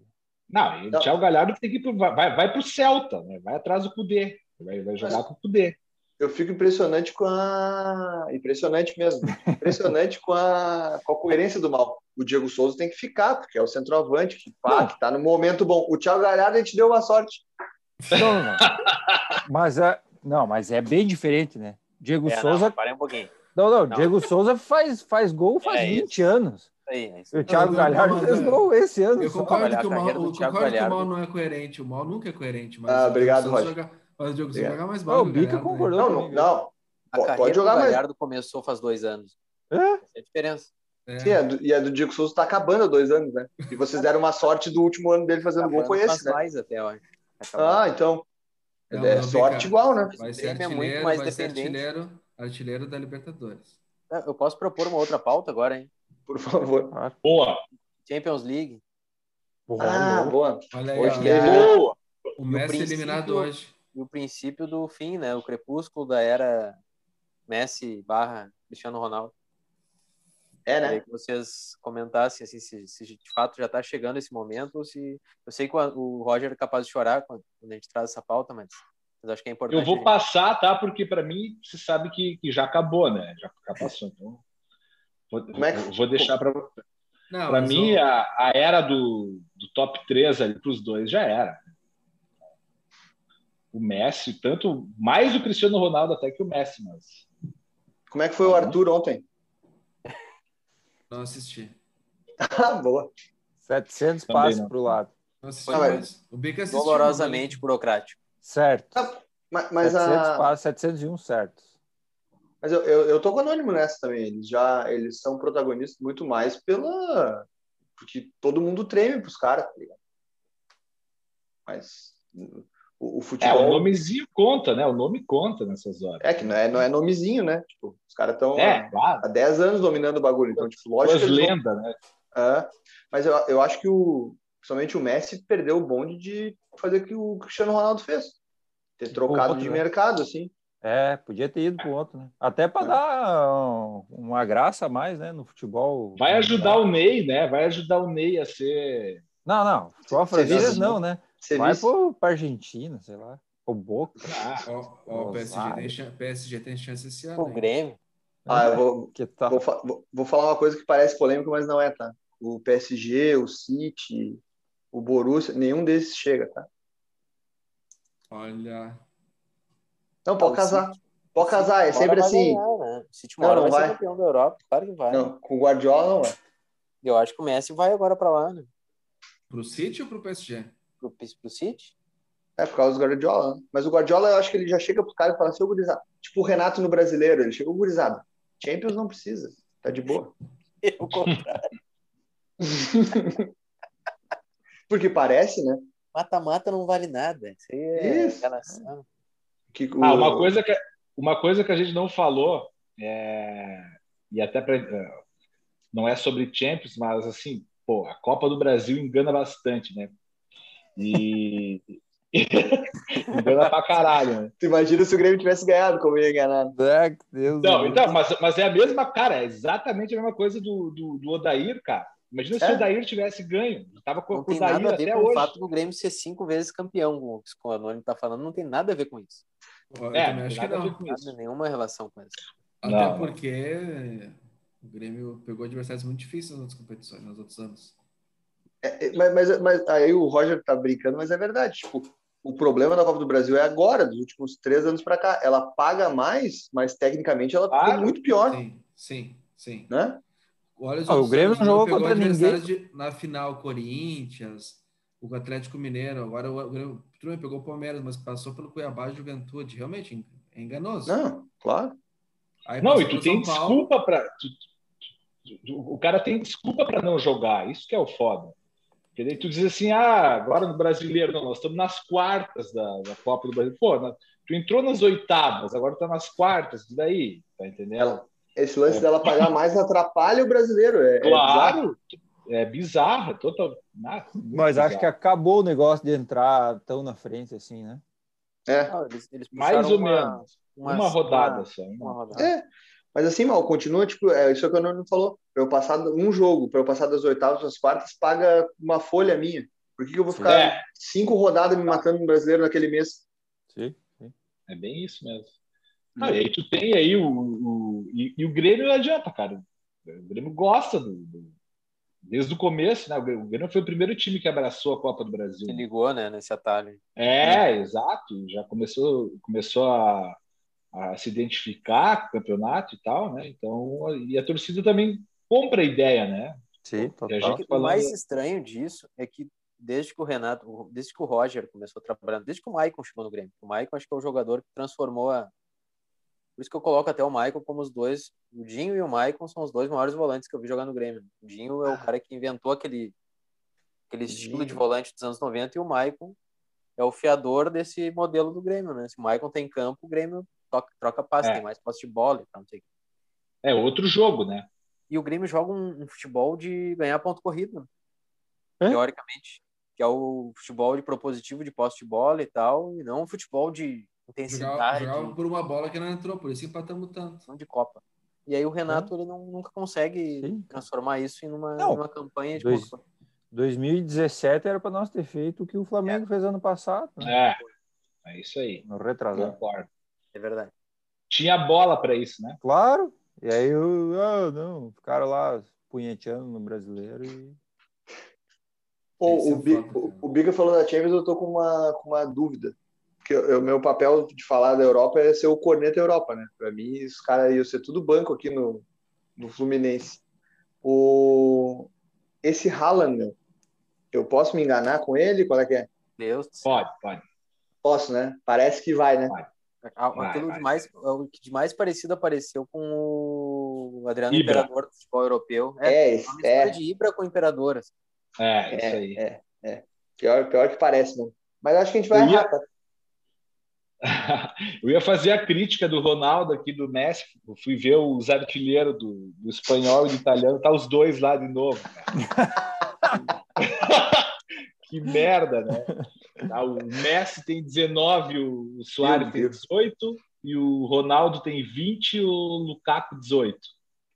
Não, e o Não. Thiago Galhardo tem que ir pro, vai, vai pro Celta, né? Vai atrás do Cudê. Vai, vai É. jogar com o Cudê. Eu fico impressionante com a. Impressionante mesmo. Impressionante com a, com a coerência do mal. O Diego Souza tem que ficar, porque é o centroavante, que pá, Não. que tá no momento bom. O Thiago Galhardo a gente deu uma sorte. Não, não. mas, é... não, mas é bem diferente, né? Diego É, Souza. não, parei um pouquinho. Isso Não, não, Não. Diego Souza faz, faz gol faz É 20 anos. aí, é isso. E o Thiago não, Galhardo mas fez é- gol esse ano. Eu só. concordo Olha, a que o mal, carreira do eu Thiago concordo que o Galhardo. mal não é coerente. O mal nunca é coerente. Mas Ah, o Diego obrigado, Souza Roger. joga- Mas o né? Diogo É. Souza Obrigado. joga mais Ah, bola. o Bica concordou né? Não, não, comigo. não. A Pode- carreira Pode jogar do mais. Galhardo começou faz dois anos. É? Essa é a diferença. Sim, é do- e a do Diego Souza tá acabando há dois anos, né? E vocês deram uma sorte do último ano dele fazendo gol, Acabando foi faz esse, né? mais até, ó. Acabou. Ah, então. Não, é não, sorte Bica. igual, né? Vai ser Grêmio é muito artilheiro, mais vai ser dependente. artilheiro, artilheiro da Libertadores. É, Eu posso propor uma outra pauta agora, hein? Por favor. Boa, Champions League. Ah, boa. Olha aí, Hoje é ó, teve- né? boa. o Messi princípio- eliminado hoje. E o princípio do fim, né? O crepúsculo da era Messi barra Cristiano Ronaldo. É, Queria né? que vocês comentassem assim, se, se de fato já está chegando esse momento, ou se eu sei que o- o Roger é capaz de chorar quando quando a gente traz essa pauta, mas, mas acho que é importante. Eu a vou gente- passar, tá? Porque para mim, você sabe que, que já acabou, né? Já, já passou. Então, vou, Como é que- eu vou deixar para Não, Para Ah, mas mim, é. o- a, a era do, do top 3 ali para os dois já era. O Messi, tanto mais o Cristiano Ronaldo até que o Messi, mas Como é que foi o Arthur ontem? (laughs) não assisti. Ah, boa. 700 Também passos não. pro lado. Não assisti Ah, mas- mais. O Bica assistiu. dolorosamente burocrático. Certo. Mas, mas 700 a. passos, 701 certos. Mas eu, eu, eu tô com o Anônimo nessa também. Eles já eles são protagonistas muito mais pela. Porque todo mundo treme pros caras, tá ligado? Mas o, o é, o futebol. nomezinho conta, né? O nome conta nessas horas. É, que não é, não é nomezinho, né? Tipo, os caras estão É, claro. há 10 anos dominando o bagulho. Então, tipo, lógico Duas que. eles vão- lendas, né? É, mas eu, eu acho que o, principalmente o Messi perdeu o bonde de fazer o que o Cristiano Ronaldo fez. Ter trocado bom, de né? mercado, assim. É, podia ter ido pro outro, né? Até para É. dar um- uma graça a mais, né, no futebol. Vai ajudar o Ney, né? Vai ajudar o Ney a ser. Não, não, futebol Você viu francês isso, não, né? Você Vai viu? pro pra Argentina, sei lá. O Boca. Ah, Ó, ó, o PSG Osário. tem, chan- PSG tem chance esse ano. O hein? Grêmio. Ah, eu vou, Que tá tal? vou, fa- vou- vou falar uma coisa que parece polêmica, mas não é, tá? O PSG, o City, o Borussia, nenhum desses chega, tá? Olha. Não, pode Ah, o casar. Pode casar, é sempre assim. né? Se te mora, Não, não vai, ser vai. campeão da Europa, claro que vai. Não, com o Guardiola não é. Eu acho que o Messi vai agora para lá, né? Pro City ou pro PSG? Pro, (laughs) pro City. É por causa do Guardiola. né? Mas o Guardiola, eu acho que ele já chega pro cara e fala assim, ô gurizada. Tipo o Renato no brasileiro, ele chegou gurizada. Champions não precisa, tá de boa. Eu compro. Porque parece, né? Mata-mata não vale nada. Isso aí é Isso. enganação. Que o- Ah, uma coisa que uma coisa que a gente não falou é, e até pra, é, não é sobre Champions, mas assim, pô, a Copa do Brasil engana bastante, né? E (laughs) engana pra caralho, né? Tu imagina se o Grêmio tivesse ganhado, como ia ganhar nada. Black, É, Deus Não, do- então, mas, mas é a mesma, cara, é exatamente a mesma coisa do, do, do Odair, cara. Imagina se É. o Odair tivesse ganho. Eu tava com, Não com o tem Odair nada a ver até com o hoje. fato do Grêmio ser cinco vezes campeão, como o Anônimo tá falando. Não tem nada a ver com isso. Ó, Eu É, também acho que nada a ver não. com Nada, isso. nenhuma relação com isso. Até Não. porque o Grêmio pegou adversários muito difíceis nas outras competições, nos outros anos. É, é, Mas, mas- mas aí o Roger tá brincando, mas é verdade. Tipo, o problema da Copa do Brasil é agora, dos últimos três anos pra cá. Ela paga mais, mas tecnicamente ela Claro. tem muito pior, Sim, sim, sim. né? Olha os Ah, o outros Grêmio anos, não jogou pegou contra adversários de- na final, Corinthians, o Atlético Mineiro. Agora o Grêmio tudo bem, pegou o Palmeiras, mas passou pelo Cuiabá e Juventude. Realmente en- é enganoso. Não, claro. Aí Não, passou e tu pelo tem É São Paulo. desculpa para o cara tem desculpa para não jogar. Isso que é o foda. Porque daí tu diz assim, ah, agora no brasileiro, não, nós estamos nas quartas da, da Copa do Brasil. Pô, na- tu entrou nas oitavas, agora tá nas quartas, e daí? Tá entendendo? Ela- Esse lance dela pagar mais atrapalha o brasileiro. É, é bizarro. Claro, é bizarra, total. Ah, muito Mas acho bizarra. que acabou o negócio de entrar tão na frente assim, né? É. Ah, eles, eles mais puxaram ou uma- menos é uma rodada só. Uma, uma rodada. É. Mas assim, mal, continua, tipo, é isso que o Nuno falou. Pra eu passar um jogo, pra eu passar das oitavas às quartas, paga uma folha minha. Por que, que eu vou ficar É, cinco rodadas me matando no brasileiro naquele mês? Sim. é bem isso mesmo. Ah, e aí tu tem aí o, o- e, e o Grêmio não adianta, cara. O Grêmio gosta do, do- desde o começo, né? O Grêmio, o Grêmio foi o primeiro time que abraçou a Copa do Brasil. Se ligou, né, nesse atalho. É, exato. Já começou, começou a, a se identificar com o campeonato e tal, né? Então, e a torcida também compra a ideia, né? Sim, E a total. gente O falando- mais estranho disso é que desde que o Renato, o- desde que o Roger começou trabalhando, desde que o Maicon chegou no Grêmio, o Maicon acho que é o jogador que transformou a. Por isso que eu coloco até o Maicon como os dois. O Dinho e o Maicon são os dois maiores volantes que eu vi jogar no Grêmio. O Dinho é o cara que inventou aquele, aquele estilo de volante dos anos 90 e o Maicon é o fiador desse modelo do Grêmio, né? Se o Maicon tem campo, o Grêmio toca, troca passe, É. tem mais posse de bola, e tal, não sei o quê. É outro jogo, né? E o Grêmio joga um, um futebol de ganhar ponto corrido, né? É? teoricamente. Que é o futebol de propositivo de posse de bola e tal, e não um futebol de Jogar, intensidade, jogar por uma bola que não entrou, por isso empatamos tanto. não de Copa. E aí o Renato ele não, nunca consegue Sim, cara. transformar isso em uma, Não. numa campanha de Dois- ponto corrido. 2017 era para nós ter feito o que o Flamengo fez ano passado, né? É, é isso aí. no retrasado. Concordo. É verdade. Tinha bola para isso, né? Claro. E aí eu, ah, não, ficaram lá punheteando no brasileiro e Pô, Esse é o, né? um Bi- fato, o- cara. o Biga falou da Champions, eu tô com uma, com uma dúvida. Porque o meu papel de falar da Europa é ser o corneta Europa, né? Pra mim, os caras iam ser tudo banco aqui no, no Fluminense. O, esse Haaland, meu, eu posso me enganar com ele? Qual é que é? Deus. do céu. Pode, pode. Posso, né? Parece que vai, né? A- vai, Aquilo vai. de mais, o que de mais parecido apareceu com o Adriano Ibra. Imperador do futebol europeu. É, É, uma esse- mistura é, de Ibra com Imperador. assim. É, isso aí. é, é, é. Pior, pior que parece, né? Mas acho que a gente vai Eu ia- errar, tá? (laughs) Eu ia fazer a crítica do Ronaldo aqui do Messi. Eu fui ver os artilheiros do, do espanhol e do italiano, tá os dois lá de novo. cara. (laughs) que merda, né? Tá, o Messi tem 19, o o Suárez Meu tem Deus. 18 e o Ronaldo tem 20 e o Lukaku 18.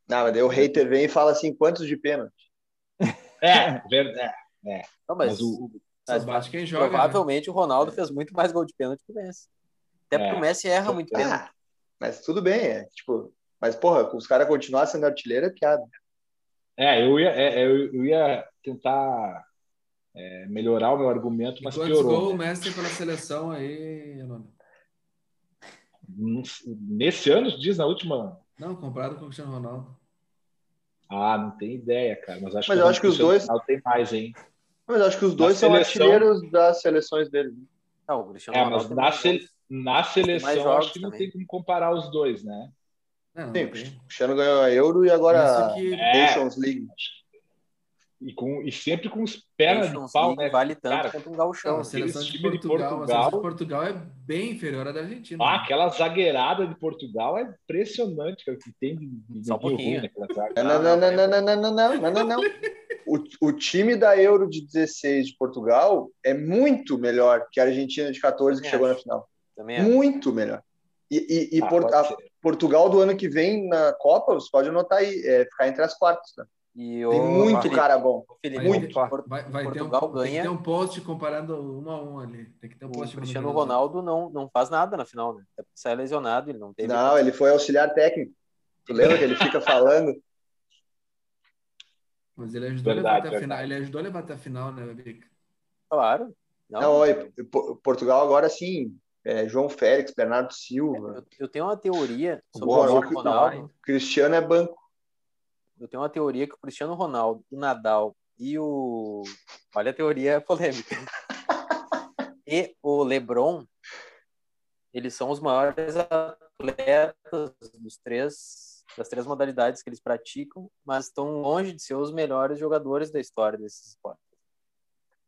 Não, mas daí o hater vem e fala assim, quantos de pênalti? É, verdade. Não, Mas mas o, Só bate quem joga. né? Provavelmente o Ronaldo fez muito mais gol de pênalti que o Messi. Até porque É. o Messi erra muito Ah, pênalti. Ah, mas tudo bem, é, tipo... Mas, porra, os caras continuar sendo artilheiro é piada. É, eu ia, é, é, eu eu ia tentar é, melhorar o meu argumento, E mas Quantos piorou. gols o Messi tem pela seleção aí, Elano? Não s- Nesse ano, tu diz na última. Não, comparado com o Cristiano Ronaldo. Ah, não tem ideia, cara. Mas acho Mas que, eu acho que os dois- Não tem mais, hein? Ah, Mas eu acho que os dois são seleção- artilheiros das seleções dele. Não, o Cristiano É, Ronaldo mas tem na, mais se- gols. na mais seleção jogos acho que não também. tem como comparar os dois, né? Não, não Sim, tem. o Cristiano ganhou a Euro e agora Isso que É. Nations League. E, com, e sempre com os pernas de Nations pau, League né? vale tanto cara? quanto um não, gauchão. a seleção de time de Portugal, a seleção de Portugal é bem inferior à da Argentina. Ah, aquela zagueirada de Portugal é impressionante, cara. o Que tem de, de Só um neguinho pouquinho. ruim naquela zaga. Não, não, não, não, não, não, não, não, não, não, não. O, o time da Euro de 16 de Portugal é muito melhor que a Argentina de 14 que Também chegou na acho. final. Também é. Muito melhor. E, e, e Ah, Port- pode a- ser. Portugal do ano que vem na Copa, você pode anotar aí, é ficar entre as quartas. Né? E Tem o muito Felipe, cara bom. o Felipe, muito. Por- Vai, vai Portugal ter um, Tem que ganha. ter um post comparando um a um ali. Tem que ter um o post Cristiano comparando. Ronaldo não, não faz nada na final, né? Até porque Sai lesionado, ele não teve. Não, ele foi auxiliar técnico. Tu lembra que ele fica falando? Mas ele ajudou, Verdade, a levar até a verdade. final, ele ajudou a levar até a final, né, Bica? Claro. né? Não, Não, olha, Po- Portugal agora sim. é, João Félix, Bernardo Silva. eu, eu tenho uma teoria sobre Boa, o Cristiano boa. Ronaldo. Cristiano é banco. Eu tenho uma teoria que o Cristiano Ronaldo, o Nadal e o. Olha a teoria (laughs) polêmica. e o LeBron, eles são os maiores atletas dos três, das três modalidades que eles praticam, mas estão longe de ser os melhores jogadores da história desses esportes.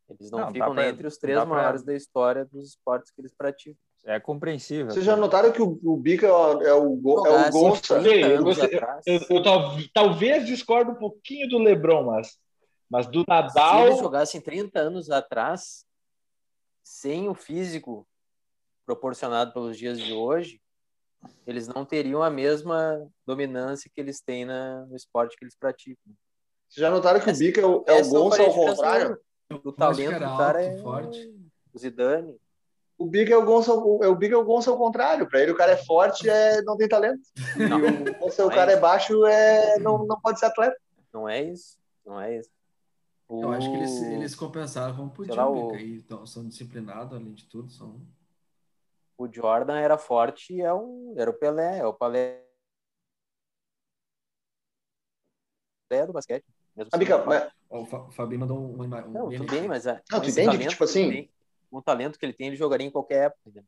Eles não, Não, dá ficam pra- nem entre os três dá pra- maiores da história dos esportes que eles praticam. é compreensível. Vocês já notaram que o, o Bica é o, é o, go- é o Jogasse Gonça? 30 Sim, eu anos gostei- atrás. Eu, eu tal- talvez discordo um pouquinho do Lebron, mas Mas do Se eles Nadal. jogassem 30 anos atrás, sem o físico proporcionado pelos dias de hoje, eles não teriam a mesma dominância que eles têm na, no esporte que eles praticam. Vocês já notaram que o Essa- Bica é o, é o Essa não Gonça faria ao diferença contrário? nenhuma. O Eu acho um que talento era do cara alto, é forte. o Zidane. O Bica é o Gonça, ao- é o Bica é o Gonça ao contrário. Para ele o cara é forte, é não tem talento. Não, E o Gonça, o Mas- cara é baixo, é não, não pode ser atleta. não é isso. Não é isso. O- Eu acho que eles, eles compensaram como Sei lá, podiam, o- Bica. E tão- são disciplinados, além de tudo. São... O Jordan era forte e é um, era o Pelé, é o Pelé. Pelé do basquete. Mesmo Ah, sendo Bica, forte. mas, Ó, o Fa- o Fabinho mandou uma ima- um Não, meme tudo aqui. bem, mas é, Não, com tu esse entende que, tipo talento que ele assim- tem, com o talento que ele tem, ele jogaria em qualquer época. entendeu?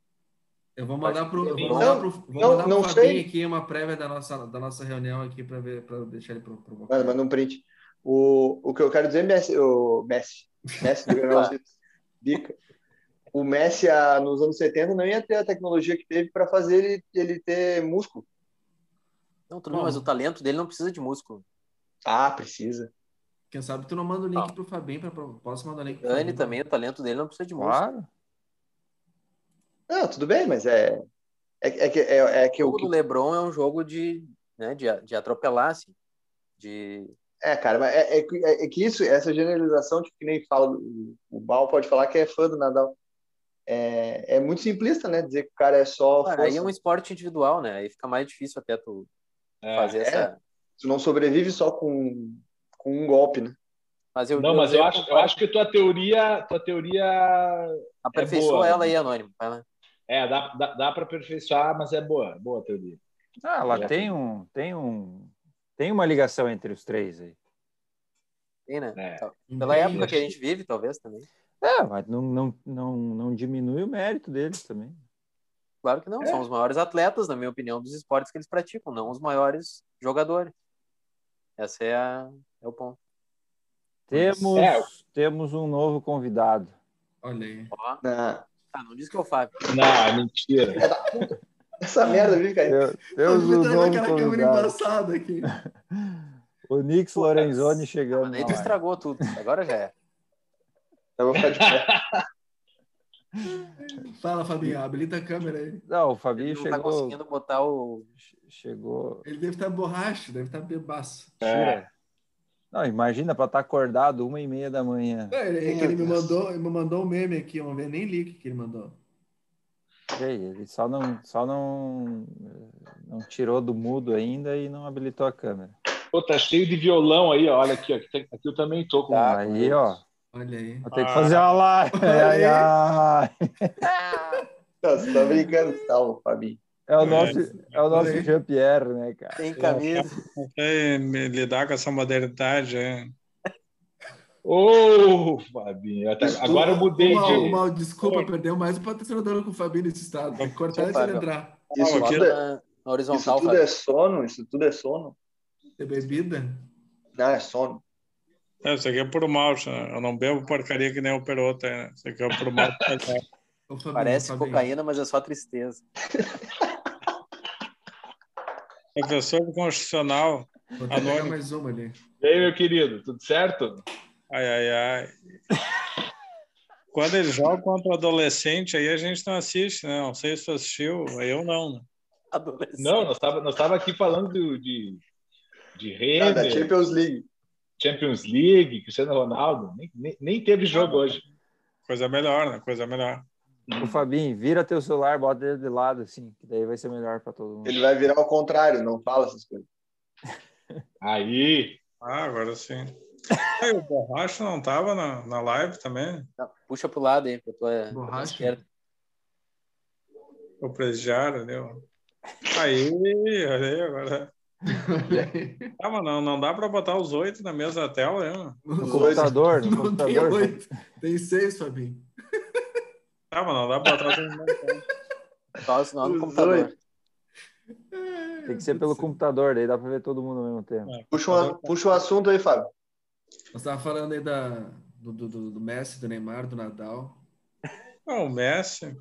Eu vou mandar Acho é pro, eu vou Não, mandar pro, vou não, mandar pro não Fabinho sei. aqui uma prévia da nossa, da nossa reunião aqui para ver, para deixar ele pro, provocar. mano, manda um print. O, o que eu quero dizer, é Messi, o Messi, Messi (laughs) do Granalzito, Bica. O Messi, a- nos anos 70, não ia ter a tecnologia que teve para fazer ele, ele ter músculo. Não, tudo bem, mas o talento dele não precisa de músculo. Ah, precisa. Quem sabe tu não manda o link Não. pro Fabinho para posso mandar o link pro Tá. Dani Fabinho pra- também, o talento dele não precisa de músculo. Claro. Não, tudo bem, mas é. É, é que, é, é O que o jogo que do LeBron é um jogo de, né, de, de atropelar, assim. De... É, cara, mas é, é que- é que isso, essa generalização, tipo, que nem fala, o, o Bal pode falar que é fã do Nadal. É, é muito simplista, né? Dizer que o cara é só Cara, força. aí é um esporte individual, né? Aí fica mais difícil até tu É. fazer essa. Tu não sobrevive só com, com um golpe, né? Mas eu, Não, mas eu ia acho, eu comparar- acho que tua teoria, tua teoria Aperfeiçoa boa, ela né? aí, Anônimo. vai lá. é dá, dá, dá para aperfeiçoar, mas é boa, boa a teoria. Ah, ela É. Já. tem um, tem um, tem uma ligação entre os três aí. Tem, né? É. Tal- Não Pela tem- época que a gente vive, talvez também. É, mas não, não, não, não diminui o mérito deles também. Claro que não, são os maiores atletas, na minha opinião, dos esportes que eles praticam, não os maiores jogadores. Essa é, a, é o ponto. Temos, É. temos um novo convidado. Olha aí. Ó, Na- ah, não diz que é o Fábio. Não, é mentira. É. Essa merda, viu, cara? Eu- Temos um Tá vendo novo aquela câmera convidado. embaçada aqui. O Nix Lorenzoni chegando. Mas aí na tu live. estragou tudo. Agora já é. Eu vou ficar de (laughs) pé. Fala, Fabinho, habilita a câmera aí. Não, o Fabinho Ele não tá chegou. conseguindo botar o. che- chegou. Ele deve estar borracho, deve estar bebaço. É. Tira. Não, imagina para estar acordado uma e meia da manhã. É, ele, é que ele me mandou, ele me mandou um meme aqui, vamos ver, nem li o que que ele mandou. Ei, Ele só não, só não, não tirou do mudo ainda e não habilitou a câmera. Pô, tá cheio de violão aí, ó, olha aqui, ó, que tem- aqui eu também tô com. um- Tá, aí, ó. Olha aí. (laughs) Vou ter que fazer uma live. Ai, ai, ai. Não, Você tá brincando, salvo, Fabinho. É o nosso, é o nosso Olha aí. Jean-Pierre, né, cara? Tem camisa. É, me lidar com essa modernidade, é. Ô, Fabinho, até- agora eu mudei Uma, de. uma, desculpa, perdeu mais um patrocinador com o Fabinho nesse estado. Tem que cortar antes de ele Fábio. entrar. Isso Bota tudo é- na, na Isso horizontal, tudo Fábio. é sono, isso tudo é sono. Tem É bebida? Não, é sono. É, isso aqui é por malte, né? Eu não bebo porcaria que nem o Perota, né? Isso aqui é por malte. Ô, Fabinho, Parece Fabinho. cocaína, mas é só tristeza. (laughs) (laughs) Professor do Constitucional, Vou até pegar Anônimo. mais uma ali. E aí, meu querido, tudo certo? ai, ai, ai. Quando ele joga contra adolescente, aí a gente não assiste, né? Não sei se tu assistiu, eu não, né? Adolescente. Não, nós tava, nós tava aqui falando do- de, de Ah, Renner, da Champions League. Champions League, Cristiano Ronaldo, nem, nem, nem teve jogo hoje. Coisa melhor, né? Coisa melhor. O Fabinho, vira teu celular, bota ele de lado, assim, que daí vai ser melhor para todo mundo. Ele vai virar ao contrário, não fala essas coisas. Aí, Ah, agora sim. Aí, o Borracho não tava na, na live também? Não, Puxa pro lado aí, pra tua, pra tua Borracha. esquerda. O presidiário, né? Aí, olha aí agora. Ah, mas não, não dá pra botar os oito na mesma tela, né? mano? No computador, no (laughs) Não tem computador. oito. Tem seis, Fabinho. Ah, mas não dá pra botar todo mundo. Só o sinal do Os computador. Tem que ser pelo computador, daí dá para ver todo mundo ao mesmo tempo. Puxa um, puxa um assunto aí, Fábio. Nós tava falando aí da, do, do, do- do Messi, do Neymar, do Nadal. Não, o Messi.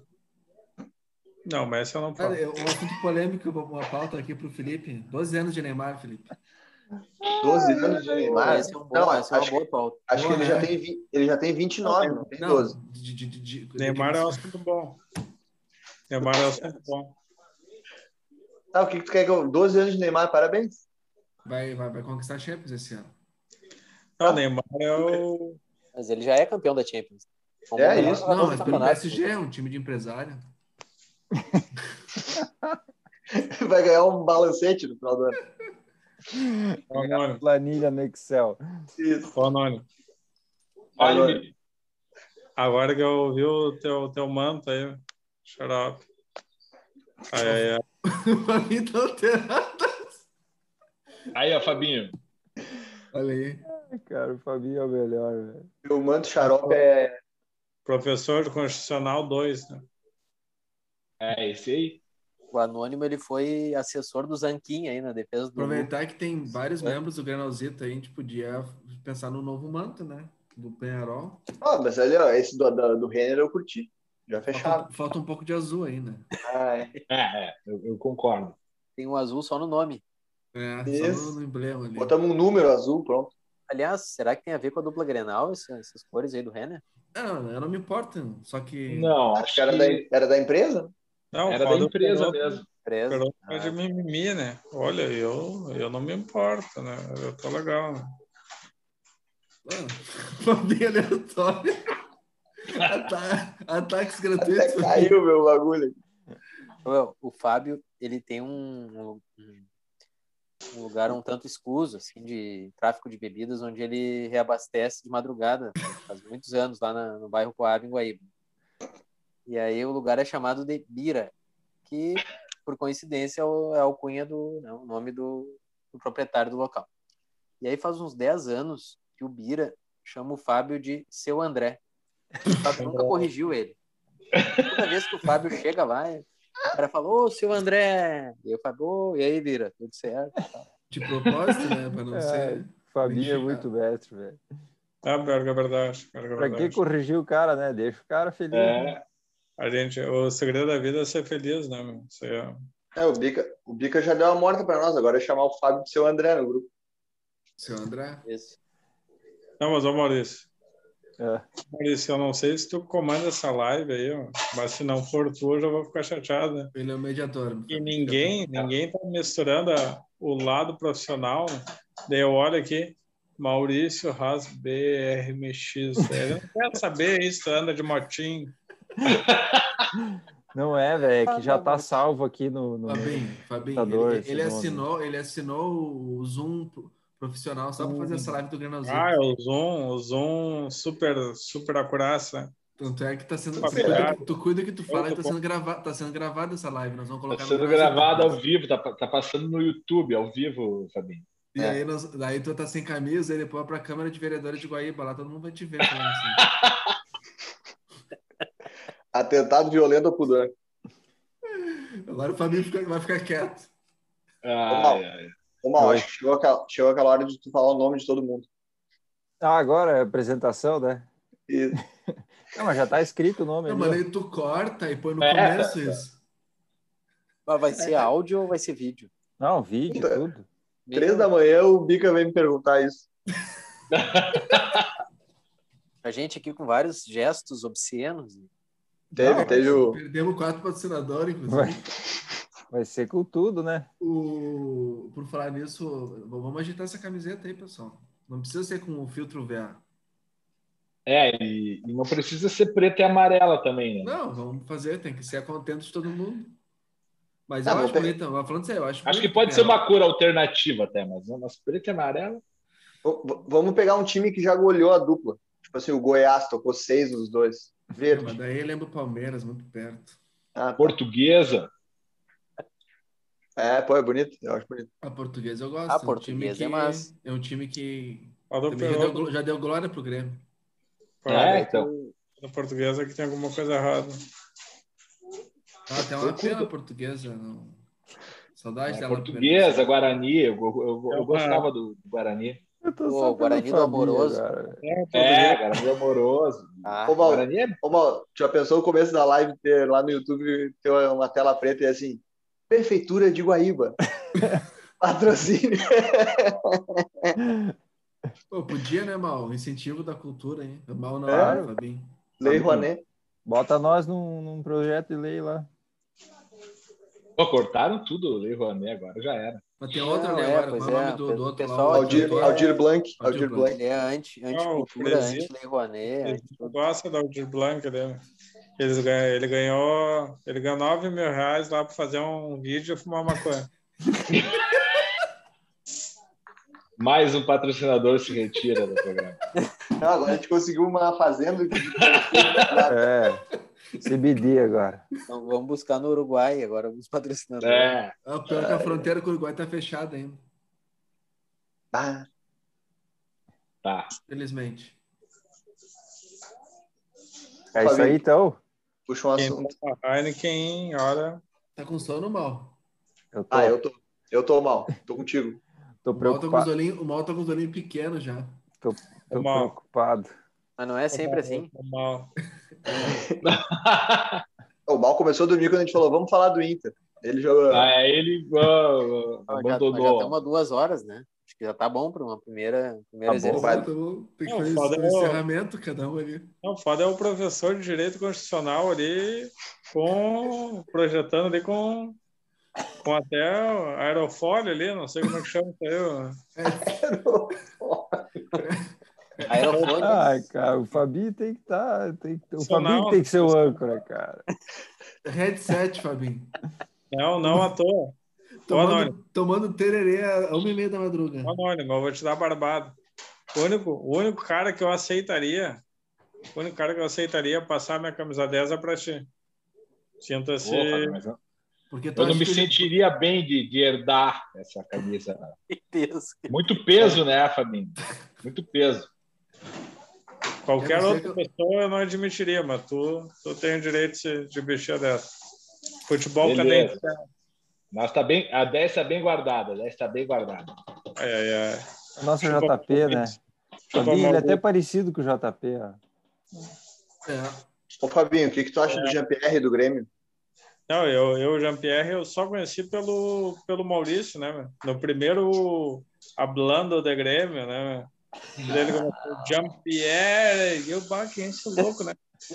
Não, o Messi eu não Cara, falo. é um assunto polêmico, uma pauta aqui pro Felipe. 12 anos de Neymar, Felipe. 12 anos de Neymar. Essa é uma Não, um boa, essa é uma acho, boa pauta. acho que ele já, tem, vi- ele já tem 29, né? não, tem 12. de- de- de- de- Neymar é um assunto bom. Neymar é um assunto bom. Tá, o que, que tu quer que eu. 12 anos de Neymar, parabéns. (laughs) vai, vai, vai conquistar a Champions esse ano. Ah, Neymar é o. Mas ele já é campeão da Champions. É combinar, isso. não, Não, mas pelo campeonato. PSG é um time de empresário. (laughs) Vai ganhar um balancete no final do ano. Qual o É. nome? Planilha no Excel. Isso. Qual o nome? Agora, Fale-me. Agora que eu ouvi o teu, teu manto aí, xarope. é Ai, ai, ai. pra mim tá alterado. Aí, ó, Fabinho. Olha aí. Cara, o Fabinho é o melhor, velho. o manto xarope é. Professor do Constitucional 2, né? É esse aí. O Anônimo ele foi assessor do Zanquim aí na defesa do Lu. Aproveitar que tem É. vários membros do Granalzito aí, a gente podia pensar no novo manto, né? Do Penharol. Ah, mas ali, ó, esse do, do, do Renner eu curti. Já fechava. Falta, falta um pouco de azul aí, né? Ah, é. É, é eu, eu concordo. Tem um azul só no nome. É, só Isso. no, no emblema ali. Botamos um número azul, pronto. Aliás, será que tem a ver com a dupla Grenal, essa- essas cores aí do Renner? Não, eu não me importo, só que... Não, Acho acho que era da, que era da empresa? Não, era da falou- empresa falou- mesmo. Preza. falou de mimimi, né? Olha, eu, eu não me importo, né? Eu tô legal. Né? Ah, (laughs) Fabinho aleatório. Ata- Ataques Até gratuitos. caiu meu bagulho. aqui. Well, o Fábio, ele tem um, um- um lugar um tanto escuso, assim, de tráfico de bebidas, onde ele reabastece de madrugada, né? faz muitos anos, lá na- no bairro Coab, em Guaíba. E aí o lugar é chamado de Bira, que, por coincidência, é o- é a alcunha do... né, o nome do, do proprietário do local. E aí faz uns 10 anos que o Bira chama o Fábio de Seu André. O Fábio nunca corrigiu ele. Toda vez que o Fábio chega lá, o cara fala, ô, seu André! E eu falo, "Ô, e aí, Vira, tudo (laughs) certo? De propósito, né? Pra não É. ser... O Fabinho é Vixe, muito mestre, velho. Ah, pior que é verdade. pior que é Pra que verdade. corrigir o cara, né? Deixa o cara feliz. né? É, A gente, o segredo da vida é ser feliz, né? Meu? Isso aí é- É, o Bica, o Bica já deu uma morta pra nós, agora é chamar o Fábio de seu André no grupo. Seu André. Esse. Não, mas ô Maurício. É. Maurício, eu não sei se tu comanda essa live aí, ó, mas se não for tu, eu já vou ficar chateado. né? Ele é o mediador. E ninguém, ninguém tá misturando a- o lado profissional. né? Daí eu olho aqui, Maurício Haas BRMX. Ele não quer saber isso, anda de motinho. Não é, velho. É que já tá salvo aqui no. no... Fabinho, Fabinho, Computador, ele, esse ele nome. assinou, ele assinou o Zoom pro- profissional só pra fazer essa live do Granalzinho. Ah, é o Zoom, o Zoom super, super acuraça. Tanto é que tá sendo. Tu Familiar. cuida, que- tu cuida que tu fala que tá Muito sendo gravado, tá sendo gravada essa live. Nós vamos tá colocar sendo canal. gravado ao vivo, tá, pa- tá passando no YouTube, ao vivo, Fabinho. E aí, nós, daí tu tá sem camisa, aí depois vai pra Câmara de Vereadores de Guaíba, lá todo mundo vai te ver. falando assim. Atentado violento ao pudor. Agora o Fabinho fica- vai ficar quieto. Ah, Mal. é, é. Ô, Mal, acho que chegou aquela, chegou aquela hora de tu falar o nome de todo mundo. Ah, agora é apresentação, né? (laughs) Isso. Não, mas já tá escrito o nome. Não, ali, mas ó. aí tu corta e põe no É, começo isso. Mas vai ser áudio ou vai ser vídeo? Não, vídeo, Puta. tudo. Três da manhã o Bica vem me perguntar isso. A gente aqui com vários gestos obscenos. né? Teve, teve o. Perdemos quatro patrocinadores, inclusive. Vai, vai ser com tudo, né? O... Por falar nisso, vamos agitar essa camiseta aí, pessoal. Não precisa ser com o filtro VA. É, e, e não precisa ser preta e amarela também, né? Não, vamos fazer, tem que ser a contento de todo mundo. Mas Ah, eu vou acho pe- bonito, mas falando sério, eu acho Acho que bonito, pode ser cara. uma cor alternativa até, mas, mas preta e amarela. v- v- Vamos pegar um time que já goleou a dupla. Tipo assim, o Goiás tocou seis nos dois. Não, Mas Verde. daí lembra o Palmeiras, muito perto. Ah, tá. Portuguesa. É, pô, é bonito. Eu acho bonito. A portuguesa eu gosto. A é um time portuguesa que- é massa. É um time que Fala do também já deu, Perón, glo- já deu glória pro Grêmio. É, fala então. do português aqui tem alguma coisa errada. Tá, até uma pena a portuguesa. Não... Saudade É, dela. na primeira portuguesa, divisão. Guarani. Eu, eu- eu- eu gostava do do Guarani. Eu tô Pô, só pelo Guarani do Fabinho Amoroso. agora, velho. É, É, português. Guarani amoroso. Ah, Ô, Mal, Guarani é ô, Mal, já pensou no começo da live ter lá no YouTube ter uma tela preta e assim? Prefeitura de Guaíba. Patrocínio. Pô, podia, né, Mal? Incentivo da cultura, hein? É Mal não, Claro. Fabinho. Lei Rouanet. Bota nós num, num projeto de lei lá. Pô, cortaram tudo, o Lei Rouanet agora já era. Mas tem outra, Não, né, é, agora? pois Qual é o é, nome do, do outro lá? pessoal, O Aldir, diretor? é- Aldir Blanc. Aldir Aldir Blanc. Ele é anti, anticultura, Brasil- anti-Lei Rouanet, Ele gosta da Aldir Blanc, né? Eles ganha- ele ganhou, ele ganhou 9 mil reais lá para fazer um vídeo e fumar maconha. Mais um patrocinador se retira do (laughs) programa. Não, Ah, agora a gente conseguiu uma fazenda de Tá. É. CBD agora. Então, vamos buscar no Uruguai agora (laughs) os patrocinadores. É, Ah, pior que a fronteira com o Uruguai tá fechada ainda, Ah, tá. felizmente. É isso aí, então. puxa um Quem assunto. toma Heineken, olha, Tá com sono, Mal? Eu tô, Ah, eu tô, eu tô mal. Tô contigo. tô O Mal tá com os preocupado. olhinhos, o Mal tá com os olhinhos pequenos já. Tô Mal. preocupado. Mas não é sempre assim. mal. O mal começou a dormir quando a gente falou, vamos falar do Inter. Ele jogou. Aí ele ah, ah, Ah, Já, já abandonou. estamos duas horas, né? Acho que já tá bom para uma primeira, primeira Tá bom, exercício. vai. Tá bom, Tem que Não, fazer foda esse é o- encerramento, cada um ali. Não, foda é o professor de direito constitucional ali, com, projetando ali com, com até aerofólio ali, não sei como é que chama isso aí. ó. Aerofone. (laughs) Ai, cara, o Fabinho tem que estar. tem que, o Funcional. Fabinho que tem que ser o âncora, cara. (laughs) Headset, Fabinho. Não, não à toa. Tomando, tomando tererê a uma e meia da madruga. Anônimo, eu vou te dar barbado. O único, o único cara que eu aceitaria, o único cara que eu aceitaria passar minha camisa 10 é pra ti. Pô, Sinta-se. Fábio, mas eu Porque tu eu não acha me que ele- sentiria bem de, de herdar essa camisa. Deus. Muito peso, né, Fabinho? Muito peso. Quer Qualquer dizer outra que pessoa eu não admitiria, mas tu, tu tem o direito de, de mexer dessa. Futebol cadente. né? Beleza. Mas tá bem, a 10 está bem guardada, a 10 está bem guardada. Ai, ai, ai. O nosso Chupa JP, né? Fabinho. Fabinho, ele é Maluco. até parecido com o JP, ó. É. Ô, Fabinho, o que, que tu acha do Jean-Pierre e do Grêmio? Não, eu, eu Jean-Pierre, eu só conheci pelo, pelo Maurício, né? meu? No primeiro Hablando de Grêmio, né? meu? Daí Ele começou, Jean-Pierre, e eu, bah, que enche o louco, né?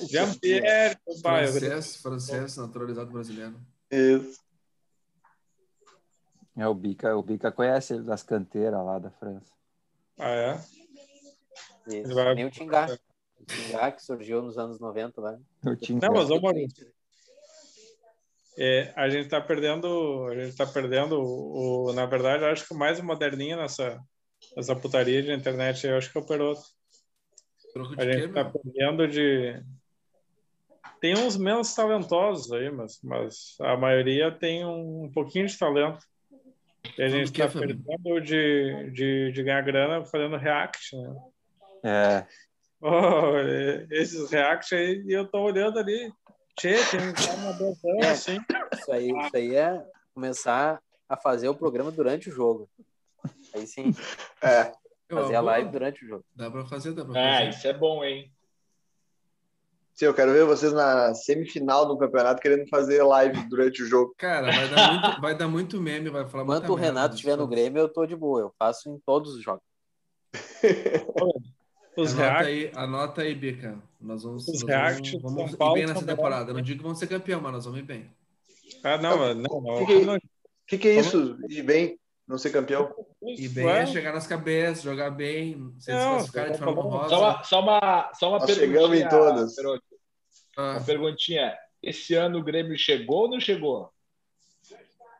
Jean-Pierre, eu, bah, Ah, eu- Francês, francês, naturalizado brasileiro. Isso. É, o Bica, o Bica conhece ele das canteiras lá da França. Ah, é? Isso. Vai. Nem o Tingá. O Tingá que surgiu nos anos 90 lá. Eu tinha Não, mas ô Maurício. É, a gente tá perdendo, a gente tá perdendo o, o- na verdade, eu acho que o mais moderninho nessa, nessa putaria de internet, aí, eu acho que é o Peroto. Troco de A quê, gente tá meu? perdendo de. Tem uns menos talentosos aí, mas, mas a maioria tem um, pouquinho de talento. E a Falando do gente quê, tá Fabinho? perdendo de, de, de ganhar grana fazendo react, né? É, Oh, e- esses react aí, e eu tô olhando ali. Tchê, tem um cara na botão assim. Isso aí, isso aí é começar a fazer o programa durante o jogo. Aí sim, É. Eu, fazer a boa. live durante o jogo. Dá pra fazer, dá pra É, fazer. isso é bom, hein? Sim, eu quero ver vocês na semifinal do campeonato querendo fazer live durante o jogo. Cara, vai dar muito, vai dar muito meme, vai falar Enquanto muita o merda Renato disso. estiver no Grêmio, eu tô de boa. Eu faço em todos os jogos. Os anota react, aí, anota aí, Bica. Nós vamos, Os nós react de vamos, vamos São ir Paulo bem nessa são temporada. Não digo que vamos ser campeão, mas nós vamos ir bem. Ah, não, não, não. Fica aí. O que, que é isso? E bem, não ser campeão? Ir bem é chegar nas cabeças, jogar bem, se Não, desclassificar de tá forma bom. honrosa. Só uma, só uma, só uma Nós perguntinha. chegamos em todas. Perotti. Ah, Uma perguntinha. Esse ano o Grêmio chegou ou não chegou?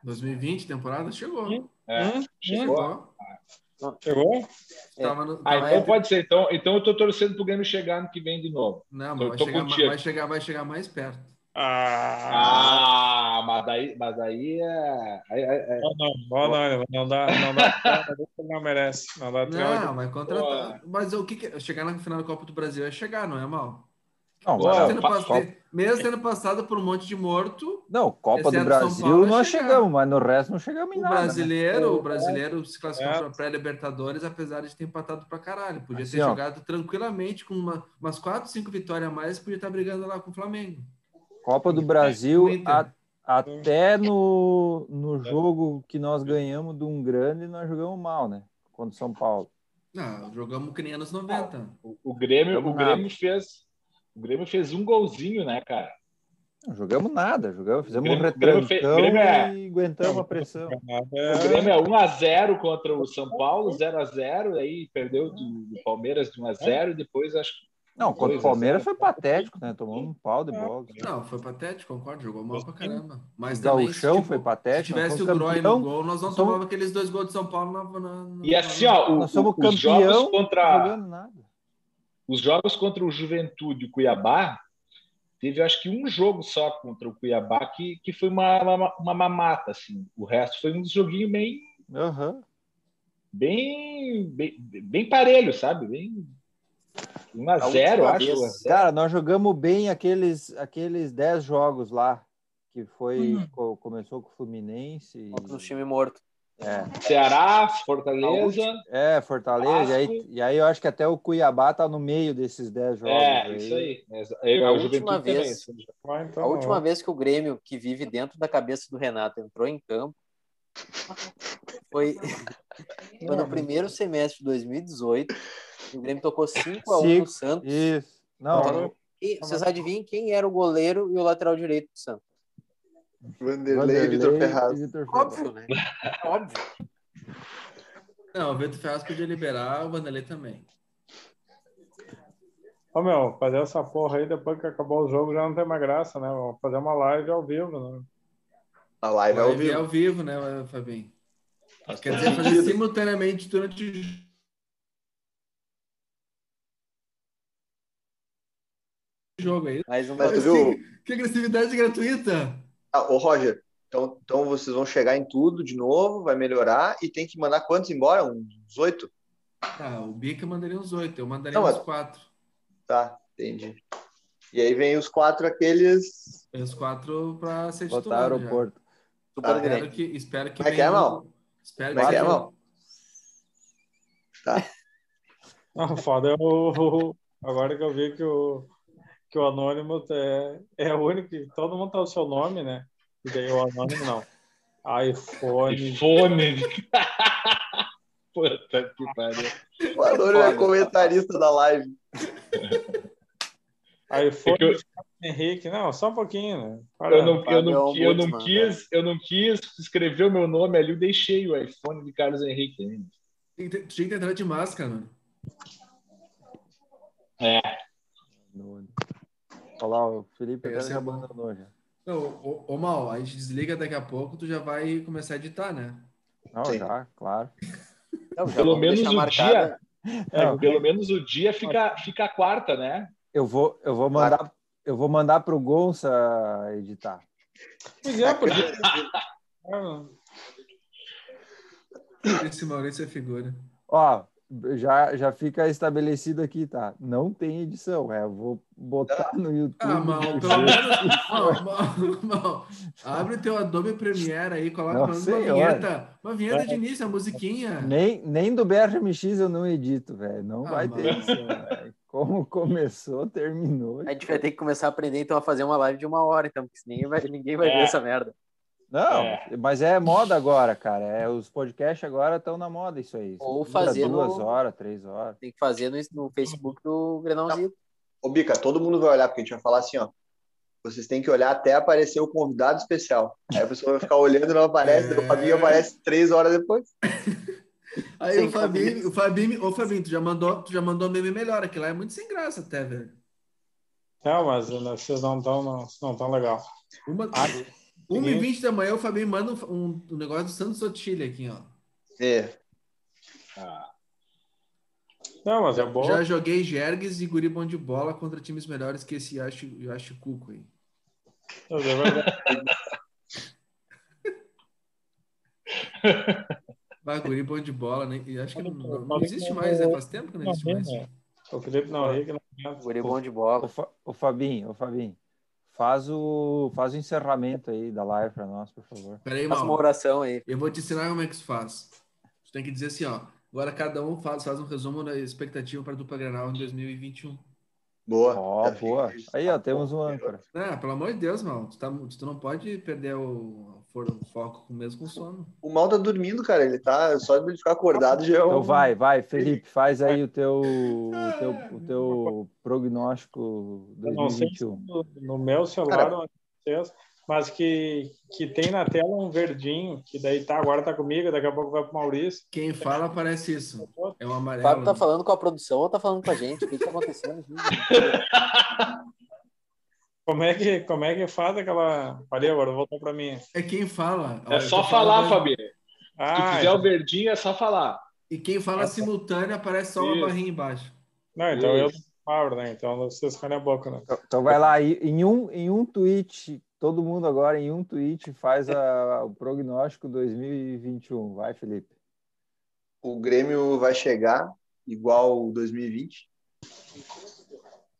2020, temporada, chegou. É, Hum? chegou. Chegou. Chegou? Tava no, Ah, tava então pode ser. Então, então eu tô torcendo pro Grêmio chegar ano que vem de novo. Não, Eu mas vai tô chegar, contigo. vai, chegar, vai chegar mais perto. Ah, Ah, mas daí, mas daí é. aí- aí- Não, não, não, não, não dá, não dá, não merece, não Tá dá Não, mas contratar. Mas o que, que Chegar na final da Copa do Brasil é chegar, não é mal? não, Boa, mas Mesmo sendo a pas- Copa, Mesmo sendo passado por um monte de morto, não, Copa Exceto do São Brasil Paulo, vai nós chegar. chegamos, mas no resto não chegamos em o nada. né? brasileiro, o brasileiro se classificou É. para pré-libertadores, apesar de ter empatado pra caralho. Podia Assim, ter ó. jogado tranquilamente com uma, tá umas 4, 5 vitórias a mais, podia estar brigando lá com o Flamengo. Copa do Com o Brasil, Inter. a, Até no, no jogo que nós ganhamos de um grande, nós jogamos mal, né? Contra o São Paulo. Não, jogamos que nem anos 90. O, o Grêmio, o Jogamos Grêmio fez. O Grêmio fez um golzinho, né, cara? Não jogamos nada, jogamos, fizemos um Grêmio- Grêmio fe- retrancão Grêmio é- e aguentamos a pressão. Então, O Grêmio é 1x0 contra o São Paulo, 0x0, aí perdeu do, do Palmeiras de 1x0, depois acho que. Não, contra Dois o a Palmeiras zero. foi patético, né? Tomamos um pau de bola. Não, foi patético, concordo. Jogou mal pra caramba. Mas Mas também, Gauchão tipo, foi patético. Se tivesse nós o fomos Groy no campeão, gol, nós não então- tomávamos aqueles dois gols de São Paulo na. na- na- E assim, ó, o, nós somos o- os, jogos campeão não contra, jogando nada. os jogos contra o Juventude e o Cuiabá, teve acho que um jogo só contra o Cuiabá que, que foi uma, uma, uma mamata, assim. O resto foi um joguinho bem, Aham. bem, bem, bem parelho, sabe? Bem. A 1x0, última acho. vez. 1 a 0. Cara, nós jogamos bem aqueles aqueles 10 jogos lá, que foi Uhum. co- começou com o Fluminense. e- Contra um time morto. É, Ceará, A Fortaleza. última- é, Fortaleza. E aí, e aí eu acho que até o Cuiabá tá no meio desses 10 jogos. É, isso aí. É, A a última Juventude também, vez- assim, então, A última vez que o Grêmio, que vive dentro da cabeça do Renato, entrou em campo foi, foi no primeiro semestre de 2018. O Grêmio tocou 5x1 no Cinco. Santos. Isso. Não, né? Não, E vocês adivinham quem era o goleiro e o lateral direito do Santos? Vanderlei e Vitor Ferraz. Vitor Ferraz. Óbvio, né? Óbvio. Não, o Vitor Ferraz podia liberar, o Vanderlei também. Ô, meu, fazer essa porra aí depois que acabou o jogo já não tem mais graça, né? Vamos fazer uma live ao vivo, né? (laughs) A live é ao Live é vivo. ao vivo, né, Fabinho? faz Quer todo dizer, fazer sentido. simultaneamente durante o jogo. Jogo aí. Mais um Mas tu goleiro. viu? Que agressividade gratuita! Ah, ô, Roger, então, então vocês vão chegar em tudo de novo, vai melhorar e tem que mandar quantos embora? Uns oito? Ah, o Bica mandaria uns oito, eu mandaria Não, uns mas- quatro. Tá, entendi. E aí vem os quatro aqueles. (laughs) Os quatro para ser titular. Botaram já. o Porto. Super Ah, Grêmio. Espero que, espero que Como é que venha é, um- Mal? Espero Como é que é, seja- Mal? Tá. Não, foda é o. Agora que eu vi que o, que o Anônimo é, é o único que todo mundo tá o seu nome, né? E daí o Anônimo não. iPhone. Fone. Puta que pariu. O Adoro é comentarista da live. É que eu- iPhone Henrique. Não, só um pouquinho, né? Para, Eu não, eu, não, Fábio eu, não Ombudsman, quis, eu não quis escrever o meu nome ali, eu deixei o iPhone de Carlos Henrique. ainda. Então, Tem que- Tinha que entrar de máscara, mano. No... Olha lá, o Felipe Esse já é bom. abandonou já. Não, ô, ô, Mal, a gente desliga daqui a pouco, tu já vai começar a editar, né? Não, Sim. já, claro. Então, já Pelo vamos menos deixar o marcada. dia. Não, Pelo menos o dia fica, fica a quarta, né? eu vou, eu vou mandar, eu vou mandar pro Gonça editar. Pois é, podia. né? Esse Maurício é figura. Ó, já, já fica estabelecido aqui, tá? Não tem edição, é, eu vou botar no YouTube. Ah, (laughs) Mal, pelo menos. Mal, Mal, (laughs) Mal, abre teu Adobe Premiere aí, coloca Não, pelo menos uma senhora. vinheta. Uma vinheta de início, a musiquinha. Nem, nem do BRMX eu não edito, velho. Não Ah, vai mano. ter edição. velho. Como começou, terminou. A gente vai ter que começar a aprender, então, a fazer uma live de uma hora, então, porque ninguém vai, ninguém vai É. ver essa merda. Não, É. mas é moda agora, cara. É, os podcasts agora estão na moda, isso aí. Isso Ou dura fazer duas no- horas, três horas. Tem que fazer no, no Facebook do Grenãozinho. Ô, Bica, todo mundo vai olhar, porque a gente vai falar assim, ó. Vocês têm que olhar até aparecer o convidado especial. Aí a pessoa vai ficar olhando e não aparece, daí o Fabinho aparece três horas depois. Aí Sem o Fabinho, o Fabinho, ô Fabinho, tu já mandou, tu já mandou meme melhor, aquilo lá é muito sem graça até, velho. Não, mas né, vocês não estão não, vocês não tão legal. Uma, Ah, 1h20 da manhã o Fabinho manda um, um- um negócio do Santos Sotilha aqui, ó. É. Ah, Não, mas é bom. Já joguei Jergues e guri bom de bola contra times melhores que esse Yashi, Yashi Cuco aí. mas é verdade. Vai, guri bom de bola, né? E acho que não, não- não Mas- existe mais, né? Faz tempo que não existe mais. O Felipe não ri que não é adianta. Guri bom de Ô, bola. Fa- ô, Fabinho, ô, Fabinho, faz o, faz o encerramento aí da live para nós, por favor. Peraí, Faz uma mal. oração aí. Eu vou te ensinar como é que se faz. Tu tem que dizer assim, ó. Agora cada um faz, faz um resumo da expectativa para a dupla Granal em 2021. Boa. Ó, Tá boa. feliz. Aí, ó, temos um âncora. É, pelo amor de Deus, mal. Tu, tá- tu não pode perder o, for- o foco mesmo com sono. O mal tá dormindo, cara. Ele tá só de ele ficar acordado já é um- Então vai, vai, Felipe, faz aí o teu, o teu, o teu prognóstico Tá Eu não sei se 2021. no, no meu celular, não acesso, mas que, que tem na tela um verdinho, que daí tá, agora tá comigo, daqui a pouco vai pro Maurício. Quem fala parece isso. É o O amarelo. Fábio tá falando com a produção ou tá falando com a gente? O que que tá acontecendo? gente? Como é que, como é que faz aquela. Parei, agora voltou pra mim. É quem fala. É só falar, Fabiano. Fabiano. Se tu Ah, quiser o verdinho, é só falar. E quem fala simultâneo aparece só Isso. uma barrinha embaixo. não, então eu Isso. palavra, né? Então vocês calem a boca, né? Então vai lá, e- em um, em um tweet, todo mundo agora em um tweet faz a- o prognóstico 2021. Vai, Felipe. O Grêmio vai chegar igual o 2020.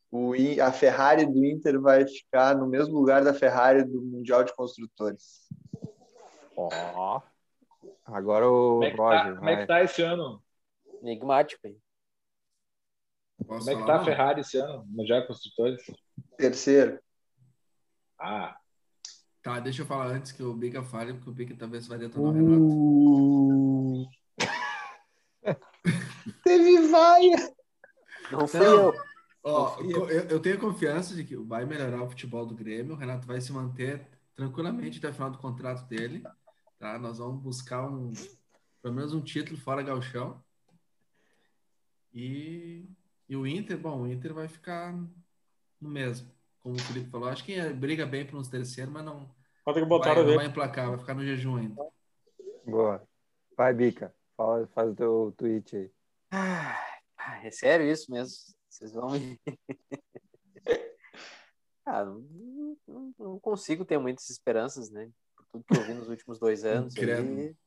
O, In- a Ferrari do Inter vai ficar no mesmo lugar da Ferrari do Mundial de Construtores. Ó. Agora o Como é que tá, Roger. como é que vai. tá esse ano? Enigmático, hein? Posso Como é que tá falar, a não? Ferrari esse ano? é Mundial de Construtores? Terceiro. Ah, Tá, deixa eu falar antes que o Bica fale, porque o Bica talvez vai detonar o Renato. Uh. Teve vaia! Não fui Não. eu. Então, Ó, eu, eu tenho confiança de que vai melhorar o futebol do Grêmio, o Renato vai se manter tranquilamente até o final do contrato dele, tá? Nós vamos buscar um, pelo menos um título fora gauchão. E, e o Inter, bom, o Inter vai ficar no mesmo, como o Felipe falou. Acho que é, briga bem para uns terceiros, mas não, Falta que vai, botaram não dele. vai emplacar, vai ficar no jejum ainda. Boa. Vai, Bica. Fala, faz o teu tweet aí. Ah, é sério isso mesmo? Vocês vão me. (laughs) ah, não, não- não consigo ter muitas esperanças, né? Por tudo que eu vi nos últimos dois anos. aí, Credo.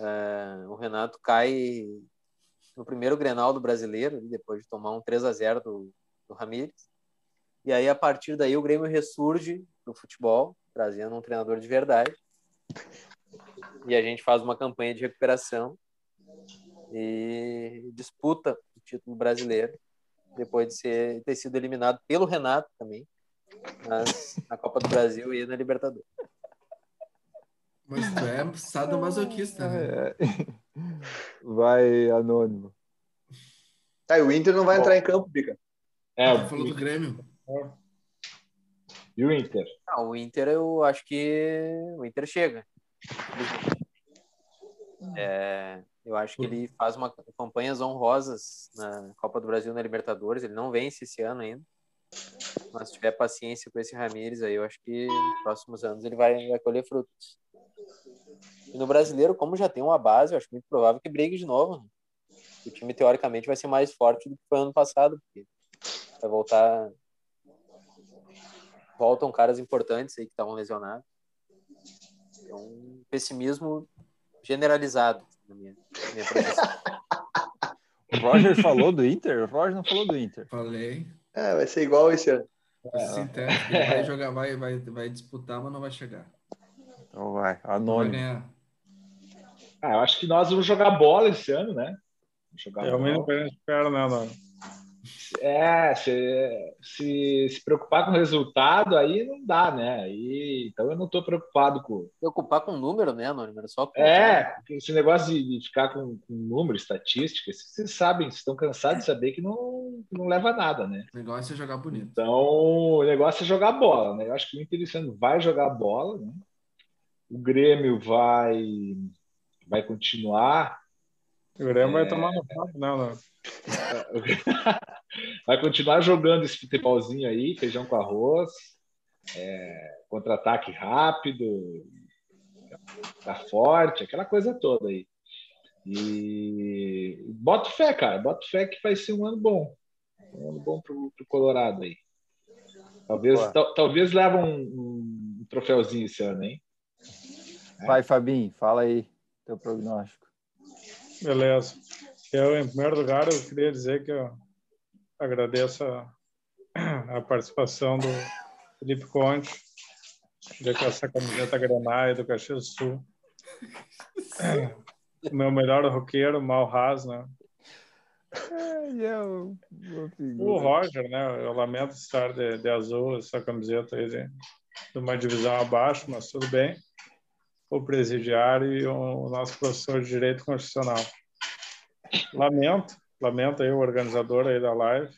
ah, o Renato cai no primeiro grenal do brasileiro, ali, depois de tomar um 3 a 0 do, do Ramires. E aí, a partir daí, o Grêmio ressurge no futebol, trazendo um treinador de verdade. E a gente faz uma campanha de recuperação e disputa o título brasileiro depois de ser, ter sido eliminado pelo Renato também mas na Copa do Brasil e na Libertadores. Mas tu é sadomasoquista, né? É. (laughs) Vai, Anônimo. Tá, e o Inter não vai entrar em campo, Bica. é, Tu falou do o, Grêmio. e o Inter? Ah, o Inter eu acho que o Inter chega. É, eu acho que ele faz uma campanhas honrosas na Copa do Brasil e na Libertadores. Ele não vence esse ano ainda. Mas se tiver paciência com esse Ramires aí, eu acho que nos próximos anos ele vai, vai colher frutos. E no brasileiro, como já tem uma base, eu acho muito provável que brigue de novo. né? O time, teoricamente, vai ser mais forte do que foi ano passado, porque vai voltar. Voltam caras importantes aí que estavam lesionados. É um pessimismo generalizado na minha, na minha (laughs) projeção. O Roger falou do Inter? O Roger não falou do Inter. Falei. É, vai ser igual esse ano. Sim, tá. Ele vai jogar, vai, vai, vai disputar, mas não vai chegar. Então vai, Não vai Anônimo. ganhar. Ah, eu acho que nós vamos jogar bola esse ano, né? Vamos Jogar Eu bola. É, mesmo não espero, né, mano? É, se, se, se preocupar com o resultado, aí não dá, né? Aí, então eu não tô preocupado com. Preocupar com o número, né, Anônimo? Era só com- É, porque esse negócio de, de ficar com, com número, estatística, vocês- vocês sabem, vocês estão cansados de saber que não, que não leva a nada, né? O negócio é jogar bonito. Então, o negócio é jogar bola, né? Eu acho que o Inter esse ano vai jogar bola, né? O Grêmio vai, vai continuar O Grêmio vai tomar no papo, né, mano? Vai continuar jogando esse futebolzinho aí, feijão com arroz, é, contra-ataque rápido, tá forte, aquela coisa toda aí. E bota fé, cara, bota fé que vai ser um ano bom. Um ano bom pro, pro Colorado aí. Talvez, Boa. tal- talvez leva um, um troféuzinho esse ano, hein? Vai, Fabinho, fala aí teu prognóstico. Beleza. Eu, em primeiro lugar, eu queria dizer que eu agradeço a, a participação do Felipe Conte, já que essa camiseta grenária do Caxias do Sul. O meu melhor roqueiro, Mal Haas, né? Ai, é um- uma O figura. Roger, né? Eu lamento estar de, de azul, essa camiseta aí de, de uma divisão abaixo, mas tudo bem. O presidiário e o, o nosso professor de Direito Constitucional. Lamento, lamento aí o organizador aí da live,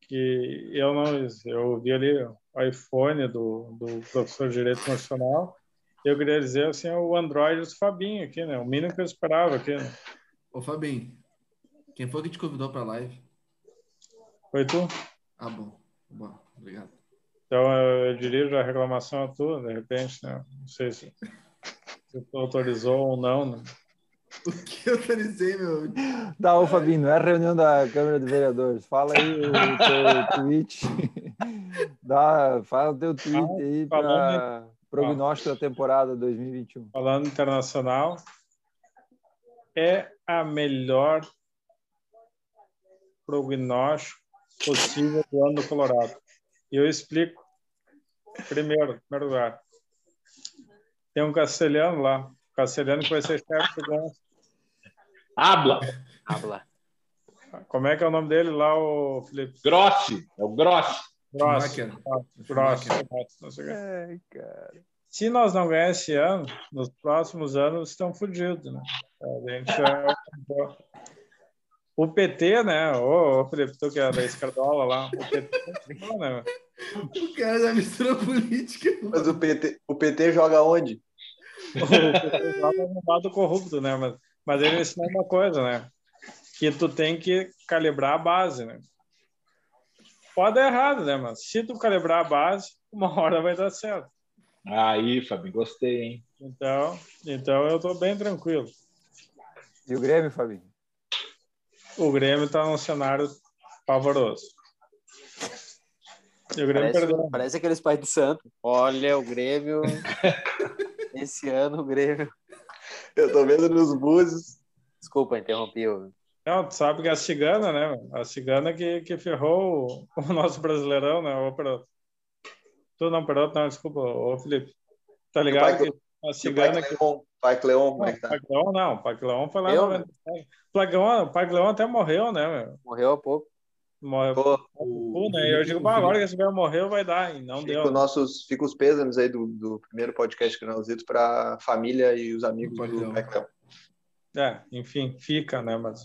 que eu não, eu vi ali o iPhone do, do professor de Direito Constitucional, eu queria dizer assim, é o Android do Fabinho aqui, né? O mínimo que eu esperava aqui, né? Ô, Fabinho, quem foi que te convidou pra live? Foi tu? Ah, bom. Bom, obrigado. (laughs) Então, eu dirijo a reclamação a tua, de repente, né? Não sei se, se tu autorizou ou não, né? O que eu organizei, meu? Dá, ô Fabinho, não é a reunião da Câmara de Vereadores. Fala aí o teu tweet. (laughs) Dá, fala o teu tweet aí para prognóstico da temporada 2021. Falando internacional, é a melhor prognóstico possível do ano do Colorado. E eu explico. Primeiro, em primeiro lugar, tem um castelhano lá, castelhano que vai ser chefe do Ganso. Habla, Habla. Como é que é o nome dele lá, o Felipe? Grossi, é o Grossi. Gross. Schumacher. Gross. Gross, não sei o quê. É, cara. Se nós não ganharmos esse ano, nos próximos anos estão fodidos, né? A gente já... O PT, né? Ô, ô, Felipe, tu que é da escardola lá. O PT, não, né? O cara já misturou (laughs) política. Mas o PT, o PT joga onde? O PT lá é um lado corrupto, né? Mas, mas ele ensinou uma coisa, né? Que tu tem que calibrar a base, né? Pode dar errado, né? Mas se tu calibrar a base, uma hora vai dar certo. Aí, Fabinho, gostei, hein? Então, então eu tô bem tranquilo. E o Grêmio, Fabinho? O Grêmio está num cenário pavoroso. E o Grêmio Parece, perdeu. parece aqueles pais de santo. Olha, o Grêmio. Esse ano o Grêmio. Eu tô vendo nos buses. Desculpa, interrompi. o- Não, tu sabe que a cigana, né? meu? A cigana que, que ferrou o, (laughs) o nosso brasileirão, né? O Peroto. Tu não, Peroto, não, desculpa, ô Felipe. Tá Pai ligado que a E o Pai cigana que. Tipo, Cleon, Pai Cleon, como é Não, que tá? Pagão não, Pagleon foi lá. Eu, no- Pagleon, Pagleon até morreu, né? Meu? Morreu há pouco. Morreu. Pô, Pô, né? Eu digo, "Bah, agora que esse cara morreu, vai dar. E não fica, deu. né? os nossos, fica os pêsames aí do, do primeiro podcast Granalzito pra família e os amigos Pai do Cleon. Pai Cleon. É, enfim, fica, né? Mas.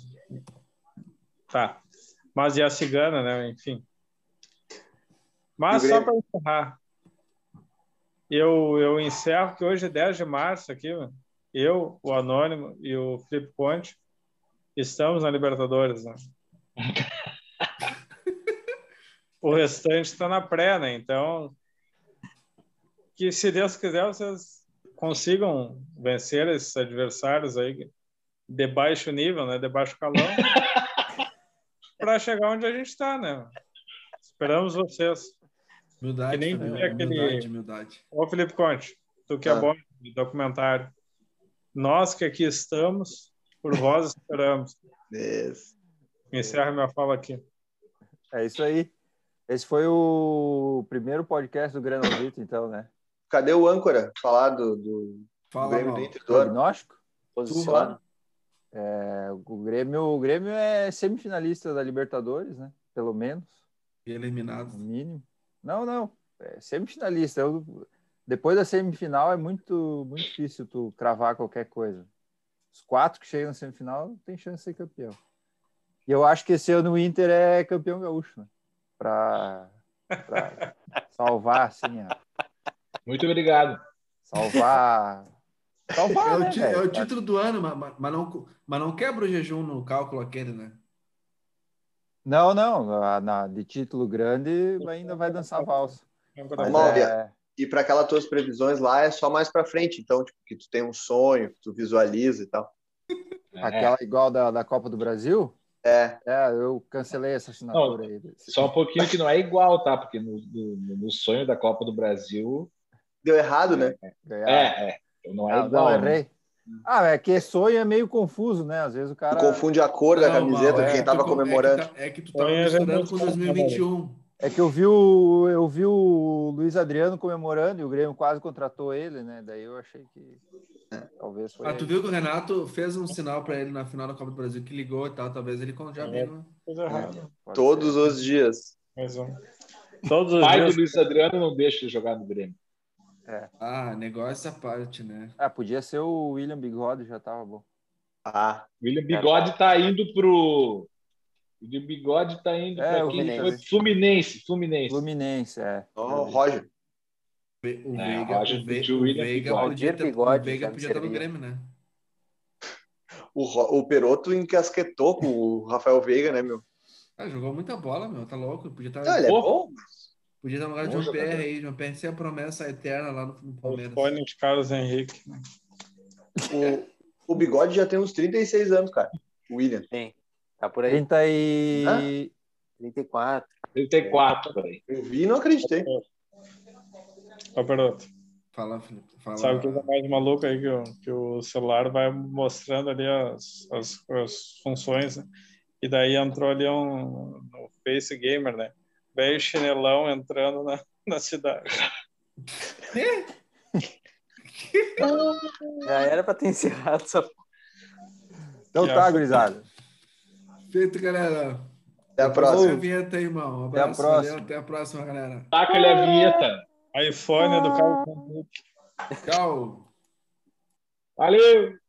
Tá. Mas e a cigana, né? Enfim. Mas E o só para Grêmio? encerrar. Eu, eu encerro que hoje é 10 de março aqui, mano. eu, o Anônimo e o Felipe Ponte estamos na Libertadores, né? o restante está na pré, né? Então, que se Deus quiser, vocês consigam vencer esses adversários aí de baixo nível, né? De baixo calão, para chegar onde a gente está, né? Esperamos vocês. Humildade, Que nem Fabinho, tem aquele- humildade, humildade. Ô, Felipe Conte, tu que é Ah. bom de documentário. Nós que aqui estamos, por vós esperamos. Yes. Encerra minha fala aqui. É isso aí. Esse foi o primeiro podcast do Granolito, então, né? Cadê o âncora? Falar do, do Fala, Grêmio mal. do Inter do ano. Prognóstico? Posiciona. É, o, Grêmio, o Grêmio é semifinalista da Libertadores, né? Pelo menos. E eliminado. No mínimo. Não, não. É semifinalista. Eu- depois da semifinal é muito, muito difícil tu cravar qualquer coisa. Os quatro que chegam na semifinal tem chance de ser campeão. E eu acho que esse ano o Inter é campeão gaúcho, né? Pra, (laughs) pra salvar, assim, ó. Muito obrigado. Salvar. Salvar, É o, né, ti- é velho? o título do ano, ma- ma- mas, não, mas não quebra o jejum no cálculo aquele, né? Não, não. na- na- de título grande ainda vai dançar valsa. Mas Mal, é- E para aquelas tuas previsões lá é só mais para frente, então, tipo, que tu tem um sonho, que tu visualiza e tal. É, aquela igual da, da Copa do Brasil. É, É, eu cancelei essa assinatura aí. Só um pouquinho que não é igual, tá? Porque no, no- no sonho da Copa do Brasil. deu errado, né? Ganhar. É, é. Não é Ah, igual. não, né? errei. Ah, é que sonho é meio confuso, né? Às vezes o Tu cara. confunde a cor da Não, camiseta Mal, de é quem que tava tu- comemorando. É que, tá- é que tu tava Sonho é misturando jejum com de cálculo, 2021. É que eu vi o, eu vi o Luiz Adriano comemorando e o Grêmio quase contratou ele, né? Daí eu achei que talvez foi. Ah, tu aí. viu que o Renato fez um sinal pra ele na final da Copa do Brasil que ligou e tal, talvez ele já É. viu. né? Coisa errada. Pode Todos ser. os dias. Mas, ó, todos os pai do dias. Luiz Adriano não deixa ele jogar no Grêmio. Ah, negócio à parte, né? Ah, podia ser o William Bigode, já tava bom. Ah, William É. Bigode tá indo pro. William Bigode tá indo É, para o quem Fluminense. foi Fluminense, Fluminense. Fluminense, é. ó, então, Roger. Ve- O É, Veiga, Roger o Ve- pediu o William Veiga Bigode. podia é Roger ter- o Bigode, Veiga já me podia estar no servia. Grêmio, né? O, Ro- o Peroto encasquetou com o Rafael Veiga, né, meu? Ah, jogou muita bola, meu, tá louco? Podia estar, Não, ele é Pô. bom. podia estar no lugar de Bom João Pierre jogador. aí, João Pierre ser a promessa eterna lá no, no O Palmeiras. fone de Carlos Henrique. O, o Bigode já tem uns 36 anos, cara. O William. Tem. Tá por aí. 30 e... 34. 34, peraí. Eu vi e não acreditei. Ô, Peroto, Fala, Felipe. Fala. sabe o que é mais maluco aí que o, que o celular vai mostrando ali as, as, as funções, né? E daí entrou ali um no Face Gamer, né? Veio chinelão entrando na, (laughs) na cidade. Já era pra ter encerrado essa Então Que é tá, acho- gurizada. Feito, galera. Até a Fazer a próxima. vinheta aí, irmão. Um Até a abraço, próxima. valeu, até a próxima, galera. Taca-lhe Ah! a vinheta. iPhone é do Carlos Henrique. Tchau. Valeu!